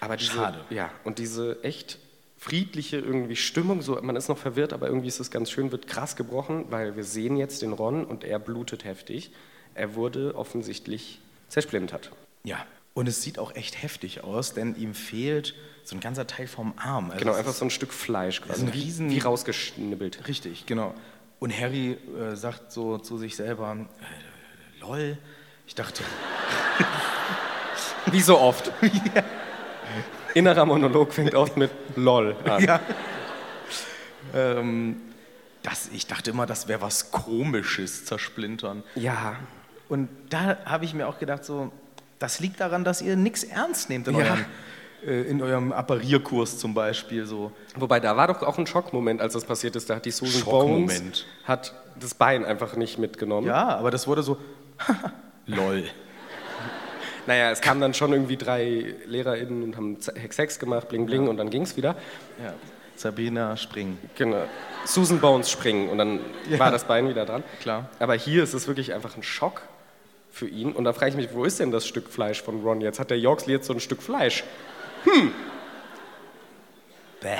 A: Aber diese,
B: Schade.
A: Ja, und diese echt friedliche irgendwie Stimmung, so man ist noch verwirrt, aber irgendwie ist es ganz schön, wird krass gebrochen, weil wir sehen jetzt den Ron und er blutet heftig. Er wurde offensichtlich zersplintert.
B: Ja. Und es sieht auch echt heftig aus, denn ihm fehlt so ein ganzer Teil vom Arm. Also
A: Genau,
B: es
A: einfach
B: ist-
A: so ein Stück Fleisch quasi.
B: ein riesen-
A: Wie rausgeschnibbelt.
B: Richtig, genau. Und Harry äh, sagt so zu sich selber, äh, lol, ich dachte,
A: Wie so oft. Innerer Monolog fängt oft mit LOL an.
B: ähm, das, ich dachte immer, das wäre was Komisches, zersplintern.
A: Ja.
B: Und da habe ich mir auch gedacht, so, das liegt daran, dass ihr nichts ernst nehmt in,
A: Ja.
B: eurem, äh, in eurem Apparierkurs zum Beispiel. So.
A: Wobei, da war doch auch ein Schockmoment, als das passiert ist. Da hat die Susan Bones
B: Schockmoment.
A: hat das Bein einfach nicht mitgenommen.
B: Ja, aber das wurde so, lol.
A: Naja, es kamen dann schon irgendwie drei LehrerInnen und haben Z- Hex Hex gemacht, Bling Bling und dann ging's wieder.
B: Ja. Sabina springen.
A: Genau. Susan Bones springen und dann war das Bein wieder dran.
B: Klar.
A: Aber hier ist es wirklich einfach ein Schock für ihn. Und da frage ich mich, wo ist denn das Stück Fleisch von Ron jetzt? Hat der Yorksley jetzt so ein Stück Fleisch?
B: Bäh.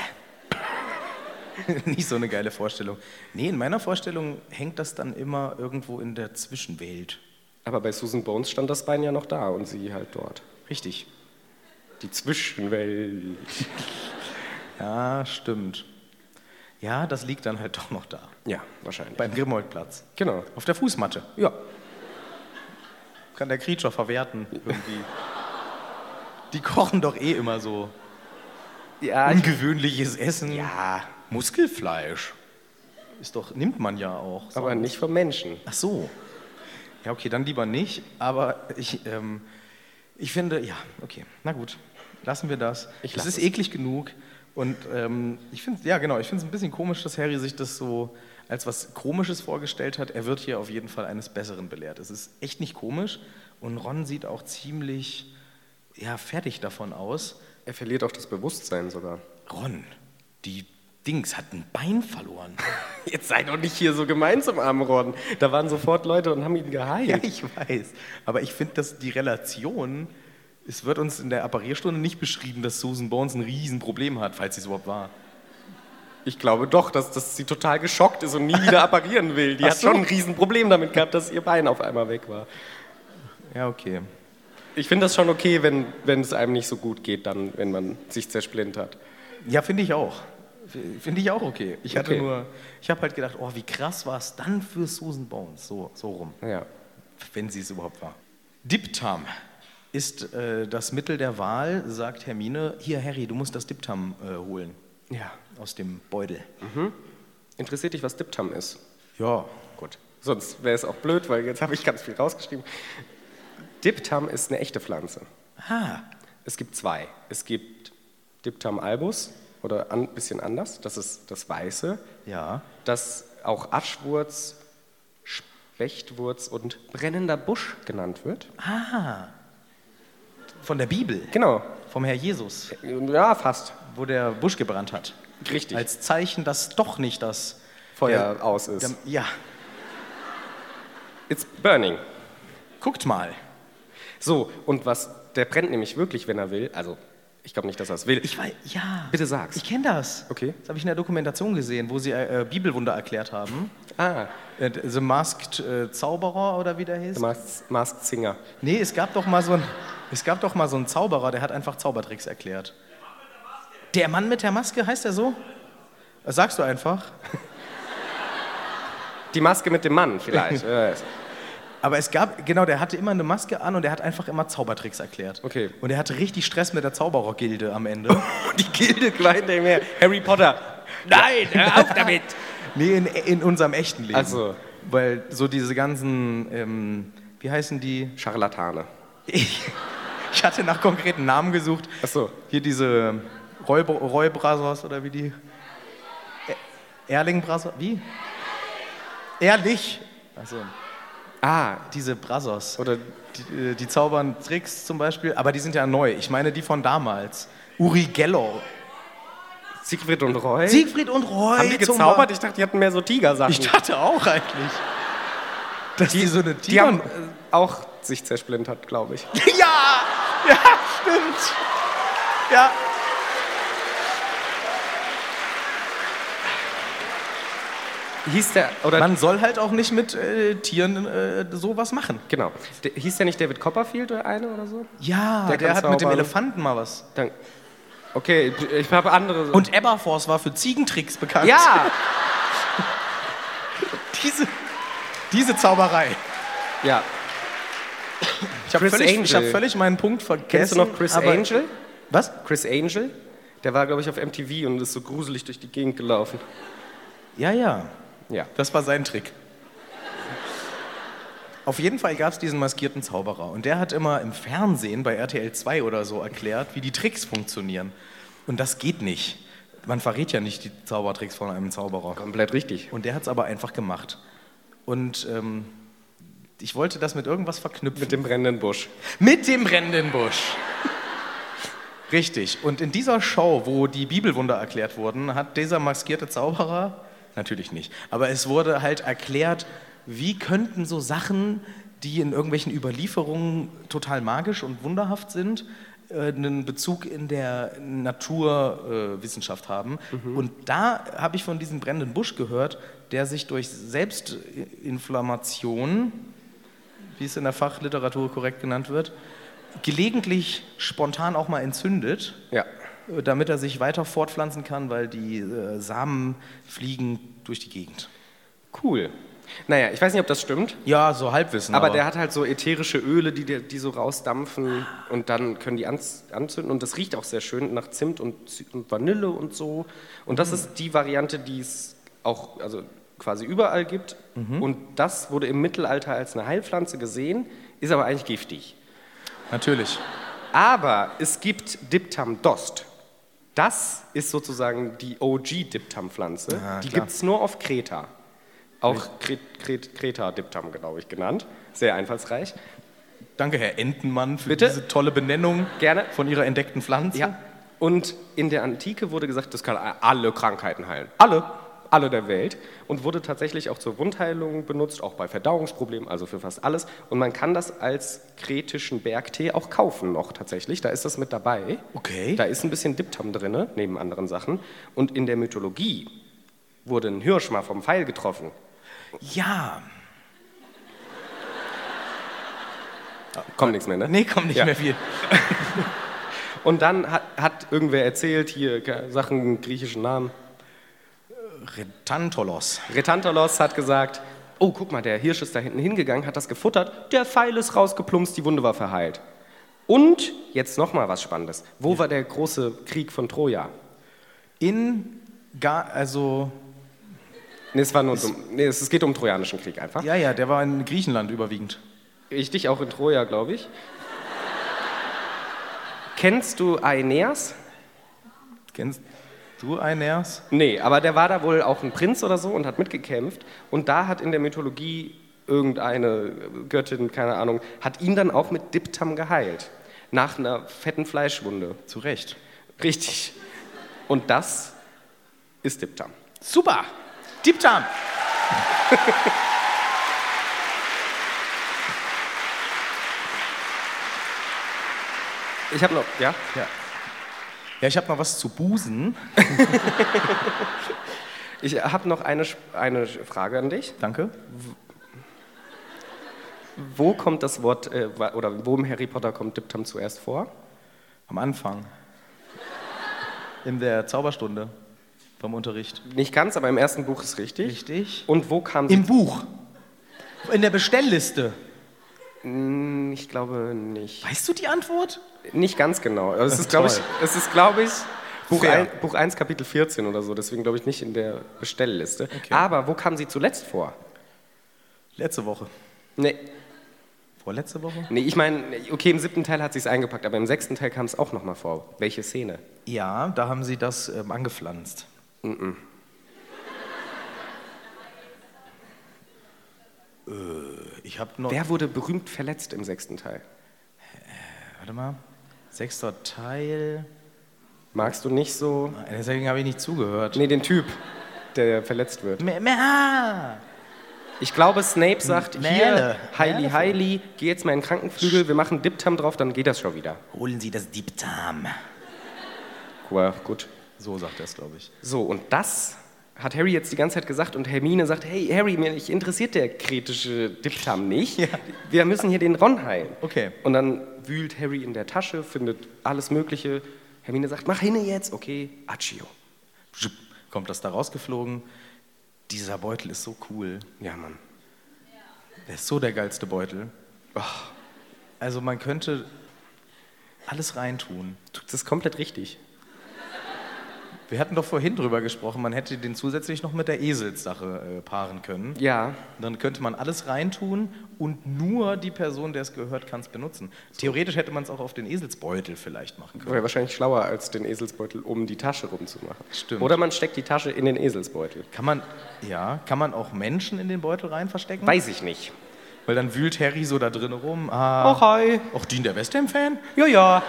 B: Nicht so eine geile Vorstellung. Nee, in meiner Vorstellung hängt das dann immer irgendwo in der Zwischenwelt.
A: Aber bei Susan Bones stand das Bein ja noch da und sie halt dort.
B: Richtig.
A: Die Zwischenwelt.
B: Ja, stimmt. Ja, das liegt dann halt doch noch da.
A: Ja, wahrscheinlich.
B: Beim Grimoldplatz.
A: genau.
B: Auf der Fußmatte. Ja. Kann der Creature verwerten irgendwie. Die kochen doch eh immer so
A: Ja,
B: ungewöhnliches Essen.
C: Ja, Muskelfleisch.
B: Ist doch, nimmt man ja auch.
A: aber nicht vom Menschen.
B: Ach so. Ja, okay, dann lieber nicht. Aber ich, ähm, ich finde, ja, okay, na gut, lassen wir das.
A: Ich
B: es
A: lass
B: ist
A: es.
B: eklig genug. Und ähm, ich finde, ja genau, ich finde es ein bisschen komisch, dass Harry sich das so als was Komisches vorgestellt hat. Er wird hier auf jeden Fall eines Besseren belehrt. Es ist echt nicht komisch. Und Ron sieht auch ziemlich ja, fertig davon aus.
A: Er verliert auch das Bewusstsein sogar.
B: Ron, die Dings hat ein Bein verloren.
A: Jetzt sei doch nicht hier so gemein zum armen Ron. Da waren sofort Leute und haben ihn geheilt.
B: Ja, ich weiß. Aber ich finde, dass die Relation, es wird uns in der Apparierstunde nicht beschrieben, dass Susan Bones ein Riesenproblem hat, falls sie es überhaupt war.
A: Ich glaube doch, dass, dass sie total geschockt ist und nie wieder apparieren will. Die
B: Ach
A: hat
B: so.
A: schon ein Riesenproblem damit gehabt, dass ihr Bein auf einmal weg war.
B: Ja, okay.
A: Ich finde das schon okay, wenn, wenn es einem nicht so gut geht, dann, wenn man sich zersplintert.
B: Ja, finde ich auch. F- Finde ich auch okay. Ich hatte
A: Okay.
B: nur, ich habe halt gedacht, oh, wie krass war es dann für Susan Bones, so, so rum,
A: Ja.
B: wenn sie es überhaupt war. Diptam ist äh, das Mittel der Wahl, sagt Hermine. Hier, Harry, du musst das Diptam äh, holen
A: Ja.
B: aus dem Beutel.
A: Interessiert dich, was Diptam ist?
B: Ja, gut.
A: Sonst wäre es auch blöd, weil jetzt habe ich ganz viel rausgeschrieben. Diptam ist eine echte Pflanze.
B: Ah,
A: Es gibt zwei. Es gibt Diptam albus oder ein an, bisschen anders. Das ist das Weiße.
B: ja.
A: das auch Aschwurz, Spechtwurz und brennender Busch genannt wird.
B: Ah. Von der Bibel,
A: Genau.
B: vom Herr Jesus.
A: Ja, fast.
B: wo der Busch gebrannt hat.
A: Richtig.
B: Als Zeichen, dass doch nicht das
A: Feuer
B: der-
A: aus ist.
B: Der, ja,
A: It's burning.
B: guckt mal.
A: So, und was, der brennt nämlich wirklich, wenn er will. Also, ich glaube nicht, dass er es will.
B: Ich weiß, Äh, ja.
A: Bitte sag's.
B: Ich kenne das.
A: Okay.
B: Das habe ich in der Dokumentation gesehen, wo sie äh, äh, Bibelwunder erklärt haben.
A: ah,
B: Äh, The Masked äh, Zauberer oder wie der hieß.
A: der Mas Masked Singer.
B: Nee, es gab doch mal so ein, es gab doch mal so einen Zauberer, der hat einfach Zaubertricks erklärt. Der Mann mit der Maske heißt er so? Das sagst du einfach.
A: Die Maske mit dem Mann vielleicht. Wer weiß.
B: Aber es gab, genau, der hatte immer eine Maske an und er hat einfach immer Zaubertricks erklärt.
A: Okay.
B: Und er hatte richtig Stress mit der Zauberergilde am Ende.
A: Die Gilde klein dem her. Harry Potter. Nein, hör auf damit.
B: nee, in, in unserem echten Leben.
A: Ach so.
B: Weil so diese ganzen, ähm, wie heißen die?
A: Scharlatane.
B: Ich, ich hatte nach konkreten Namen gesucht.
A: Ach so.
B: Hier diese Roy, Roy Brothers oder wie die? Er- Erling Brothers, wie? Ehrlich. Also
A: Ah,
B: diese Brothers.
A: oder
B: Die, äh, die zaubern Tricks zum Beispiel, aber die sind ja neu. Ich meine die von damals. Uri Geller.
A: Siegfried und Roy.
B: Siegfried und Roy.
A: Haben die
B: zum
A: gezaubert?
B: Beispiel.
A: Ich dachte, die hatten mehr so Tigersachen.
B: Ich dachte auch eigentlich. Dass die, so eine
A: Die haben
B: Tiger.
A: äh, auch sich zersplintert, glaube ich.
B: Ja! Ja, stimmt. Ja.
A: Hieß der, oder
B: Man soll halt auch nicht mit äh, Tieren äh, sowas machen.
A: genau. Der, hieß der nicht David Copperfield oder eine oder so?
B: Ja, der,
A: der kann
B: hat mit dem
A: zaubern.
B: Elefanten mal was.
A: Dann, okay, ich- ich habe andere.
B: Und Eberforce war für Ziegentricks bekannt.
A: ja!
B: Diese, diese Zauberei.
A: Ja.
B: Ich habe
A: Chris
B: völlig,
A: Angel.
B: ich hab völlig meinen Punkt vergessen.
A: Kennst du noch Chris
B: aber-
A: Angel?
B: Was?
A: Chris Angel? Der war, glaube ich, auf MTV und ist so gruselig durch die Gegend gelaufen.
B: Ja, ja.
A: Ja.
B: Das war sein Trick. Auf jeden Fall gab es diesen maskierten Zauberer. Und der hat immer im Fernsehen bei RTL 2 oder so erklärt, wie die Tricks funktionieren. Und das geht nicht. Man verrät ja nicht die Zaubertricks von einem Zauberer.
A: Komplett richtig.
B: Und der hat es aber einfach gemacht. Und ähm, ich wollte das mit irgendwas verknüpfen.
A: Mit dem brennenden Busch.
B: Mit dem brennenden Busch. Richtig. Und in dieser Show, wo die Bibelwunder erklärt wurden, hat dieser maskierte Zauberer, natürlich nicht, aber es wurde halt erklärt, wie könnten so Sachen, die in irgendwelchen Überlieferungen total magisch und wunderhaft sind, äh, einen Bezug in der Naturwissenschaft haben. Und da habe ich von diesem brennenden Busch gehört, der sich durch Selbstinflammation wie es in der Fachliteratur korrekt genannt wird, gelegentlich spontan auch mal entzündet,
A: Ja.
B: äh, damit er sich weiter fortpflanzen kann, weil die äh, Samen fliegen durch die Gegend.
A: Cool. Naja, ich weiß nicht, ob das stimmt,
B: Ja, so Halbwissen.
A: aber, der hat halt so ätherische Öle, die, dir- die so rausdampfen und dann können die anz- anzünden. Und das riecht auch sehr schön nach Zimt und, Zy- und Vanille und so. Und das ist die Variante, die es auch also quasi überall gibt. Und das wurde im Mittelalter als eine Heilpflanze gesehen, ist aber eigentlich giftig.
B: Natürlich.
A: Aber es gibt Diptam Dost. Das ist sozusagen die OG-Diptam-Pflanze. die gibt es nur auf Kreta. Auch Kret- Kret- Kreta-Diptam, glaube ich, genannt. Sehr einfallsreich.
B: Danke, Herr Entenmann, für
A: Bitte?
B: diese tolle Benennung
A: Gerne.
B: von Ihrer entdeckten Pflanze.
A: Ja. Und in der Antike wurde gesagt, das kann alle Krankheiten heilen. Alle. Alle der Welt. Und wurde tatsächlich auch zur Wundheilung benutzt, auch bei Verdauungsproblemen, also für fast alles. Und man kann das als kretischen Bergtee auch kaufen noch tatsächlich. Da ist das mit dabei.
B: Okay.
A: Da ist ein bisschen Diptam drin, neben anderen Sachen. Und in der Mythologie wurde ein Hirsch mal vom Pfeil getroffen.
B: ja.
A: Kommt nichts mehr, ne?
B: Äh, Nee, kommt nicht
A: Ja.
B: mehr viel.
A: Und dann hat, hat irgendwer erzählt, hier ke- Sachen griechischen Namen.
B: Retantolos.
A: Retantalos hat gesagt, oh, guck mal, der Hirsch ist da hinten hingegangen, hat das gefuttert, der Pfeil ist rausgeplumpst, die Wunde war verheilt. Und jetzt noch mal was Spannendes. Wo war der große Krieg von Troja?
B: In, Ga also,
A: Nee, es, war nur um, nee, es es geht um den Trojanischen Krieg einfach.
B: ja, ja, der war in Griechenland überwiegend.
A: Ich dich auch in Troja, glaube ich. Kennst du Aeneas?
B: Kennst du Aeneas?
A: Nee, aber der war da wohl auch ein Prinz oder so und hat mitgekämpft. Und da hat in der Mythologie irgendeine Göttin, keine Ahnung, hat ihn dann auch mit Diptam geheilt. Nach einer fetten Fleischwunde.
B: Zu Recht.
A: Richtig. Und das ist Diptam.
B: Super. Diebdarm.
A: Ich habe noch, ja?
B: Ja, ich habe mal was zu busen.
A: Ich habe noch eine, Sch- eine Frage an dich.
B: Danke.
A: Wo kommt das Wort, äh, wa- oder wo im Harry Potter kommt Diptam zuerst vor?
B: Am Anfang. In der Zauberstunde. Vom Unterricht.
A: Nicht ganz, aber im ersten Buch ist richtig.
B: Richtig.
A: Und wo kam
B: Im
A: sie?
B: Buch. In der Bestellliste.
A: Hm, Ich glaube nicht.
B: Weißt du die Antwort?
A: Nicht ganz genau. Also Es ist, glaube ich,
B: Toll.
A: es ist, glaube ich, Buch,
B: Fair.
A: ein, Buch 1, Kapitel 14 oder so. Deswegen glaube ich nicht in der Bestellliste. Aber wo kam sie zuletzt vor?
B: Letzte Woche.
A: Nee,
B: Vorletzte Woche?
A: nee ich meine, okay, im siebten Teil hat sie es eingepackt, aber im sechsten Teil kam es auch nochmal vor. Welche Szene?
B: Ja, da haben sie das ähm, angepflanzt. Äh, ich habe noch.
A: Wer wurde berühmt verletzt im sechsten Teil?
B: Warte mal. Sechster Teil.
A: Magst du nicht so?
B: Deswegen habe ich nicht zugehört.
A: Nee, den Typ, der verletzt wird.
B: Mä- mä- ah.
A: Ich glaube, Snape sagt, hier,
B: Merle.
A: Heili, Heili, geh jetzt mal in den Krankenflügel, wir machen Diptam drauf, dann geht das schon wieder.
B: Holen Sie das Diebdarm. Oh,
A: Cool, gut.
B: So sagt er es, glaube ich.
A: So, und das hat Harry jetzt die ganze Zeit gesagt und Hermine sagt, hey Harry, mir nicht interessiert der kretische Diptam nicht. Wir müssen hier den Ron heilen.
B: Okay.
A: Und dann wühlt Harry in der Tasche, findet alles Mögliche. Hermine sagt, mach hinne jetzt. Okay, Accio.
B: Schupp, Kommt das da rausgeflogen? Dieser Beutel ist so cool.
A: Ja, Mann.
B: Der ist so der geilste Beutel. Ach, Also man könnte alles reintun.
A: Das ist komplett richtig.
B: Wir hatten doch vorhin drüber gesprochen, man hätte den zusätzlich noch mit der Eselssache äh, paaren können.
A: Ja,
B: Dann könnte man alles reintun und nur die Person, der es gehört, kann es benutzen. Theoretisch hätte man es auch auf den Eselsbeutel vielleicht machen können.
A: wäre wahrscheinlich schlauer, als den Eselsbeutel um die Tasche rumzumachen.
B: Stimmt.
A: Oder man steckt die Tasche in den Eselsbeutel.
B: Kann man, ja, kann man auch Menschen in den Beutel rein verstecken?
A: Weiß ich nicht.
B: Weil dann wühlt Harry so da drin rum. Ah,
A: Och, hi.
B: auch Dean der West Ham-Fan?
A: Ja, ja.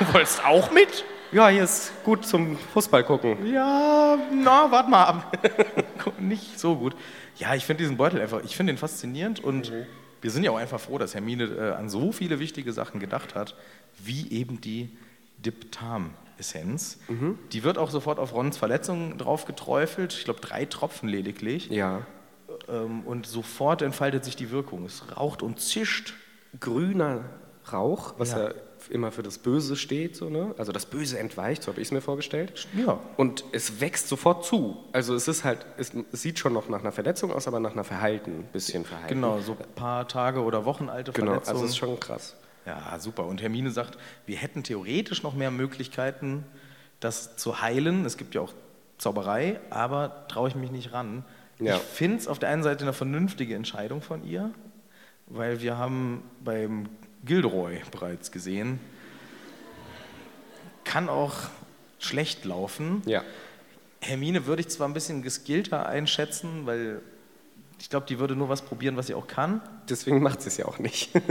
C: Du wolltest auch mit?
A: Ja, hier ist gut zum Fußball gucken.
B: Ja, na, warte mal ab. Nicht so gut. Ja, ich finde diesen Beutel einfach, ich finde ihn faszinierend und
A: Mhm.
B: wir sind ja auch einfach froh, dass Hermine äh, an so viele wichtige Sachen gedacht hat, wie eben die Diptam-Essenz.
A: Mhm.
B: Die wird auch sofort auf Rons Verletzungen drauf geträufelt. Ich glaube, drei Tropfen lediglich.
A: Ja.
B: Ähm, und sofort entfaltet sich die Wirkung. Es raucht und zischt.
A: grüner Rauch, was ja. immer für das Böse steht, so, ne? also das Böse entweicht, so habe ich es mir vorgestellt.
B: Ja.
A: Und es wächst sofort zu. Also es ist halt, es, es sieht schon noch nach einer Verletzung aus, aber nach einer Verhalten, bisschen Verhalten.
B: Genau, so ein paar Tage oder Wochen alte
A: Genau,
B: Verletzungen.
A: also es ist schon krass.
B: Ja, super. Und Hermine sagt, wir hätten theoretisch noch mehr Möglichkeiten, das zu heilen. Es gibt ja auch Zauberei, aber traue ich mich nicht ran.
A: Ja.
B: Ich finde es auf der einen Seite eine vernünftige Entscheidung von ihr, weil wir haben beim Gilderoy bereits gesehen, kann auch schlecht laufen.
A: Ja.
B: Hermine würde ich zwar ein bisschen geskillter einschätzen, weil ich glaube, die würde nur was probieren, was sie auch kann.
A: Deswegen macht sie es ja auch nicht.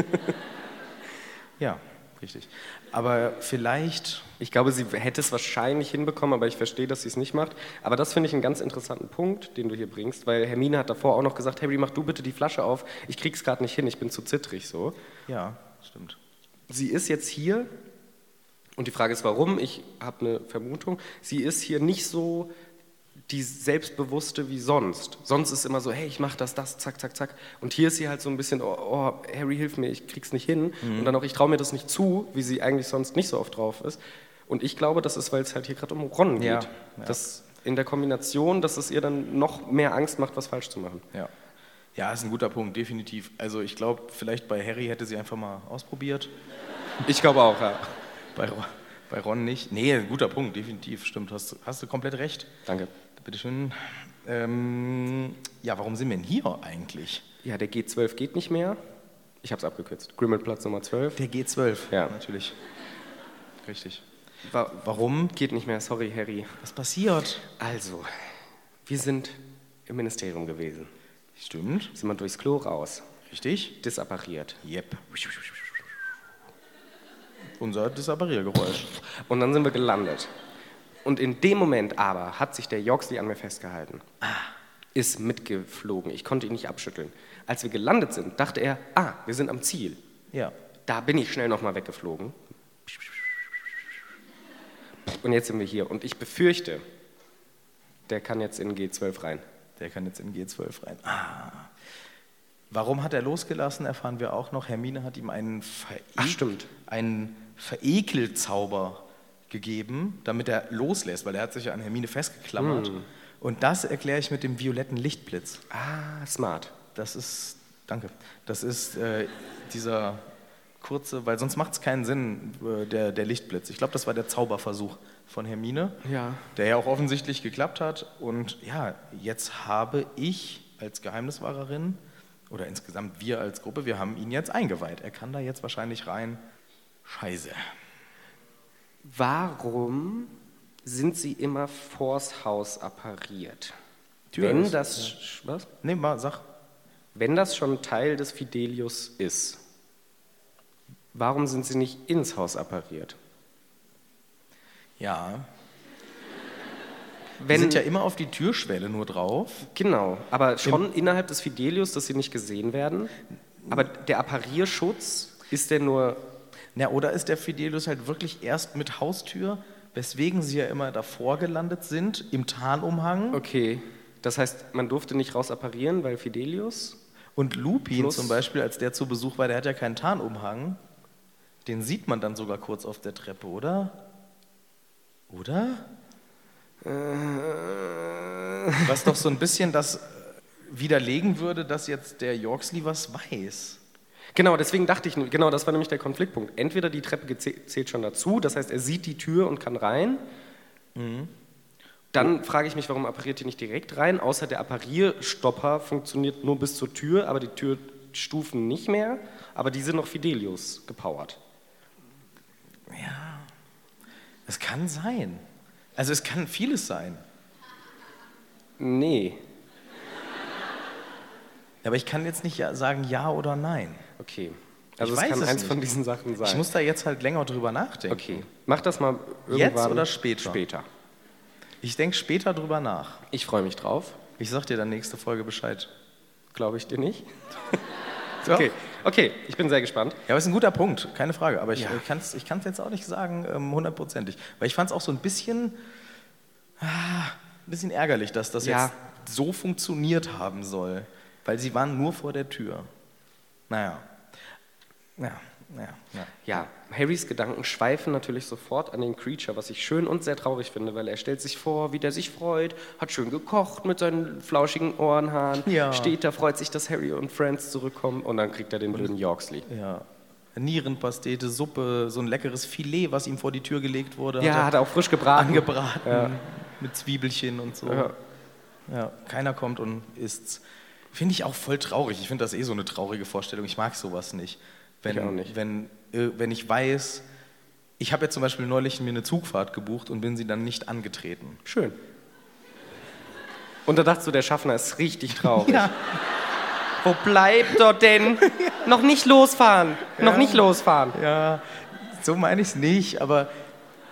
B: Ja, richtig. Aber vielleicht
A: Ich glaube, sie hätte es wahrscheinlich hinbekommen, aber ich verstehe, dass sie es nicht macht. Aber das finde ich einen ganz interessanten Punkt, den du hier bringst, weil Hermine hat davor auch noch gesagt, Harry, mach du bitte die Flasche auf, ich krieg's gerade nicht hin, ich bin zu zittrig so.
B: Ja, stimmt.
A: sie ist jetzt hier, und die Frage ist warum, ich habe eine Vermutung, sie ist hier nicht so die Selbstbewusste wie sonst. Sonst ist immer so, hey, ich mache das, das, zack, zack, zack. Und hier ist sie halt so ein bisschen, oh, oh Harry, hilf mir, ich krieg's nicht hin. Und dann auch, ich traue mir das nicht zu, wie sie eigentlich sonst nicht so oft drauf ist. Und ich glaube, das ist, weil es halt hier gerade um Ron geht.
B: Ja, ja.
A: Das in der Kombination, dass es ihr dann noch mehr Angst macht, was falsch zu machen.
B: Ja. Ja, ist ein guter Punkt, definitiv. Also ich glaube, vielleicht bei Harry hätte sie einfach mal ausprobiert.
A: Ich glaube auch, ja.
B: Bei Ron, bei Ron nicht. Nee, ein guter Punkt, definitiv. Stimmt, hast, du- hast du komplett recht.
A: Danke.
B: Bitteschön. Ähm, ja, warum sind wir denn hier eigentlich?
A: Ja, der G12 geht nicht mehr. Ich habe es abgekürzt. Grimmelplatz Nummer 12.
B: Der G12.
A: Ja.
B: Natürlich. Richtig.
A: Wa-
B: Warum?
A: Geht nicht mehr, sorry, Harry.
B: Was passiert?
A: Also, wir sind im Ministerium gewesen.
B: Stimmt.
A: Sind wir durchs Klo raus,
B: Richtig.
A: disappariert.
B: Yep. Unser Disappariergeräusch.
A: Und dann sind wir gelandet. Und in dem Moment aber hat sich der Yoxley an mir festgehalten. Ah, Ist mitgeflogen. Ich konnte ihn nicht abschütteln. Als wir gelandet sind, dachte er, ah, wir sind am Ziel.
B: Ja.
A: Da bin ich schnell nochmal weggeflogen. Und jetzt sind wir hier. Und ich befürchte, der kann jetzt in G12 rein.
B: Der kann jetzt in G12 rein. Ah. Warum hat er losgelassen, erfahren wir auch noch. Hermine hat ihm einen, Vere
A: Ach, stimmt.
B: einen Verekelzauber gegeben, damit er loslässt, weil er hat sich ja an Hermine festgeklammert.
A: Hm.
B: Und das erkläre ich mit dem violetten Lichtblitz.
A: Ah, smart.
B: Das ist, danke, das ist äh, dieser kurze, weil sonst macht es keinen Sinn, äh, der, der Lichtblitz. Ich glaube, das war der Zauberversuch von Hermine,
A: Ja.
B: der ja auch offensichtlich geklappt hat. Und ja, jetzt habe ich als Geheimniswahrerin oder insgesamt wir als Gruppe, wir haben ihn jetzt eingeweiht. Er kann da jetzt wahrscheinlich rein. Scheiße.
A: Warum sind sie immer vors Haus appariert?
B: Tür
A: wenn,
B: ist,
A: das, sch- was?
B: Nee, mal, sag.
A: wenn das schon Teil des Fidelius ist, warum sind sie nicht ins Haus appariert?
B: Ja. Wir
A: Wenn,
B: sind ja immer auf die Türschwelle nur drauf.
A: genau, aber schon innerhalb des Fidelius, dass sie nicht gesehen werden. Aber der Apparierschutz ist der nur.
B: Na, oder ist der Fidelius halt wirklich erst mit Haustür, weswegen sie ja immer davor gelandet sind, im Tarnumhang
A: Okay, Das heißt, man durfte nicht raus apparieren, weil Fidelius.
B: Und Lupin
A: Plus-
B: zum Beispiel, als der zu Besuch war, der hat ja keinen Tarnumhang. Den sieht man dann sogar kurz auf der Treppe, oder? Oder?
A: Äh.
B: Was doch so ein bisschen das äh, widerlegen würde, dass jetzt der Yorksley was weiß.
A: Genau, deswegen dachte ich, genau, das war nämlich der Konfliktpunkt. Entweder die Treppe gezäh- zählt schon dazu, das heißt, er sieht die Tür und kann rein. Dann frage ich mich, warum appariert ihr nicht direkt rein? Außer der Apparierstopper funktioniert nur bis zur Tür, aber die Türstufen nicht mehr. Aber die sind noch Fidelius gepowert.
B: Es kann sein. Also es kann vieles sein.
A: Nee.
B: Aber ich kann jetzt nicht ja- sagen ja oder nein.
A: Okay. Also
B: Ich
A: es
B: weiß
A: kann
B: es
A: eins
B: nicht.
A: von diesen Sachen sein.
B: Ich muss da jetzt halt länger drüber nachdenken.
A: okay. Mach das mal irgendwann.
B: Jetzt oder später?
A: Später.
B: Ich denke später drüber nach.
A: Ich freue mich drauf.
B: Ich sag dir dann nächste Folge Bescheid.
A: Glaube ich dir nicht.
B: So.
A: Okay. okay, ich bin sehr gespannt.
B: Ja, aber ist ein guter Punkt, keine Frage. Aber ich kann es ich kann's jetzt auch nicht sagen, ähm, hundertprozentig. Weil ich fand es auch so ein bisschen, ah, ein bisschen ärgerlich, dass das
A: Ja.
B: jetzt so funktioniert haben soll. Weil sie waren nur vor der Tür. Naja. Ja, naja. Ja.
A: Ja, Harrys Gedanken schweifen natürlich sofort an den Creature, was ich schön und sehr traurig finde, weil er stellt sich vor, wie der sich freut, hat schön gekocht mit seinen flauschigen Ohrenhaaren,
B: Ja.
A: steht da, freut sich, dass Harry und Friends zurückkommen und dann kriegt er den blöden Yorksley.
B: ja. Nierenpastete, Suppe, so ein leckeres Filet, was ihm vor die Tür gelegt wurde.
A: Ja, hat er auch frisch gebraten.
B: angebraten mit Zwiebelchen und so. Ja. keiner kommt und isst's. Finde ich auch voll traurig. Ich finde das eh so eine traurige Vorstellung. Ich mag sowas nicht. Wenn,
A: auch nicht.
B: Wenn, äh, wenn ich weiß, ich habe jetzt zum Beispiel neulich mir eine Zugfahrt gebucht und bin sie dann nicht angetreten.
A: Schön. Und da dachtest du, der Schaffner ist richtig traurig.
B: Ja.
A: Wo bleibt er denn? Noch nicht losfahren. Noch nicht losfahren.
B: Ja, so meine ich es nicht, aber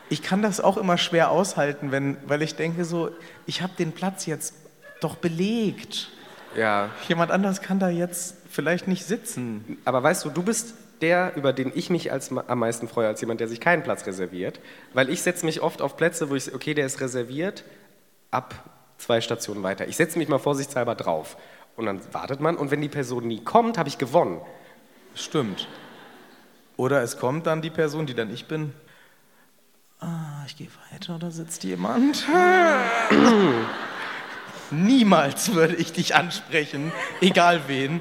B: ich kann das auch immer schwer aushalten, wenn, weil ich denke so, ich habe den Platz jetzt doch belegt.
A: Ja.
B: Jemand anders kann da jetzt vielleicht nicht sitzen.
A: Aber weißt du, du bist der, über den ich mich als, am meisten freue, als jemand, der sich keinen Platz reserviert. Weil ich setze mich oft auf Plätze, wo ich, okay, der ist reserviert, ab zwei Stationen weiter. Ich setze mich mal vorsichtshalber drauf. Und dann wartet man und wenn die Person nie kommt, habe ich gewonnen.
B: Stimmt. Oder es kommt dann die Person, die dann ich bin. Ah, ich gehe weiter, da sitzt jemand. Niemals würde ich dich ansprechen, egal wen.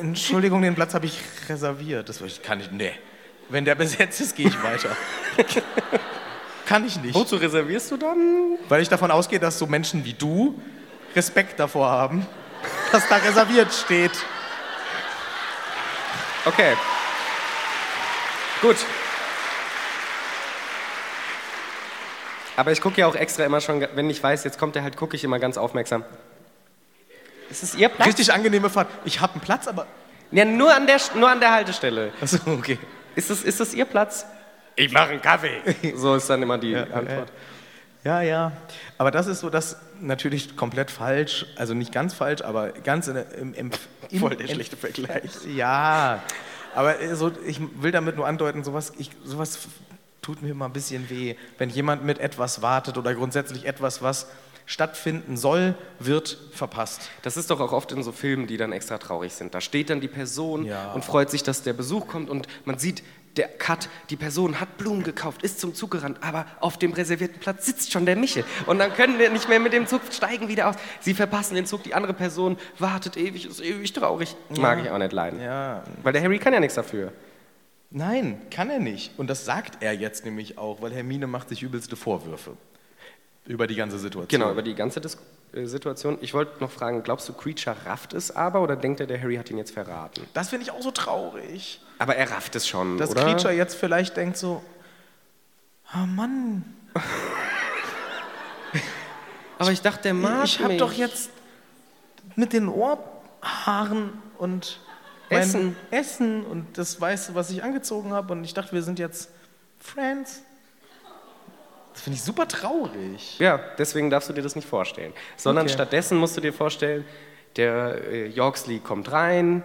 B: Entschuldigung, den Platz habe ich reserviert. Das würde ich- kann ich, nee. Wenn der besetzt ist, gehe ich weiter. kann ich nicht.
A: Wozu reservierst du dann?
B: Weil ich davon ausgehe, dass so Menschen wie du Respekt davor haben, dass da reserviert steht.
A: Okay. Gut. Aber ich gucke ja auch extra immer schon, wenn ich weiß, jetzt kommt er halt, gucke ich immer ganz aufmerksam. Ist es Ihr Platz?
B: Richtig angenehme Fahrt. Ich habe einen Platz, aber.
A: Ja, nur an der, nur an der Haltestelle.
B: Achso, okay.
A: Ist das, ist das Ihr Platz? Ich mache einen Kaffee. So ist dann immer die Antwort.
B: Ja, ja. Aber das ist so, das natürlich komplett falsch, also nicht ganz falsch, aber ganz in, im, im, im Voll der schlechte Vergleich. Ja. Aber äh, so, ich will damit nur andeuten, sowas, ich, sowas f- tut mir immer ein bisschen weh, wenn jemand mit etwas wartet oder grundsätzlich etwas, was stattfinden soll, wird verpasst.
A: Das ist doch auch oft in so Filmen, die dann extra traurig sind. Da steht dann die Person
B: Ja.
A: und freut sich, dass der Besuch kommt und man sieht, der Cut, die Person hat Blumen gekauft, ist zum Zug gerannt, aber auf dem reservierten Platz sitzt schon der Michel. Und dann können wir nicht mehr mit dem Zug steigen wieder aus. Sie verpassen den Zug, die andere Person wartet ewig, ist ewig traurig. Mag ich auch nicht leiden.
B: Ja.
A: Weil der Harry kann ja nichts dafür.
B: Nein, kann er nicht. Und das sagt er jetzt nämlich auch, weil Hermine macht sich übelste Vorwürfe über die ganze Situation.
A: Genau, über die ganze Dis äh, Situation. Ich wollte noch fragen, glaubst du, Creature rafft es aber oder denkt er, der Harry hat ihn jetzt verraten?
B: Das finde ich auch so traurig.
A: Aber er rafft es schon,
B: dass
A: oder?
B: Creature jetzt vielleicht denkt so, ah Mann,
A: aber ich dachte, der mag
B: ich habe
A: mich.
B: doch jetzt mit den Ohrhaaren und
A: Essen.
B: Essen und das Weiße, was ich angezogen habe und ich dachte, wir sind jetzt Friends. Das finde ich super traurig.
A: Ja, deswegen darfst du dir das nicht vorstellen. Sondern
B: Okay.
A: stattdessen musst du dir vorstellen, der äh, Yorksley kommt rein,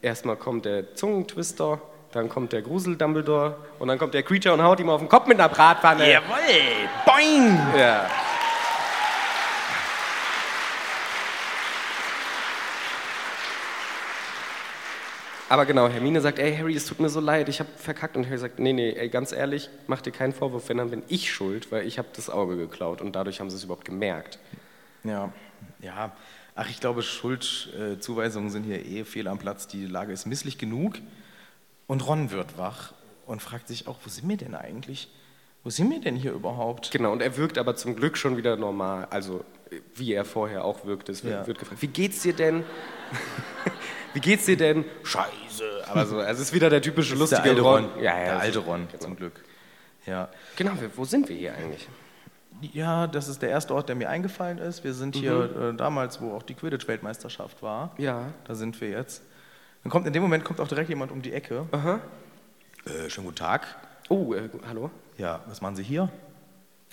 A: erstmal kommt der Zungentwister, dann kommt der Grusel-Dumbledore und dann kommt der Creature und haut ihm auf den Kopf mit einer Bratpfanne.
C: Jawohl! Boing!
A: Ja. Aber genau, Hermine sagt, ey Harry, es tut mir so leid, ich habe verkackt. Und Harry sagt, nee, nee, ey, ganz ehrlich, mach dir keinen Vorwurf, wenn dann bin ich schuld, weil ich habe das Auge geklaut und dadurch haben sie es überhaupt gemerkt.
B: Ja, ja. Ach, ich glaube, Schuldzuweisungen sind hier eh fehl am Platz. Die Lage ist misslich genug. Und Ron wird wach und fragt sich auch, wo sind wir denn eigentlich? Wo sind wir denn hier überhaupt?
A: Genau, und er wirkt aber zum Glück schon wieder normal, also äh, wie er vorher auch wirkte. Es wird,
B: Ja.
A: wird gefragt, wie geht's dir denn? wie geht's dir denn? Scheiße. Aber so, also es ist wieder der typische lustige
B: der alte Ron.
A: Ja, ja,
B: der
A: so.
B: alte Ron, zum Glück. Ja.
A: Genau, wir- wo sind wir hier eigentlich?
B: ja, das ist der erste Ort, der mir eingefallen ist. Wir sind hier äh, damals, wo auch die Quidditch-Weltmeisterschaft war.
A: Ja.
B: Da sind wir jetzt. Dann kommt in dem Moment kommt auch direkt jemand um die Ecke.
A: Aha.
B: Äh, schönen guten Tag.
A: Oh, äh, hallo.
B: Ja, was machen Sie hier?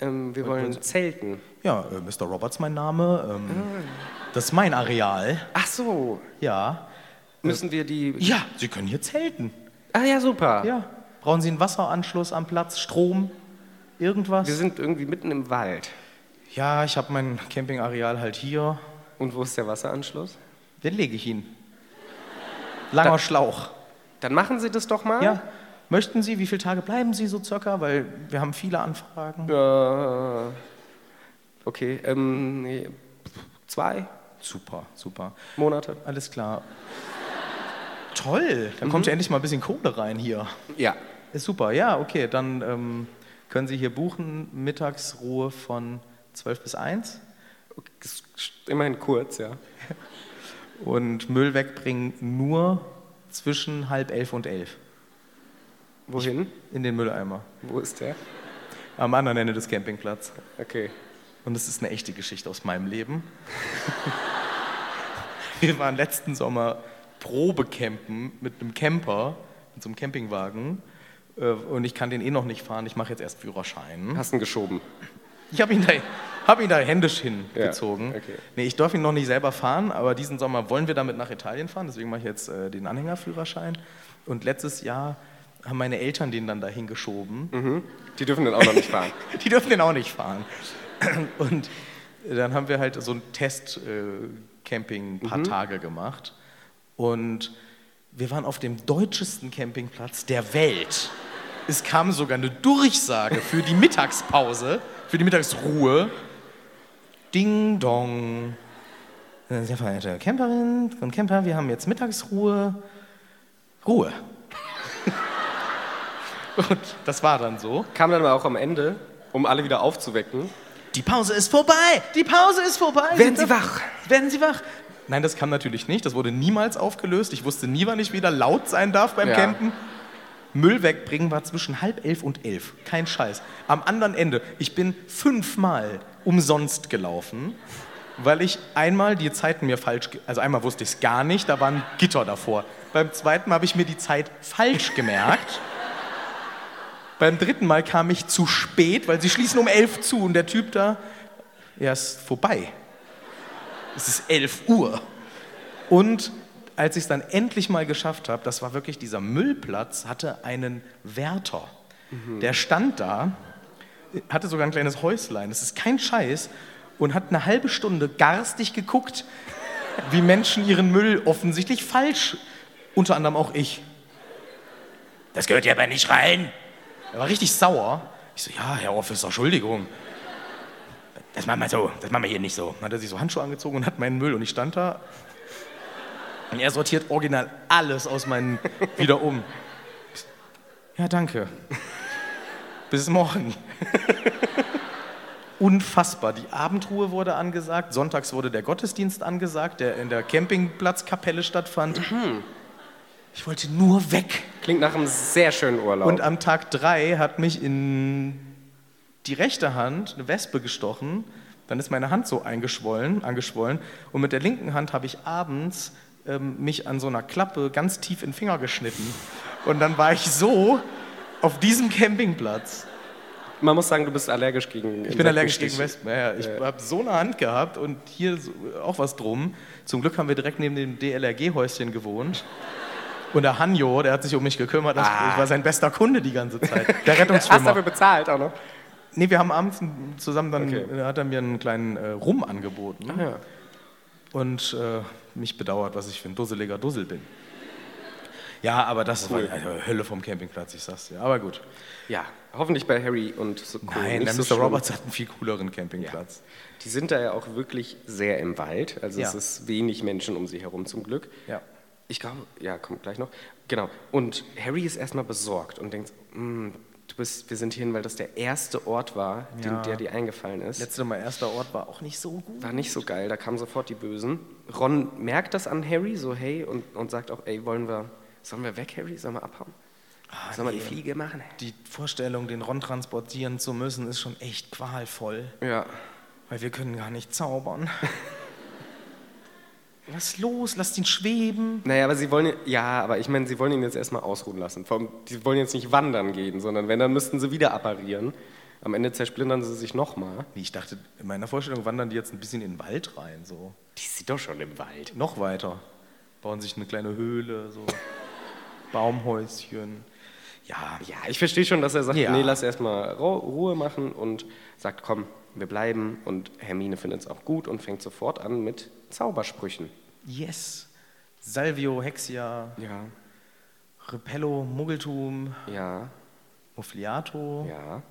A: Ähm, wir wollen zelten.
B: Ja, äh, Mr. Roberts mein Name. Ähm, Das ist mein Areal.
A: Ach so,
B: Ja.
A: müssen wir die...
B: Ja, Sie können hier zelten.
A: Ah ja, super.
B: Ja. Brauchen Sie einen Wasseranschluss am Platz, Strom, irgendwas?
A: Wir sind irgendwie mitten im Wald.
B: ja, ich habe mein Campingareal halt hier.
A: Und wo ist der Wasseranschluss?
B: Den lege ich Ihnen. Langer Schlauch.
A: Dann machen Sie das doch mal.
B: Ja. Möchten Sie, wie viele Tage bleiben Sie so circa? Weil wir haben viele Anfragen.
A: Äh, okay, ähm, nee, zwei
B: Super, super.
A: Monate.
B: Alles klar. Mhm. Toll, dann kommt ja endlich mal ein bisschen Kohle rein hier.
A: Ja.
B: Ist super, ja, okay. Dann ähm, können Sie hier buchen, Mittagsruhe von 12 bis 1
A: Ist Immerhin kurz, ja.
B: und Müll wegbringen nur zwischen halb elf und elf
A: Wohin?
B: in den Mülleimer
A: Wo ist der?
B: am anderen Ende des Campingplatzes.
A: Okay.
B: Und es ist eine echte Geschichte aus meinem Leben. Wir waren letzten Sommer Probecampen mit einem Camper, mit so einem Campingwagen. Äh, Und ich kann den eh noch nicht fahren, ich mache jetzt erst Führerschein.
A: Hast ihn geschoben.
B: Ich habe ihn, da- hab ihn da händisch hingezogen.
A: Ja, okay.
B: Nee, ich darf ihn noch nicht selber fahren, aber diesen Sommer wollen wir damit nach Italien fahren, deswegen mache ich jetzt äh, den Anhängerführerschein. Und letztes Jahr haben meine Eltern den dann dahin geschoben.
A: Die dürfen den auch noch nicht fahren.
B: Die dürfen den auch nicht fahren. Und dann haben wir halt so ein Test-Camping ein paar Tage gemacht. Und wir waren auf dem deutschesten Campingplatz der Welt. Es kam sogar eine Durchsage für die Mittagspause, für die Mittagsruhe. Ding dong. Äh, Sehr verehrte Camperin und Camper, wir haben jetzt Mittagsruhe. Ruhe. Und das war dann so.
A: Kam dann aber auch am Ende, um alle wieder aufzuwecken.
B: Die Pause ist vorbei! Die Pause ist vorbei!
A: Werden Sie wach!
B: Werden Sie wach! Nein, das kam natürlich nicht. Das wurde niemals aufgelöst. Ich wusste nie, wann ich wieder laut sein darf beim
A: Ja.
B: Campen. Müll wegbringen war zwischen halb elf und elf. Kein Scheiß. Am anderen Ende. Ich bin fünfmal umsonst gelaufen, weil ich einmal die Zeiten mir falsch. ge- Also einmal wusste ich es gar nicht, da war ein Gitter davor. Beim zweiten Mal habe ich mir die Zeit falsch gemerkt. Beim dritten Mal kam ich zu spät, weil sie schließen um elf zu und der Typ da, er ist vorbei. Es ist 11 Uhr. Und als ich es dann endlich mal geschafft habe, das war wirklich dieser Müllplatz, hatte einen Wärter. Der stand da, hatte sogar ein kleines Häuslein, das ist kein Scheiß, und hat eine halbe Stunde garstig geguckt, wie Menschen ihren Müll offensichtlich falsch, unter anderem auch ich.
C: Das gehört ja aber nicht rein.
B: Er war richtig sauer.
C: Ich so, ja, Herr Officer, Entschuldigung. Das machen wir so, das machen wir hier nicht so.
B: Dann hat er sich so Handschuhe angezogen und hat meinen Müll und ich stand da und er sortiert original alles aus meinen wieder um. Ja, danke. Bis morgen. Unfassbar. Die Abendruhe wurde angesagt, sonntags wurde der Gottesdienst angesagt, der in der Campingplatzkapelle stattfand. Ich wollte nur weg.
A: Klingt nach einem sehr schönen Urlaub.
B: Und am Tag drei hat mich in die rechte Hand eine Wespe gestochen. Dann ist meine Hand so eingeschwollen, angeschwollen. Und mit der linken Hand habe ich abends ähm, mich an so einer Klappe ganz tief in den Finger geschnitten. Und dann war ich so auf diesem Campingplatz.
A: Man muss sagen, du bist allergisch gegen
B: Ich bin allergisch gegen Wespen. Ja, ja. Ich habe so eine Hand gehabt und hier so, auch was drum. Zum Glück haben wir direkt neben dem DLRG-Häuschen gewohnt. Und der Hanjo, der hat sich um mich gekümmert. Das, Ich war sein bester Kunde die ganze Zeit. Der
A: Hast dafür
B: Rettungsschwimmer.
A: bezahlt auch noch.
B: Nee, wir haben abends n- zusammen dann,
A: Okay.
B: äh, hat er mir einen kleinen äh, Rum angeboten
A: ja.
B: und äh, mich bedauert, was ich für ein dusseliger Dussel bin. Ja, aber das war eine Hölle vom Campingplatz, ich sag's dir. Aber gut.
A: Ja, hoffentlich bei Harry und so Co.
B: Nein,
A: nicht
B: dann
A: so
B: Mr.
A: schlimm.
B: Roberts hat einen viel cooleren Campingplatz.
A: Die sind da ja auch wirklich sehr im Wald. Also es
B: Ja.
A: ist wenig Menschen um sie herum zum Glück.
B: Ja.
A: Ich glaube, ja, kommt gleich noch. Genau. Und Harry ist erstmal besorgt und denkt, "Hm, du bist, wir sind hierhin, weil das der erste Ort war, den, der dir eingefallen ist.
B: Letzte Mal erster Ort war auch nicht so gut.
A: War nicht so geil, da kamen sofort die Bösen. Ron merkt das an Harry, so hey, und, und sagt auch, ey, wollen wir, sollen wir weg, Harry? Sollen wir abhauen?
B: Ah,
A: sollen wir die Fliege machen?
B: Die Vorstellung, den Ron transportieren zu müssen, ist schon echt qualvoll,
A: Ja.
B: weil wir können gar nicht zaubern. Lass los, lass ihn schweben.
A: Naja, aber sie wollen, ja, aber ich meine, sie wollen ihn jetzt erstmal ausruhen lassen. Vor allem, die wollen jetzt nicht wandern gehen, sondern wenn, dann müssten sie wieder apparieren. Am Ende zersplintern sie sich nochmal.
B: Nee, ich dachte, in meiner Vorstellung wandern die jetzt ein bisschen in den Wald rein, so.
A: Die sind doch schon im Wald.
B: Noch weiter. Bauen sich eine kleine Höhle, so. Baumhäuschen. Ja,
A: Ja, ich verstehe schon, dass er sagt,
B: Ja.
A: nee, lass erstmal Ru- Ruhe machen und sagt, komm, wir bleiben. Und Hermine findet es auch gut und fängt sofort an mit Zaubersprüchen.
B: yes. Salvio, Hexia,
A: Ja.
B: Repello, Muggeltum,
A: Ja,
B: Muffliato.
A: ja.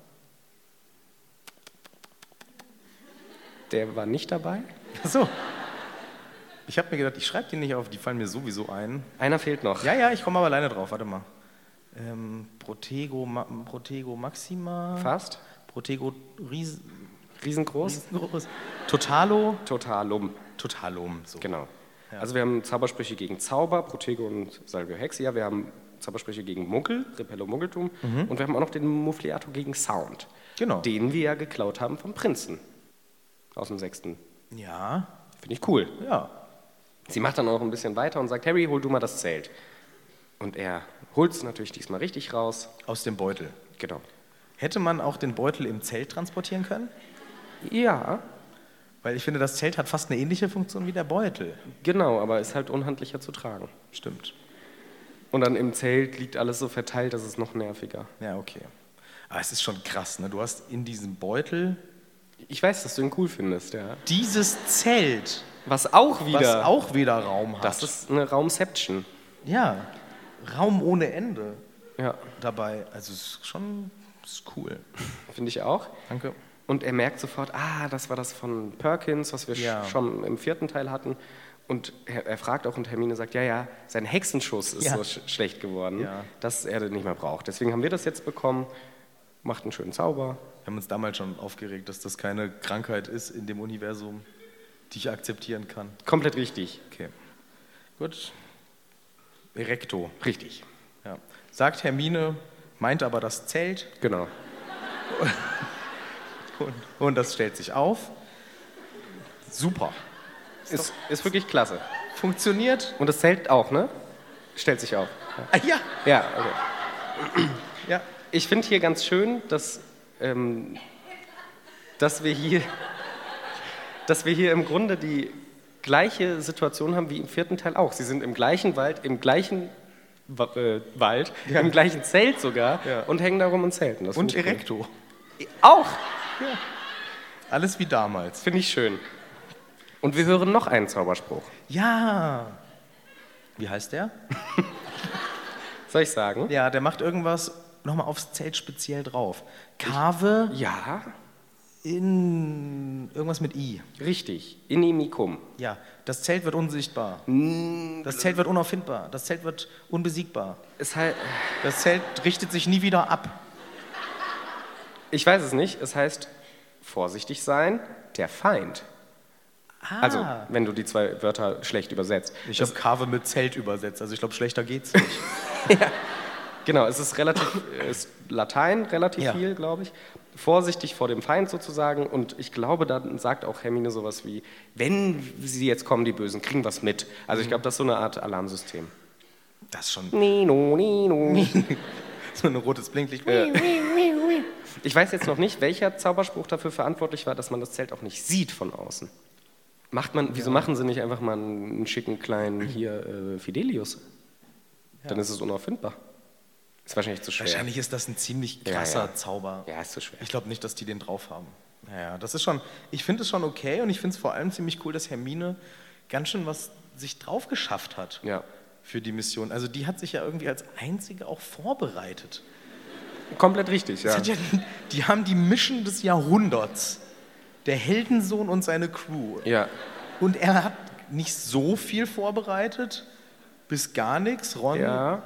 A: Der war nicht dabei.
B: Ach So. Ich habe mir gedacht, ich schreibe die nicht auf, die fallen mir sowieso ein.
A: Einer fehlt noch.
B: Ja, ja, ich komme aber alleine drauf, warte mal. Ähm, Protego, Ma Protego Maxima.
A: Fast.
B: Protego Ries
A: Riesengroß.
B: Riesengroß. Totalo.
A: Totalum.
B: Totalum. So.
A: Genau. Also wir haben Zaubersprüche gegen Zauber, Protego und Salvio Hexia. Wir haben Zaubersprüche gegen Muggel, Repello Muggeltum. Und wir haben auch noch den Muffliato gegen Sound.
B: Mhm. Genau.
A: Den wir ja geklaut haben vom Prinzen. Aus dem sechsten.
B: Ja,
A: Finde ich cool.
B: ja.
A: Sie macht dann auch ein bisschen weiter und sagt, Harry, hol du mal das Zelt. Und er holt es natürlich diesmal richtig raus.
B: Aus dem Beutel.
A: Genau.
B: Hätte man auch den Beutel im Zelt transportieren können?
A: Ja,
B: Weil ich finde, das Zelt hat fast eine ähnliche Funktion wie der Beutel.
A: genau, aber ist halt unhandlicher zu tragen.
B: Stimmt.
A: Und dann im Zelt liegt alles so verteilt, das ist noch nerviger.
B: Ja, okay. Aber es ist schon krass, ne? Du hast in diesem Beutel
A: Ich weiß, dass du ihn cool findest, ja.
B: dieses Zelt,
A: Was auch wieder.
B: was auch wieder Raum hat.
A: Das ist eine Raumception.
B: ja, Raum ohne Ende
A: Ja,
B: dabei. Also es ist schon es ist cool.
A: finde ich auch.
B: Danke.
A: Und er merkt sofort, ah, das war das von Perkins, was wir sch-
B: Ja.
A: schon im vierten Teil hatten. Und er, er fragt auch und Hermine sagt, ja, ja, sein Hexenschuss ist
B: Ja.
A: so sch schlecht geworden,
B: Ja.
A: dass er den nicht mehr braucht. Deswegen haben wir das jetzt bekommen. Macht einen schönen Zauber.
B: Wir haben uns damals schon aufgeregt, dass das keine Krankheit ist in dem Universum, die ich akzeptieren kann.
A: Komplett richtig.
B: Okay. Gut. Erecto.
A: Richtig.
B: Ja. Sagt Hermine, meint aber das Zelt
A: Genau.
B: und, und das stellt sich auf. Super.
A: Ist, ist wirklich klasse.
B: Funktioniert.
A: Und das Zelt auch, ne? Stellt sich auf.
B: Ah, ja.
A: Ja, okay.
B: ja.
A: Ich finde hier ganz schön, dass, ähm, dass, wir hier, dass wir hier im Grunde die gleiche Situation haben wie im vierten Teil auch. Sie sind im gleichen Wald, im gleichen Wa- äh, Wald, im gleichen Zelt sogar und hängen da rum und zelten. Das
B: Und
A: find ich
B: Erecto.
A: cool. Auch,
B: Alles wie damals.
A: finde ich schön. Und wir hören noch einen Zauberspruch.
B: Ja. Wie heißt der?
A: Soll ich sagen?
B: Ja, der macht irgendwas nochmal aufs Zelt speziell drauf. Kave
A: Ja,
B: in irgendwas mit I.
A: richtig. Inimicum.
B: Ja, das Zelt wird unsichtbar. Das Zelt wird unauffindbar. Das Zelt wird unbesiegbar.
A: Ist halt,
B: Das Zelt richtet sich nie wieder ab.
A: ich weiß es nicht. Es heißt vorsichtig sein, der Feind. Also, wenn du die zwei Wörter schlecht übersetzt.
B: Ah. Ich habe Kave mit Zelt übersetzt, also ich glaube, schlechter geht's nicht.
A: Genau, es ist relativ äh, ist Latein, relativ
B: Ja.
A: viel, glaube ich. Vorsichtig vor dem Feind sozusagen. Und ich glaube, dann sagt auch Hermine sowas wie, wenn sie jetzt kommen, die Bösen, kriegen was mit.
B: Mhm.
A: Also ich glaube, das ist so eine Art Alarmsystem.
B: Das ist schon
A: Nino, Nino.
B: so ein rotes Blinklicht.
A: Ich weiß jetzt noch nicht, welcher Zauberspruch dafür verantwortlich war, dass man das Zelt auch nicht sieht von außen. Macht man, wieso machen sie nicht einfach mal einen, einen schicken kleinen hier äh, Fidelius? Dann ist es unauffindbar. Ist wahrscheinlich zu schwer.
B: Wahrscheinlich ist das ein ziemlich krasser
A: Ja, ja.
B: Zauber.
A: Ja, ist zu schwer.
B: Ich glaube nicht, dass die den drauf haben. Naja, das ist schon, ich finde es schon okay und ich finde es vor allem ziemlich cool, dass Hermine ganz schön was sich drauf geschafft hat.
A: Ja.
B: für die Mission. Also die hat sich ja irgendwie als einzige auch vorbereitet.
A: Komplett richtig, ja.
B: Das hat ja die haben die Mission des Jahrhunderts. Der Heldensohn und seine Crew.
A: Ja,
B: Und er hat nicht so viel vorbereitet, bis gar nichts. Ron,
A: ja.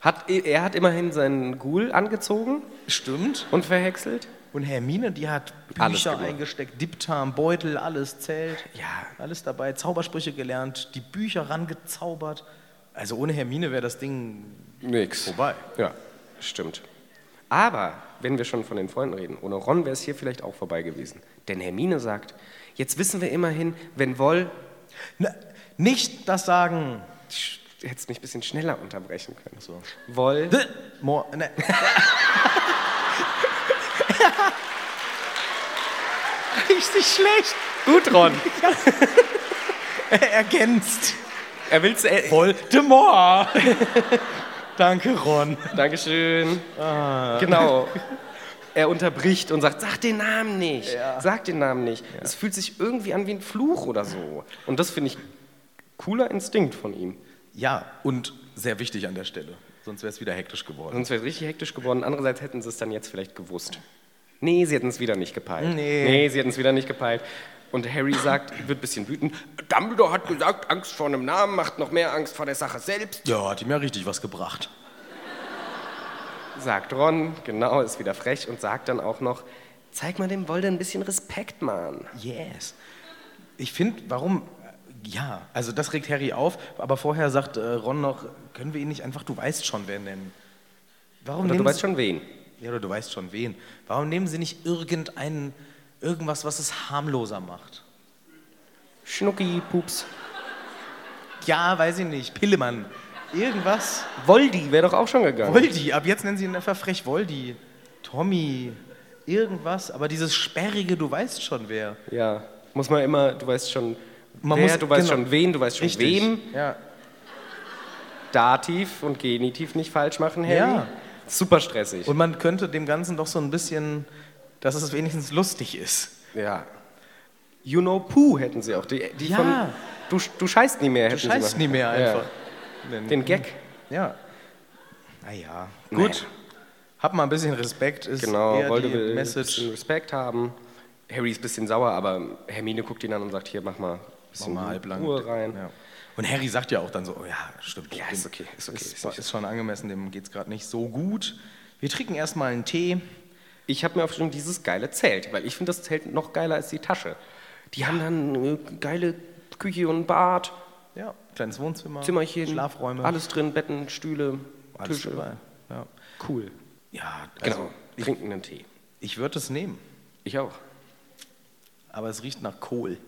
A: Hat, er hat immerhin seinen Ghoul angezogen
B: stimmt.
A: und verhäckselt.
B: Und Hermine, die hat
A: Alles
B: Bücher
A: gemacht.
B: eingesteckt, Dipptarm, Beutel, alles, Zelt.
A: Ja.
B: Alles dabei, Zaubersprüche gelernt, die Bücher rangezaubert. Also ohne Hermine wäre das Ding
A: Nix.
B: vorbei.
A: Ja, stimmt. Aber, wenn wir schon von den Freunden reden, ohne Ron wäre es hier vielleicht auch vorbei gewesen. Denn Hermine sagt, jetzt wissen wir immerhin, wenn Woll...
B: Na, nicht das sagen.
A: Sch- Hättest mich ein bisschen schneller unterbrechen können. Woll...
B: Mor ne. Richtig schlecht.
A: Gut, Ron.
B: Er ergänzt.
A: Er will's... Äh,
B: Voldemort. Danke, Ron. Ah.
A: Dankeschön. Genau. Er unterbricht und sagt, sag den Namen nicht. Sag den Namen nicht. Es fühlt sich irgendwie an wie ein Fluch oder so. Und das finde ich cooler Instinkt von ihm.
B: Ja, und sehr wichtig an der Stelle. Sonst wäre es wieder hektisch geworden.
A: Sonst wäre es richtig hektisch geworden. Andererseits hätten sie es dann jetzt vielleicht gewusst. Nee, sie hätten es wieder nicht gepeilt.
B: Nee.
A: Nee, sie hätten es wieder nicht gepeilt. Und Harry sagt, wird ein bisschen wütend, Dumbledore hat gesagt, Angst vor einem Namen macht noch mehr Angst vor der Sache selbst.
B: Ja, hat ihm ja richtig was gebracht.
A: Sagt Ron, genau, ist wieder frech und sagt dann auch noch, zeig mal dem Wolde ein bisschen Respekt, Mann.
B: Yes. Ich finde, warum. Ja, also das regt Harry auf, aber vorher sagt äh, Ron noch, können wir ihn nicht einfach, du weißt schon, wer nennen. Warum
A: Oder du
B: nehmen
A: weißt
B: Sie-
A: schon wen.
B: Ja, oder du weißt schon wen. Warum nehmen sie nicht irgendeinen, irgendwas, was es harmloser macht?
A: Schnucki, Pups.
B: Ja, weiß ich nicht. Pillemann. Irgendwas.
A: Woldi wäre doch auch schon gegangen.
B: Woldi. Ab jetzt nennen sie ihn einfach frech Woldi. Tommy. Irgendwas. Aber dieses sperrige, du weißt schon wer.
A: Ja, muss man immer, du weißt schon,
B: Man
A: wer,
B: muss-
A: du weißt
B: genau.
A: schon wen, du weißt schon
B: Richtig.
A: wem.
B: Ja.
A: Dativ und Genitiv nicht falsch machen, Harry.
B: Ja.
A: Super stressig.
B: Und man könnte dem Ganzen doch so ein bisschen, dass es wenigstens lustig ist.
A: ja. You know Pooh hätten sie auch. Die, die
B: Ja.
A: von, du, du scheißt nie mehr,
B: Du
A: hätten sie
B: scheißt
A: machen.
B: nie mehr einfach.
A: Ja. Den Gag.
B: Ja. Naja. Gut. Hab mal ein bisschen Respekt. Ist
A: Genau,
B: eher
A: wollte
B: die
A: will ein
B: Message.
A: bisschen Respekt haben. Harry ist ein bisschen sauer, aber Hermine guckt ihn an und sagt, hier, mach mal ein bisschen
B: mal halblang.
A: Ruhe rein.
B: Ja. Und Harry sagt ja auch dann so, oh ja, stimmt.
A: Ja, ist okay, ist okay,
B: Ist,
A: ist nicht-
B: ist schon angemessen, dem geht's gerade nicht so gut. Wir trinken erstmal einen Tee.
A: Ich habe mir aufgeschrieben, dieses geile Zelt, weil ich finde das Zelt noch geiler als die Tasche. Die haben dann eine geile Küche und Bad,
B: Ja, kleines Wohnzimmer,
A: Zimmerchen,
B: Schlafräume,
A: alles drin, Betten, Stühle,
B: alles
A: Tische.
B: dabei. Ja,
A: Cool.
B: ja also,
A: Genau. Trinken einen Tee.
B: ich würde es nehmen,
A: Ich auch.
B: aber es riecht nach Kohl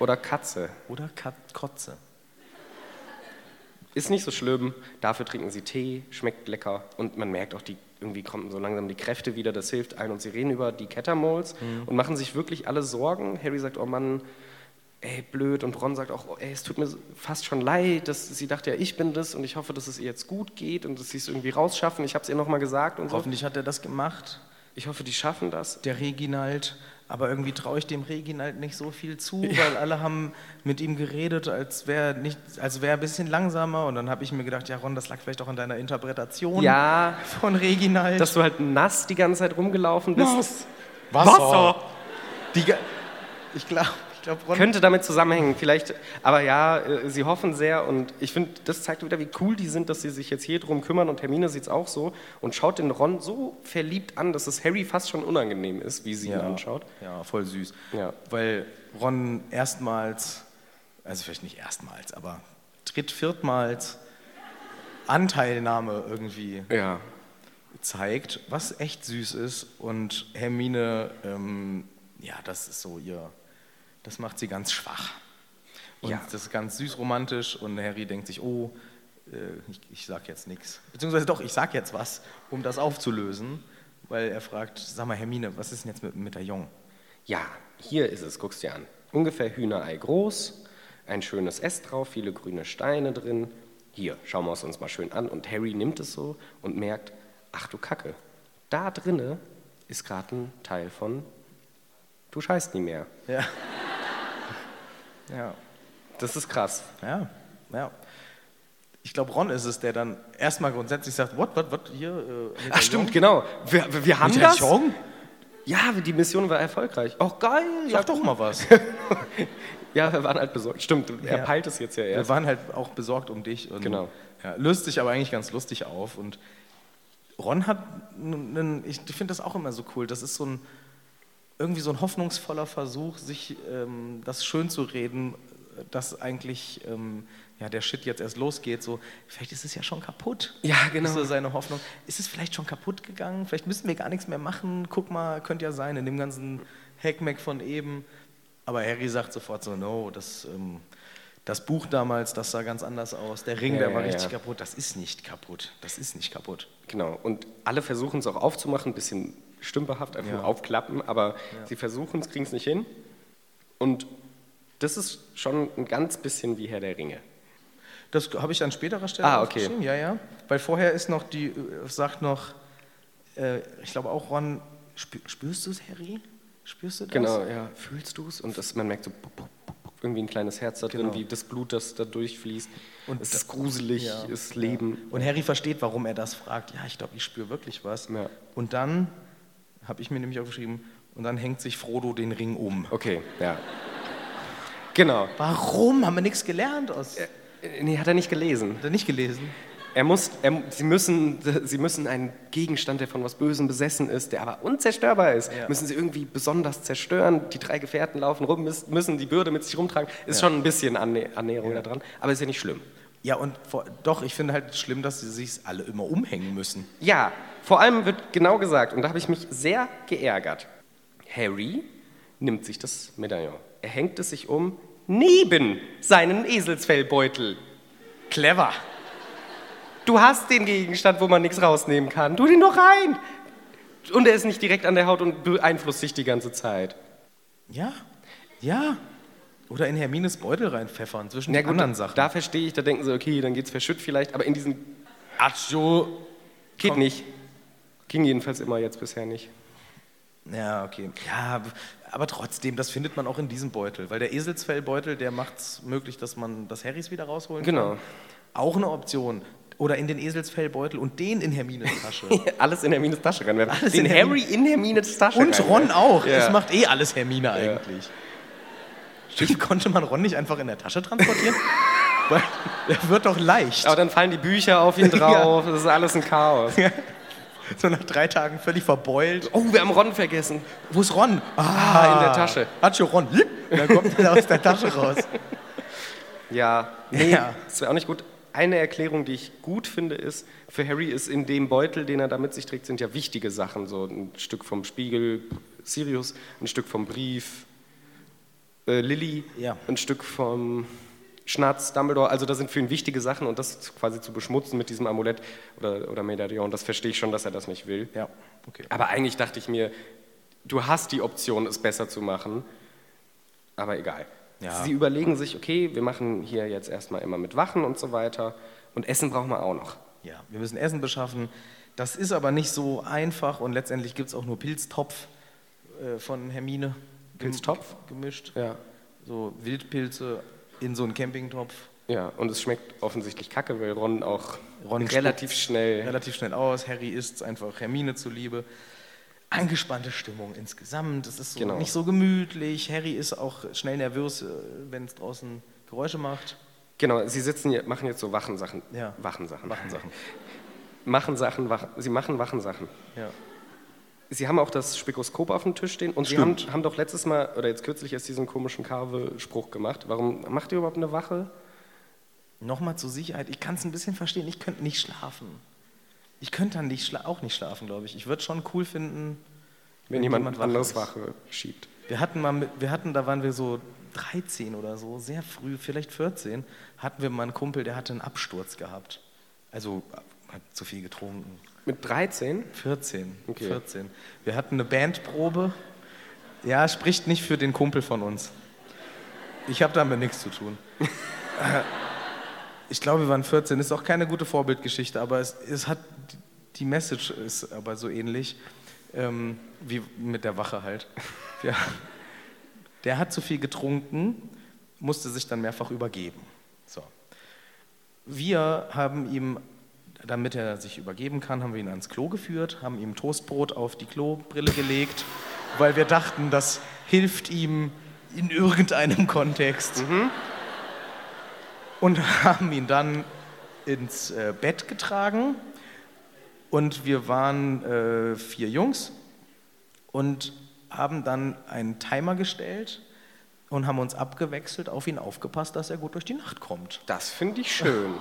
A: Oder Katze.
B: oder Kat Kotze.
A: Ist nicht so schlimm. Dafür trinken sie Tee, schmeckt lecker und man merkt auch, die, irgendwie kommen so langsam die Kräfte wieder, das hilft ein und sie reden über die Catamoles und machen sich wirklich alle Sorgen. Harry sagt, oh Mann, ey, blöd und Ron sagt auch, oh, ey, es tut mir fast schon leid, dass sie dachte ja, ich bin das und ich hoffe, dass es ihr jetzt gut geht und dass sie es irgendwie rausschaffen. Ich habe es ihr nochmal gesagt und so.
B: Hoffentlich hat er das gemacht,
A: Ich hoffe, die schaffen das.
B: der Reginald, aber irgendwie traue ich dem Reginald nicht so viel zu, weil alle haben mit ihm geredet, als wäre nicht, als wäre ein bisschen langsamer. Und dann habe ich mir gedacht, ja Ron, das lag vielleicht auch an deiner Interpretation
A: Ja,
B: von Reginald.
A: dass du halt nass die ganze Zeit rumgelaufen bist. Nass.
B: Die ga- ich glaube, ich glaub, Ron.
A: Könnte damit zusammenhängen, vielleicht. Aber ja, äh, sie hoffen sehr und ich finde, das zeigt wieder, wie cool die sind, dass sie sich jetzt hier drum kümmern und Hermine sieht es auch so und schaut den Ron so verliebt an, dass es Harry fast schon unangenehm ist, wie sie ihn anschaut.
B: ja, voll süß.
A: Ja.
B: Weil Ron erstmals, also vielleicht nicht erstmals, aber dritt, viertmals Anteilnahme irgendwie
A: Ja.
B: zeigt, was echt süß ist. Und Hermine, ähm, ja, das ist so ihr, das macht sie ganz schwach. Und
A: Ja.
B: das ist ganz süß romantisch und Harry denkt sich, oh, äh, ich, ich sag jetzt nichts. Beziehungsweise doch, ich sag jetzt was, um das aufzulösen, weil er fragt, sag mal Hermine, was ist denn jetzt mit, mit der Jung?
A: Ja, hier ist es, guck's dir an. Ungefähr Hühnerei groß, ein schönes S drauf, viele grüne Steine drin. Hier, schauen wir es uns mal schön an. Und Harry nimmt es so und merkt, ach du Kacke, da drinne ist gerade ein Teil von Du scheißt nie mehr.
B: Ja. ja.
A: Das ist krass.
B: Ja, ja. ich glaube, Ron ist es, der dann erstmal grundsätzlich sagt, what, what, what, hier. Äh,
A: Ach stimmt, genau. Wir, wir- wir haben
B: Mit
A: das.
B: Jong?
A: Ja, die Mission war erfolgreich. Auch Oh, geil. Ja,
B: Sag doch mal was.
A: ja, wir waren halt besorgt. Stimmt, er peilt es jetzt ja
B: Wir
A: erst.
B: waren halt auch besorgt um dich. Und
A: Genau.
B: Ja, löst sich aber eigentlich ganz lustig auf. Und Ron hat einen, ich finde das auch immer so cool, das ist so ein, irgendwie so ein hoffnungsvoller Versuch, sich ähm, das schön zu reden, dass eigentlich ähm, ja, der Shit jetzt erst losgeht. So, vielleicht ist es ja schon kaputt.
A: Ja, genau.
B: Das ist so seine Hoffnung. Ist es vielleicht schon kaputt gegangen? Vielleicht müssen wir gar nichts mehr machen. Guck mal, könnte ja sein, in dem ganzen Hackmack von eben. Aber Harry sagt sofort so, no, das, ähm, das Buch damals, das sah ganz anders aus. Der Ring,
A: Ja,
B: der war
A: ja,
B: richtig
A: ja.
B: kaputt. Das ist nicht kaputt. Das ist nicht kaputt.
A: Genau. Und alle versuchen es auch aufzumachen, ein bisschen stümperhaft, einfach nur aufklappen, aber sie versuchen es, kriegen es nicht hin. Und das ist schon ein ganz bisschen wie Herr der Ringe.
B: Das habe ich an späterer Stelle
A: Ah, okay.
B: aufgeschrieben, ja, ja. Weil vorher ist noch die, äh, sagt noch, äh, ich glaube auch Ron, spür, spürst du es, Harry? Spürst du das?
A: Genau, ja. Fühlst du es? Und das, man merkt so pup, pup, pup, pup, irgendwie ein kleines Herz da drin,
B: Genau.
A: wie das Blut, das da durchfließt.
B: Und
A: es ist gruselig,
B: ja,
A: es ist Leben.
B: Und Harry versteht, warum er das fragt. Ja, ich glaube, ich spüre wirklich was.
A: Ja.
B: Und dann habe ich mir nämlich aufgeschrieben, und dann hängt sich Frodo den Ring um.
A: Okay, ja. Genau.
B: Warum? Haben wir nichts gelernt aus.
A: Äh, Nee, hat er nicht gelesen.
B: Hat er nicht gelesen?
A: Er muss, er, sie, müssen, sie müssen einen Gegenstand, der von was Bösem besessen ist, der aber unzerstörbar ist, müssen sie irgendwie besonders zerstören. Die drei Gefährten laufen rum, müssen- müssen die Bürde mit sich rumtragen. Ist schon ein bisschen Annä Annäherung da dran, aber ist ja nicht schlimm.
B: Ja, und vor, doch, ich finde halt schlimm, dass sie sich alle immer umhängen müssen.
A: Ja, vor allem wird genau gesagt, und da habe ich mich sehr geärgert, Harry nimmt sich das Medaillon. Er hängt es sich um neben seinen Eselsfellbeutel. Clever. Du hast den Gegenstand, wo man nichts rausnehmen kann. Tu den doch rein. Und er ist nicht direkt an der Haut und beeinflusst dich die ganze Zeit.
B: Ja, ja. Oder in Hermines Beutel reinpfeffern, zwischen
A: Na
B: den
A: gut,
B: anderen Sachen.
A: Da verstehe ich, da denken sie, okay, dann geht's verschütt vielleicht, aber in diesen
B: Acho.
A: geht
B: Komm.
A: nicht. Ging jedenfalls immer jetzt bisher nicht.
B: Ja, okay. Ja, b- aber trotzdem, das findet man auch in diesem Beutel, weil der Eselsfellbeutel, der macht es möglich, dass man das Harrys wieder rausholen
A: Genau.
B: kann. Auch eine Option. Oder in den Eselsfellbeutel und den in Hermines Tasche.
A: Alles in Hermines Tasche reinwerfen.
B: Alles
A: den
B: in Hermine-
A: Harry in Hermines Tasche
B: und Ron
A: reinwerfen.
B: auch.
A: Ja.
B: Das macht eh alles Hermine eigentlich. Stimmt, konnte man Ron nicht einfach in der Tasche transportieren? weil der wird doch leicht.
A: Aber dann fallen die Bücher auf ihn drauf. Das ist alles ein Chaos.
B: So nach drei Tagen völlig verbeult.
A: Oh, wir haben Ron vergessen.
B: Wo ist Ron?
A: Ah, in der Tasche.
B: Hat schon Ron. Und dann kommt er aus der Tasche raus.
A: Ja, nee,
B: Ja.
A: das wäre auch nicht gut. Eine Erklärung, die ich gut finde, ist, für Harry ist in dem Beutel, den er da mit sich trägt, sind ja wichtige Sachen. So ein Stück vom Spiegel, Sirius, ein Stück vom Brief, äh, Lilly,
B: Ja.
A: ein Stück vom Schnatz, Dumbledore. Also das sind für ihn wichtige Sachen und das quasi zu beschmutzen mit diesem Amulett oder, oder Medaillon, das verstehe ich schon, dass er das nicht will.
B: Ja, okay.
A: Aber eigentlich dachte ich mir, du hast die Option, es besser zu machen. Aber egal. Sie überlegen sich, okay, wir machen hier jetzt erstmal immer mit Wachen und so weiter. Und Essen brauchen wir auch noch.
B: Ja, wir müssen Essen beschaffen. Das ist aber nicht so einfach und letztendlich gibt es auch nur Pilztopf äh, von Hermine. gem-
A: Pilztopf?
B: Gemischt.
A: Ja.
B: So Wildpilze in so einen Campingtopf.
A: Ja, und es schmeckt offensichtlich kacke, weil Ron auch
B: Ron
A: relativ schnell.
B: Relativ schnell aus. Harry isst einfach Hermine zuliebe. Angespannte Stimmung insgesamt. Es ist so
A: Genau.
B: nicht so gemütlich. Harry ist auch schnell nervös, wenn es draußen Geräusche macht.
A: Genau, sie sitzen hier, machen jetzt so Wachensachen.
B: Ja.
A: Wachensachen.
B: Wachensachen.
A: Machen Sachen, wach, sie machen Wachensachen.
B: Ja.
A: Sie haben auch das Spektroskop auf dem Tisch stehen und Sie haben, haben doch letztes Mal oder jetzt kürzlich erst diesen komischen Carve-Spruch gemacht. Warum macht ihr überhaupt eine Wache?
B: Nochmal zur Sicherheit, ich kann es ein bisschen verstehen, ich könnte nicht schlafen. Ich könnte dann nicht schla auch nicht schlafen, glaube ich. Ich würde schon cool finden,
A: wenn jemand,
B: jemand wach
A: anderes
B: ist.
A: Wache schiebt.
B: Wir hatten mal, mit, wir hatten, da waren wir so 13 oder so, sehr früh, vielleicht 14, hatten wir mal einen Kumpel, der hatte einen Absturz gehabt. Also hat zu viel getrunken.
A: Mit 13?
B: 14,
A: Okay.
B: 14. Wir hatten eine Bandprobe. Ja, spricht nicht für den Kumpel von uns. Ich habe damit nichts zu tun. ich glaube, wir waren 14. Ist auch keine gute Vorbildgeschichte, aber es, es hat die Message ist aber so ähnlich ähm, wie mit der Wache halt. Ja. Der hat zu viel getrunken, musste sich dann mehrfach übergeben. So. Wir haben ihm, damit er sich übergeben kann, haben wir ihn ans Klo geführt, haben ihm Toastbrot auf die Klobrille gelegt, weil wir dachten, das hilft ihm in irgendeinem Kontext. Und haben ihn dann ins äh, Bett getragen. Und wir waren äh, vier Jungs und haben dann einen Timer gestellt und haben uns abgewechselt, auf ihn aufgepasst, dass er gut durch die Nacht kommt.
A: Das finde ich schön.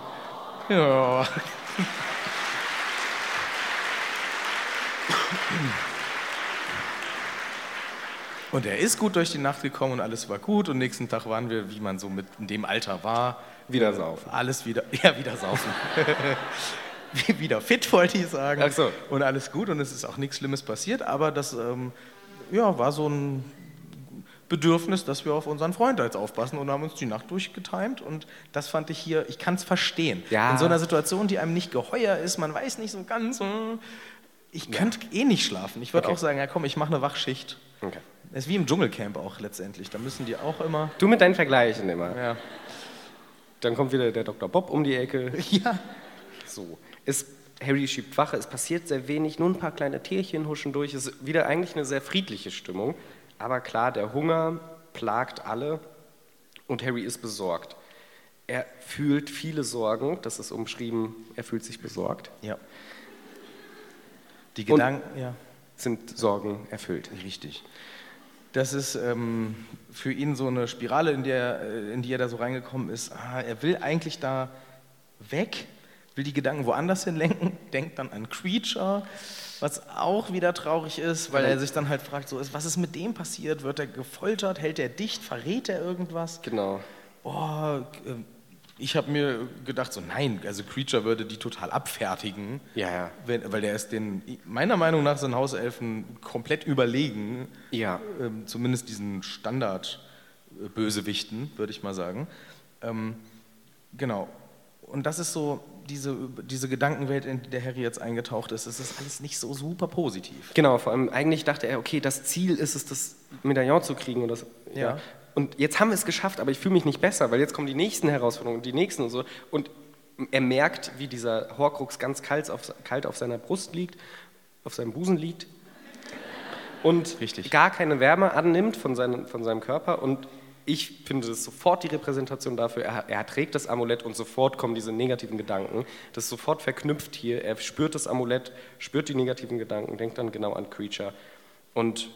B: Ja. Und er ist gut durch die Nacht gekommen und alles war gut. Und nächsten Tag waren wir, wie man so mit in dem Alter war,
A: Wieder saufen.
B: alles wieder, ja, wieder saufen. wieder fit, wollte ich sagen.
A: Ach so.
B: Und alles gut und es ist auch nichts Schlimmes passiert. Aber das ähm, ja, war so ein Bedürfnis, dass wir auf unseren Freund da jetzt aufpassen und haben uns die Nacht durchgetimt. Und das fand ich hier, ich kann es verstehen.
A: Ja.
B: In so einer Situation, die einem nicht geheuer ist, man weiß nicht so ganz, hm, ich könnte eh nicht schlafen. Ich würde
A: Okay.
B: auch sagen, ja komm, ich mache eine Wachschicht.
A: Okay.
B: Das ist wie im Dschungelcamp auch letztendlich. Da müssen die auch immer.
A: Du mit deinen Vergleichen immer.
B: Ja.
A: Dann kommt wieder der Dr. Bob um die Ecke.
B: Ja.
A: So. Es, Harry schiebt Wache, es passiert sehr wenig, nur ein paar kleine Tierchen huschen durch. Es ist wieder eigentlich eine sehr friedliche Stimmung. Aber klar, der Hunger plagt alle und Harry ist besorgt. Er fühlt viele Sorgen, das ist umschrieben, er fühlt sich besorgt.
B: ja. Die
A: Und-
B: Gedanken. ja.
A: Sind Sorgen erfüllt?
B: Richtig. Das ist ähm, für ihn so eine Spirale, in, der, äh, in die er da so reingekommen ist. Ah, er will eigentlich da weg, will die Gedanken woanders hinlenken, denkt dann an Creature, was auch wieder traurig ist, weil er sich dann halt fragt, so, was ist mit dem passiert? Wird er gefoltert? Hält er dicht? Verrät er irgendwas?
A: Genau.
B: Oh, äh, ich habe mir gedacht, so nein, also Creature würde die total abfertigen.
A: Ja, ja.
B: Wenn, weil der ist den, meiner Meinung nach, sind Hauselfen komplett überlegen.
A: Ja.
B: Ähm, zumindest diesen Standard-Bösewichten, würde ich mal sagen. Ähm, genau. Und das ist so diese, diese Gedankenwelt, in die der Harry jetzt eingetaucht ist. Es ist alles nicht so super positiv.
A: Genau, vor allem eigentlich dachte er, okay, das Ziel ist es, das Medaillon zu kriegen. Und, das, ja.
B: Ja.
A: und jetzt haben wir es geschafft, aber ich fühle mich nicht besser, weil jetzt kommen die nächsten Herausforderungen und die nächsten und so. Und er merkt, wie dieser Horcrux ganz kalt auf, kalt auf seiner Brust liegt, auf seinem Busen liegt und
B: Richtig.
A: gar keine Wärme annimmt von, seinen, von seinem Körper. Und ich finde das ist sofort die Repräsentation dafür, er, er trägt das Amulett und sofort kommen diese negativen Gedanken. Das ist sofort verknüpft hier. Er spürt das Amulett, spürt die negativen Gedanken, denkt dann genau an Creature. Und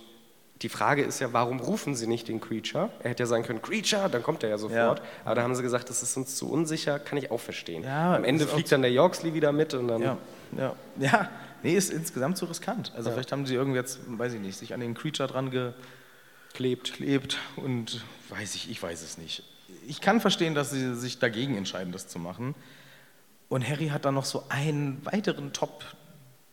A: die Frage ist ja, warum rufen sie nicht den Creature? Er hätte ja sagen können, Creature, dann kommt er ja sofort. Aber da haben sie gesagt, das ist uns zu unsicher, kann ich auch verstehen.
B: Ja,
A: Am Ende
B: ist auch
A: fliegt dann der Yorksley wieder mit und dann.
B: Ja, ja, ja. Nee, ist insgesamt zu riskant. Also vielleicht haben sie irgendwie jetzt, weiß ich nicht, sich an den Creature dran geklebt. Klebt und weiß ich, ich weiß es nicht. Ich kann verstehen, dass sie sich dagegen entscheiden, das zu machen. Und Harry hat dann noch so einen weiteren top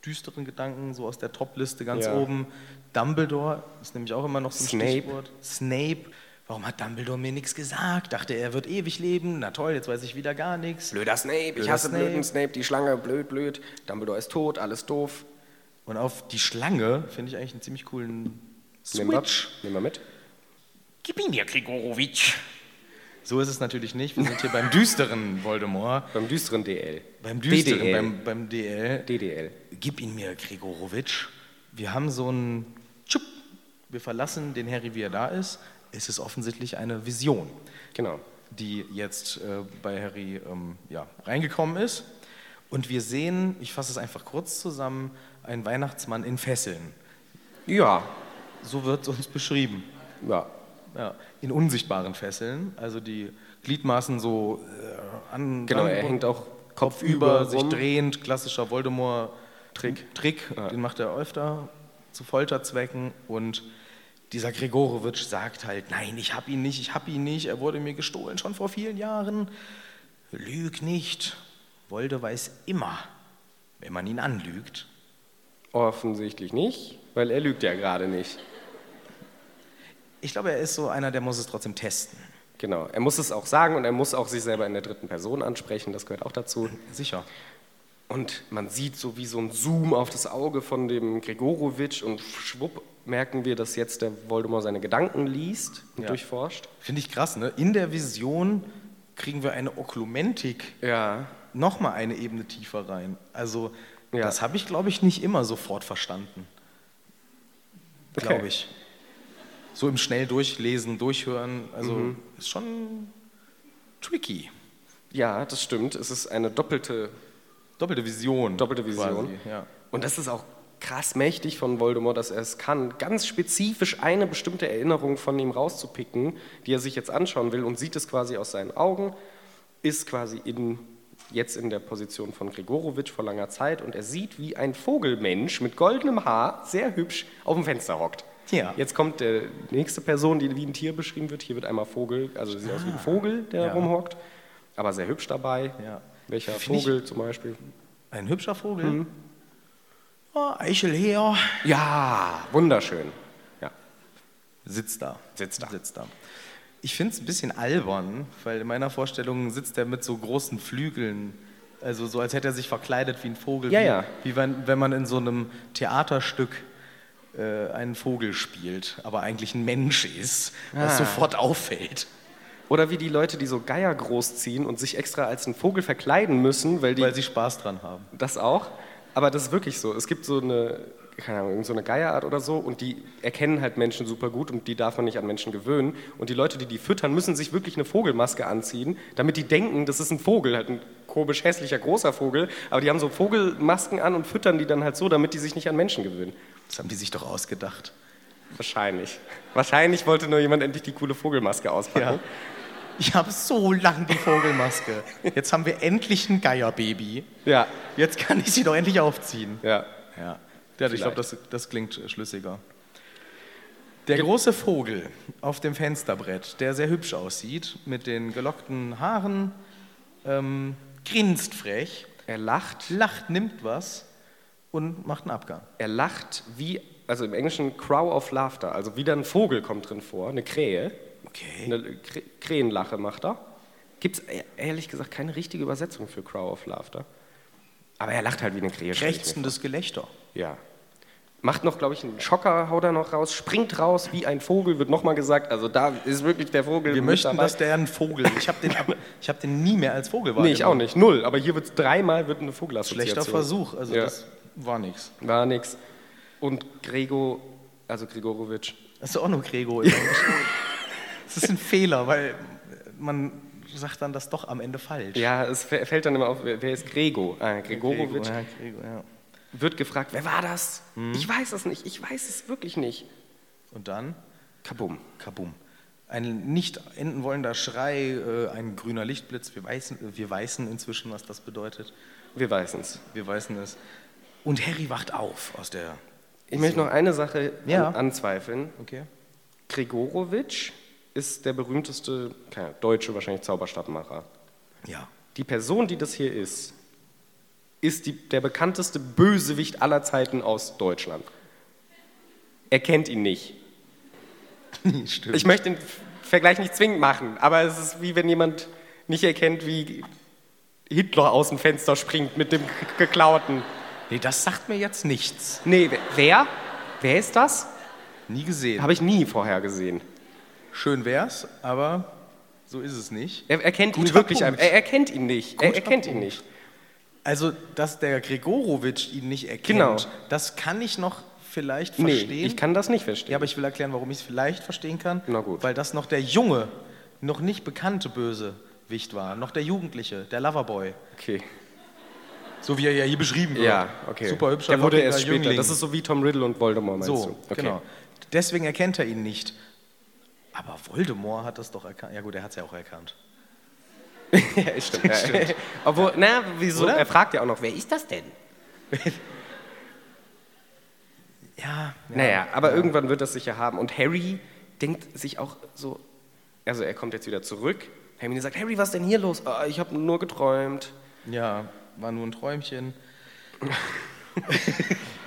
B: düsteren Gedanken, so aus der Top-Liste ganz
A: Ja.
B: oben. Dumbledore ist nämlich auch immer noch so ein
A: Snape.
B: Stichwort. Snape. Warum hat Dumbledore mir nichts gesagt? Dachte, er wird ewig leben. Na toll, jetzt weiß ich wieder gar nichts.
A: Blöder Snape, ich
B: Blöder
A: hasse
B: Snape.
A: blöden Snape, die Schlange, blöd, blöd. Dumbledore ist tot, alles doof.
B: Und auf die Schlange finde ich eigentlich einen ziemlich coolen
A: Nehmen wir,
B: Switch.
A: nehmen wir mit.
C: Gib ihn mir, Grigorowitsch.
B: So ist es natürlich nicht. Wir sind hier beim düsteren Voldemort.
A: Beim düsteren DL.
B: Beim düsteren,
A: DDL.
B: beim, beim DL.
A: DDL.
B: Gib ihn mir, Gregorowitsch. Wir haben so einen Tschupp. Wir verlassen den Harry, wie er da ist. Es ist offensichtlich eine Vision,
A: Genau.
B: die jetzt äh, bei Harry ähm, ja, reingekommen ist. Und wir sehen, ich fasse es einfach kurz zusammen, einen Weihnachtsmann in Fesseln.
A: Ja.
B: So wird es uns beschrieben.
A: Ja.
B: Ja, in unsichtbaren Fesseln, also die Gliedmaßen so äh, an.
A: Genau,
B: dran-
A: er hängt auch
B: kopfüber,
A: kopfüber
B: sich
A: rum. Mhm.
B: drehend, klassischer Voldemort-Trick. Trick, den macht er öfter zu Folterzwecken und dieser Gregorowitsch sagt halt, nein, ich hab ihn nicht, ich hab ihn nicht, er wurde mir gestohlen schon vor vielen Jahren. Lüg nicht. Wolde weiß immer, wenn man ihn anlügt.
A: Offensichtlich nicht, weil er lügt ja gerade nicht.
B: Ich glaube, er ist so einer, der muss es trotzdem testen.
A: Genau. Er muss es auch sagen und er muss auch sich selber in der dritten Person ansprechen, das gehört auch dazu.
B: Sicher.
A: Und man sieht so wie so ein Zoom auf das Auge von dem Gregorowitsch und schwupp merken wir, dass jetzt der Voldemort seine Gedanken liest und
B: Ja.
A: durchforscht.
B: Finde ich krass, ne? In der Vision kriegen wir eine Oklumentik
A: Ja.
B: nochmal eine Ebene tiefer rein. Also
A: Ja.
B: das habe ich, glaube ich, nicht immer sofort verstanden. Glaube
A: Okay.
B: ich. So im schnell durchlesen, durchhören, also
A: Mhm.
B: ist schon tricky.
A: Ja, das stimmt. Es ist eine doppelte,
B: Doppelte Vision.
A: doppelte Vision.
B: Quasi, ja.
A: Und das ist auch krass mächtig von Voldemort, dass er es kann, ganz spezifisch eine bestimmte Erinnerung von ihm rauszupicken, die er sich jetzt anschauen will und sieht es quasi aus seinen Augen, ist quasi in, jetzt in der Position von Gregorowitsch vor langer Zeit und er sieht, wie ein Vogelmensch mit goldenem Haar sehr hübsch auf dem Fenster hockt.
B: Ja.
A: Jetzt kommt die nächste Person, die wie ein Tier beschrieben wird. Hier wird einmal Vogel, also sieht
B: Ah.
A: aus wie ein Vogel, der rumhockt, aber sehr hübsch dabei.
B: Ja.
A: Welcher
B: Find ich-
A: Vogel zum Beispiel?
B: Ein hübscher Vogel.
A: Mhm.
B: Oh, Eichel her.
A: Ja, wunderschön. Ja.
B: Sitzt da.
A: Sitzt da.
B: Sitzt da. Ich finde es ein bisschen albern, weil in meiner Vorstellung sitzt er mit so großen Flügeln. Also so, als hätte er sich verkleidet wie ein Vogel.
A: Ja,
B: wie,
A: ja.
B: Wie wenn, wenn man in so einem Theaterstück äh, einen Vogel spielt, aber eigentlich ein Mensch ist,
A: Ah.
B: was sofort auffällt.
A: Oder wie die Leute, die so Geier großziehen und sich extra als einen Vogel verkleiden müssen, weil die
B: Weil sie Spaß dran haben.
A: das auch. Aber das ist wirklich so. Es gibt so eine, keine Ahnung, irgend so eine Geierart oder so und die erkennen halt Menschen super gut und die darf man nicht an Menschen gewöhnen. Und die Leute, die die füttern, müssen sich wirklich eine Vogelmaske anziehen, damit die denken, das ist ein Vogel, halt ein komisch hässlicher großer Vogel. Aber die haben so Vogelmasken an und füttern die dann halt so, damit die sich nicht an Menschen gewöhnen.
B: Das haben die sich doch ausgedacht.
A: Wahrscheinlich. Wahrscheinlich wollte nur jemand endlich die coole Vogelmaske auspacken.
B: Ich habe so lange die Vogelmaske. Jetzt haben wir endlich ein Geierbaby.
A: Ja,
B: Jetzt kann ich sie doch endlich aufziehen.
A: ja.
B: Ja, ja ich glaube, das, das klingt äh, schlüssiger. Der große Vogel auf dem Fensterbrett, der sehr hübsch aussieht, mit den gelockten Haaren, ähm, grinst frech,
A: Er lacht
B: lacht, nimmt was und macht einen Abgang.
A: er lacht wie, also im Englischen Crow of Laughter, also wieder ein Vogel kommt drin vor, eine Krähe.
B: Okay.
A: Eine Krä- Krähenlache macht er. Gibt es ehrlich gesagt keine richtige Übersetzung für Crow of Laughter. Aber er lacht halt wie eine Krähe. stell ich mir
B: Krächzendes Gelächter.
A: vor. Ja. Macht noch, glaube ich, einen Schocker, haut er noch raus, springt raus wie ein Vogel, wird nochmal gesagt. Also da ist wirklich der Vogel.
B: Wir
A: mit
B: möchten,
A: dabei.
B: dass der ein Vogel. Ich habe den, ab- ich hab den nie mehr als Vogel
A: Nee, ich auch nicht. Null. Aber hier wird es dreimal wird eine Vogelassoziation.
B: Schlechter Versuch. Also
A: Ja.
B: das war nichts.
A: War nix. Und Grego, also Gregorowitsch,
B: Das ist auch nur Grego. in meinem Geschmack. das ist ein Fehler, weil man sagt dann das doch am Ende falsch.
A: Ja, es fä- fällt dann immer auf, wer wer ist Grego? Ah, Gregorowitsch.
B: ja, Grego, ja. Hm.
A: Wird gefragt, wer war das? Ich weiß es nicht, ich weiß es wirklich nicht.
B: Und dann,
A: Kabum.
B: kabum. Ein nicht enden wollender Schrei, äh, ein grüner Lichtblitz. Wir weißen, äh, wir weißen inzwischen, was das bedeutet.
A: Wir wissen es.
B: Wir weißen es. Und Harry wacht auf aus der.
A: Ich möchte noch eine Sache
B: Ja.
A: an, anzweifeln.
B: Okay.
A: Gregorowitsch ist der berühmteste, keine Ahnung, deutsche wahrscheinlich Zauberstabmacher.
B: Ja.
A: Die Person, die das hier ist, ist die, der bekannteste Bösewicht aller Zeiten aus Deutschland. Er kennt ihn nicht.
B: Stimmt.
A: Ich möchte den Vergleich nicht zwingend machen, aber es ist wie wenn jemand nicht erkennt, wie Hitler aus dem Fenster springt mit dem g- geklauten.
B: nee, das sagt mir jetzt nichts.
A: Nee, wer? Wer ist das?
B: Nie gesehen.
A: Habe ich nie vorher gesehen.
B: Schön wär's, aber so ist es nicht.
A: Er erkennt ihn
B: Guter
A: wirklich
B: Punkt.
A: einfach. Er erkennt ihn nicht. Er
B: Guter
A: erkennt ihn
B: Punkt.
A: nicht.
B: Also, dass der Gregorowitsch ihn nicht erkennt,
A: Genau.
B: das kann ich noch vielleicht
A: Nee,
B: verstehen.
A: ich kann das nicht verstehen.
B: ja, aber ich will erklären, warum ich es vielleicht verstehen kann.
A: Na gut.
B: Weil das noch der junge, noch nicht bekannte Bösewicht war. Noch der Jugendliche, der Loverboy.
A: okay.
B: So wie er ja hier beschrieben wird.
A: Ja, okay.
B: Super hübscher,
A: Der wurde
B: lockiger
A: erst später.
B: Jüngling.
A: Das ist so wie Tom Riddle und Voldemort, meinst
B: so,
A: du? Okay.
B: genau. Deswegen erkennt er ihn nicht. Aber Voldemort hat das doch erkannt. Ja gut, er hat es ja auch erkannt.
A: ja, stimmt. Ja. Obwohl, na, wieso?
B: Oder?
A: Er fragt ja auch noch, wer ist das denn?
B: Ja, ja.
A: Naja, aber irgendwann wird das sicher haben. Und Harry denkt sich auch so, also er kommt jetzt wieder zurück. Hermine sagt, Harry, was ist denn hier los? Ah, ich habe nur geträumt.
B: ja, war nur ein Träumchen.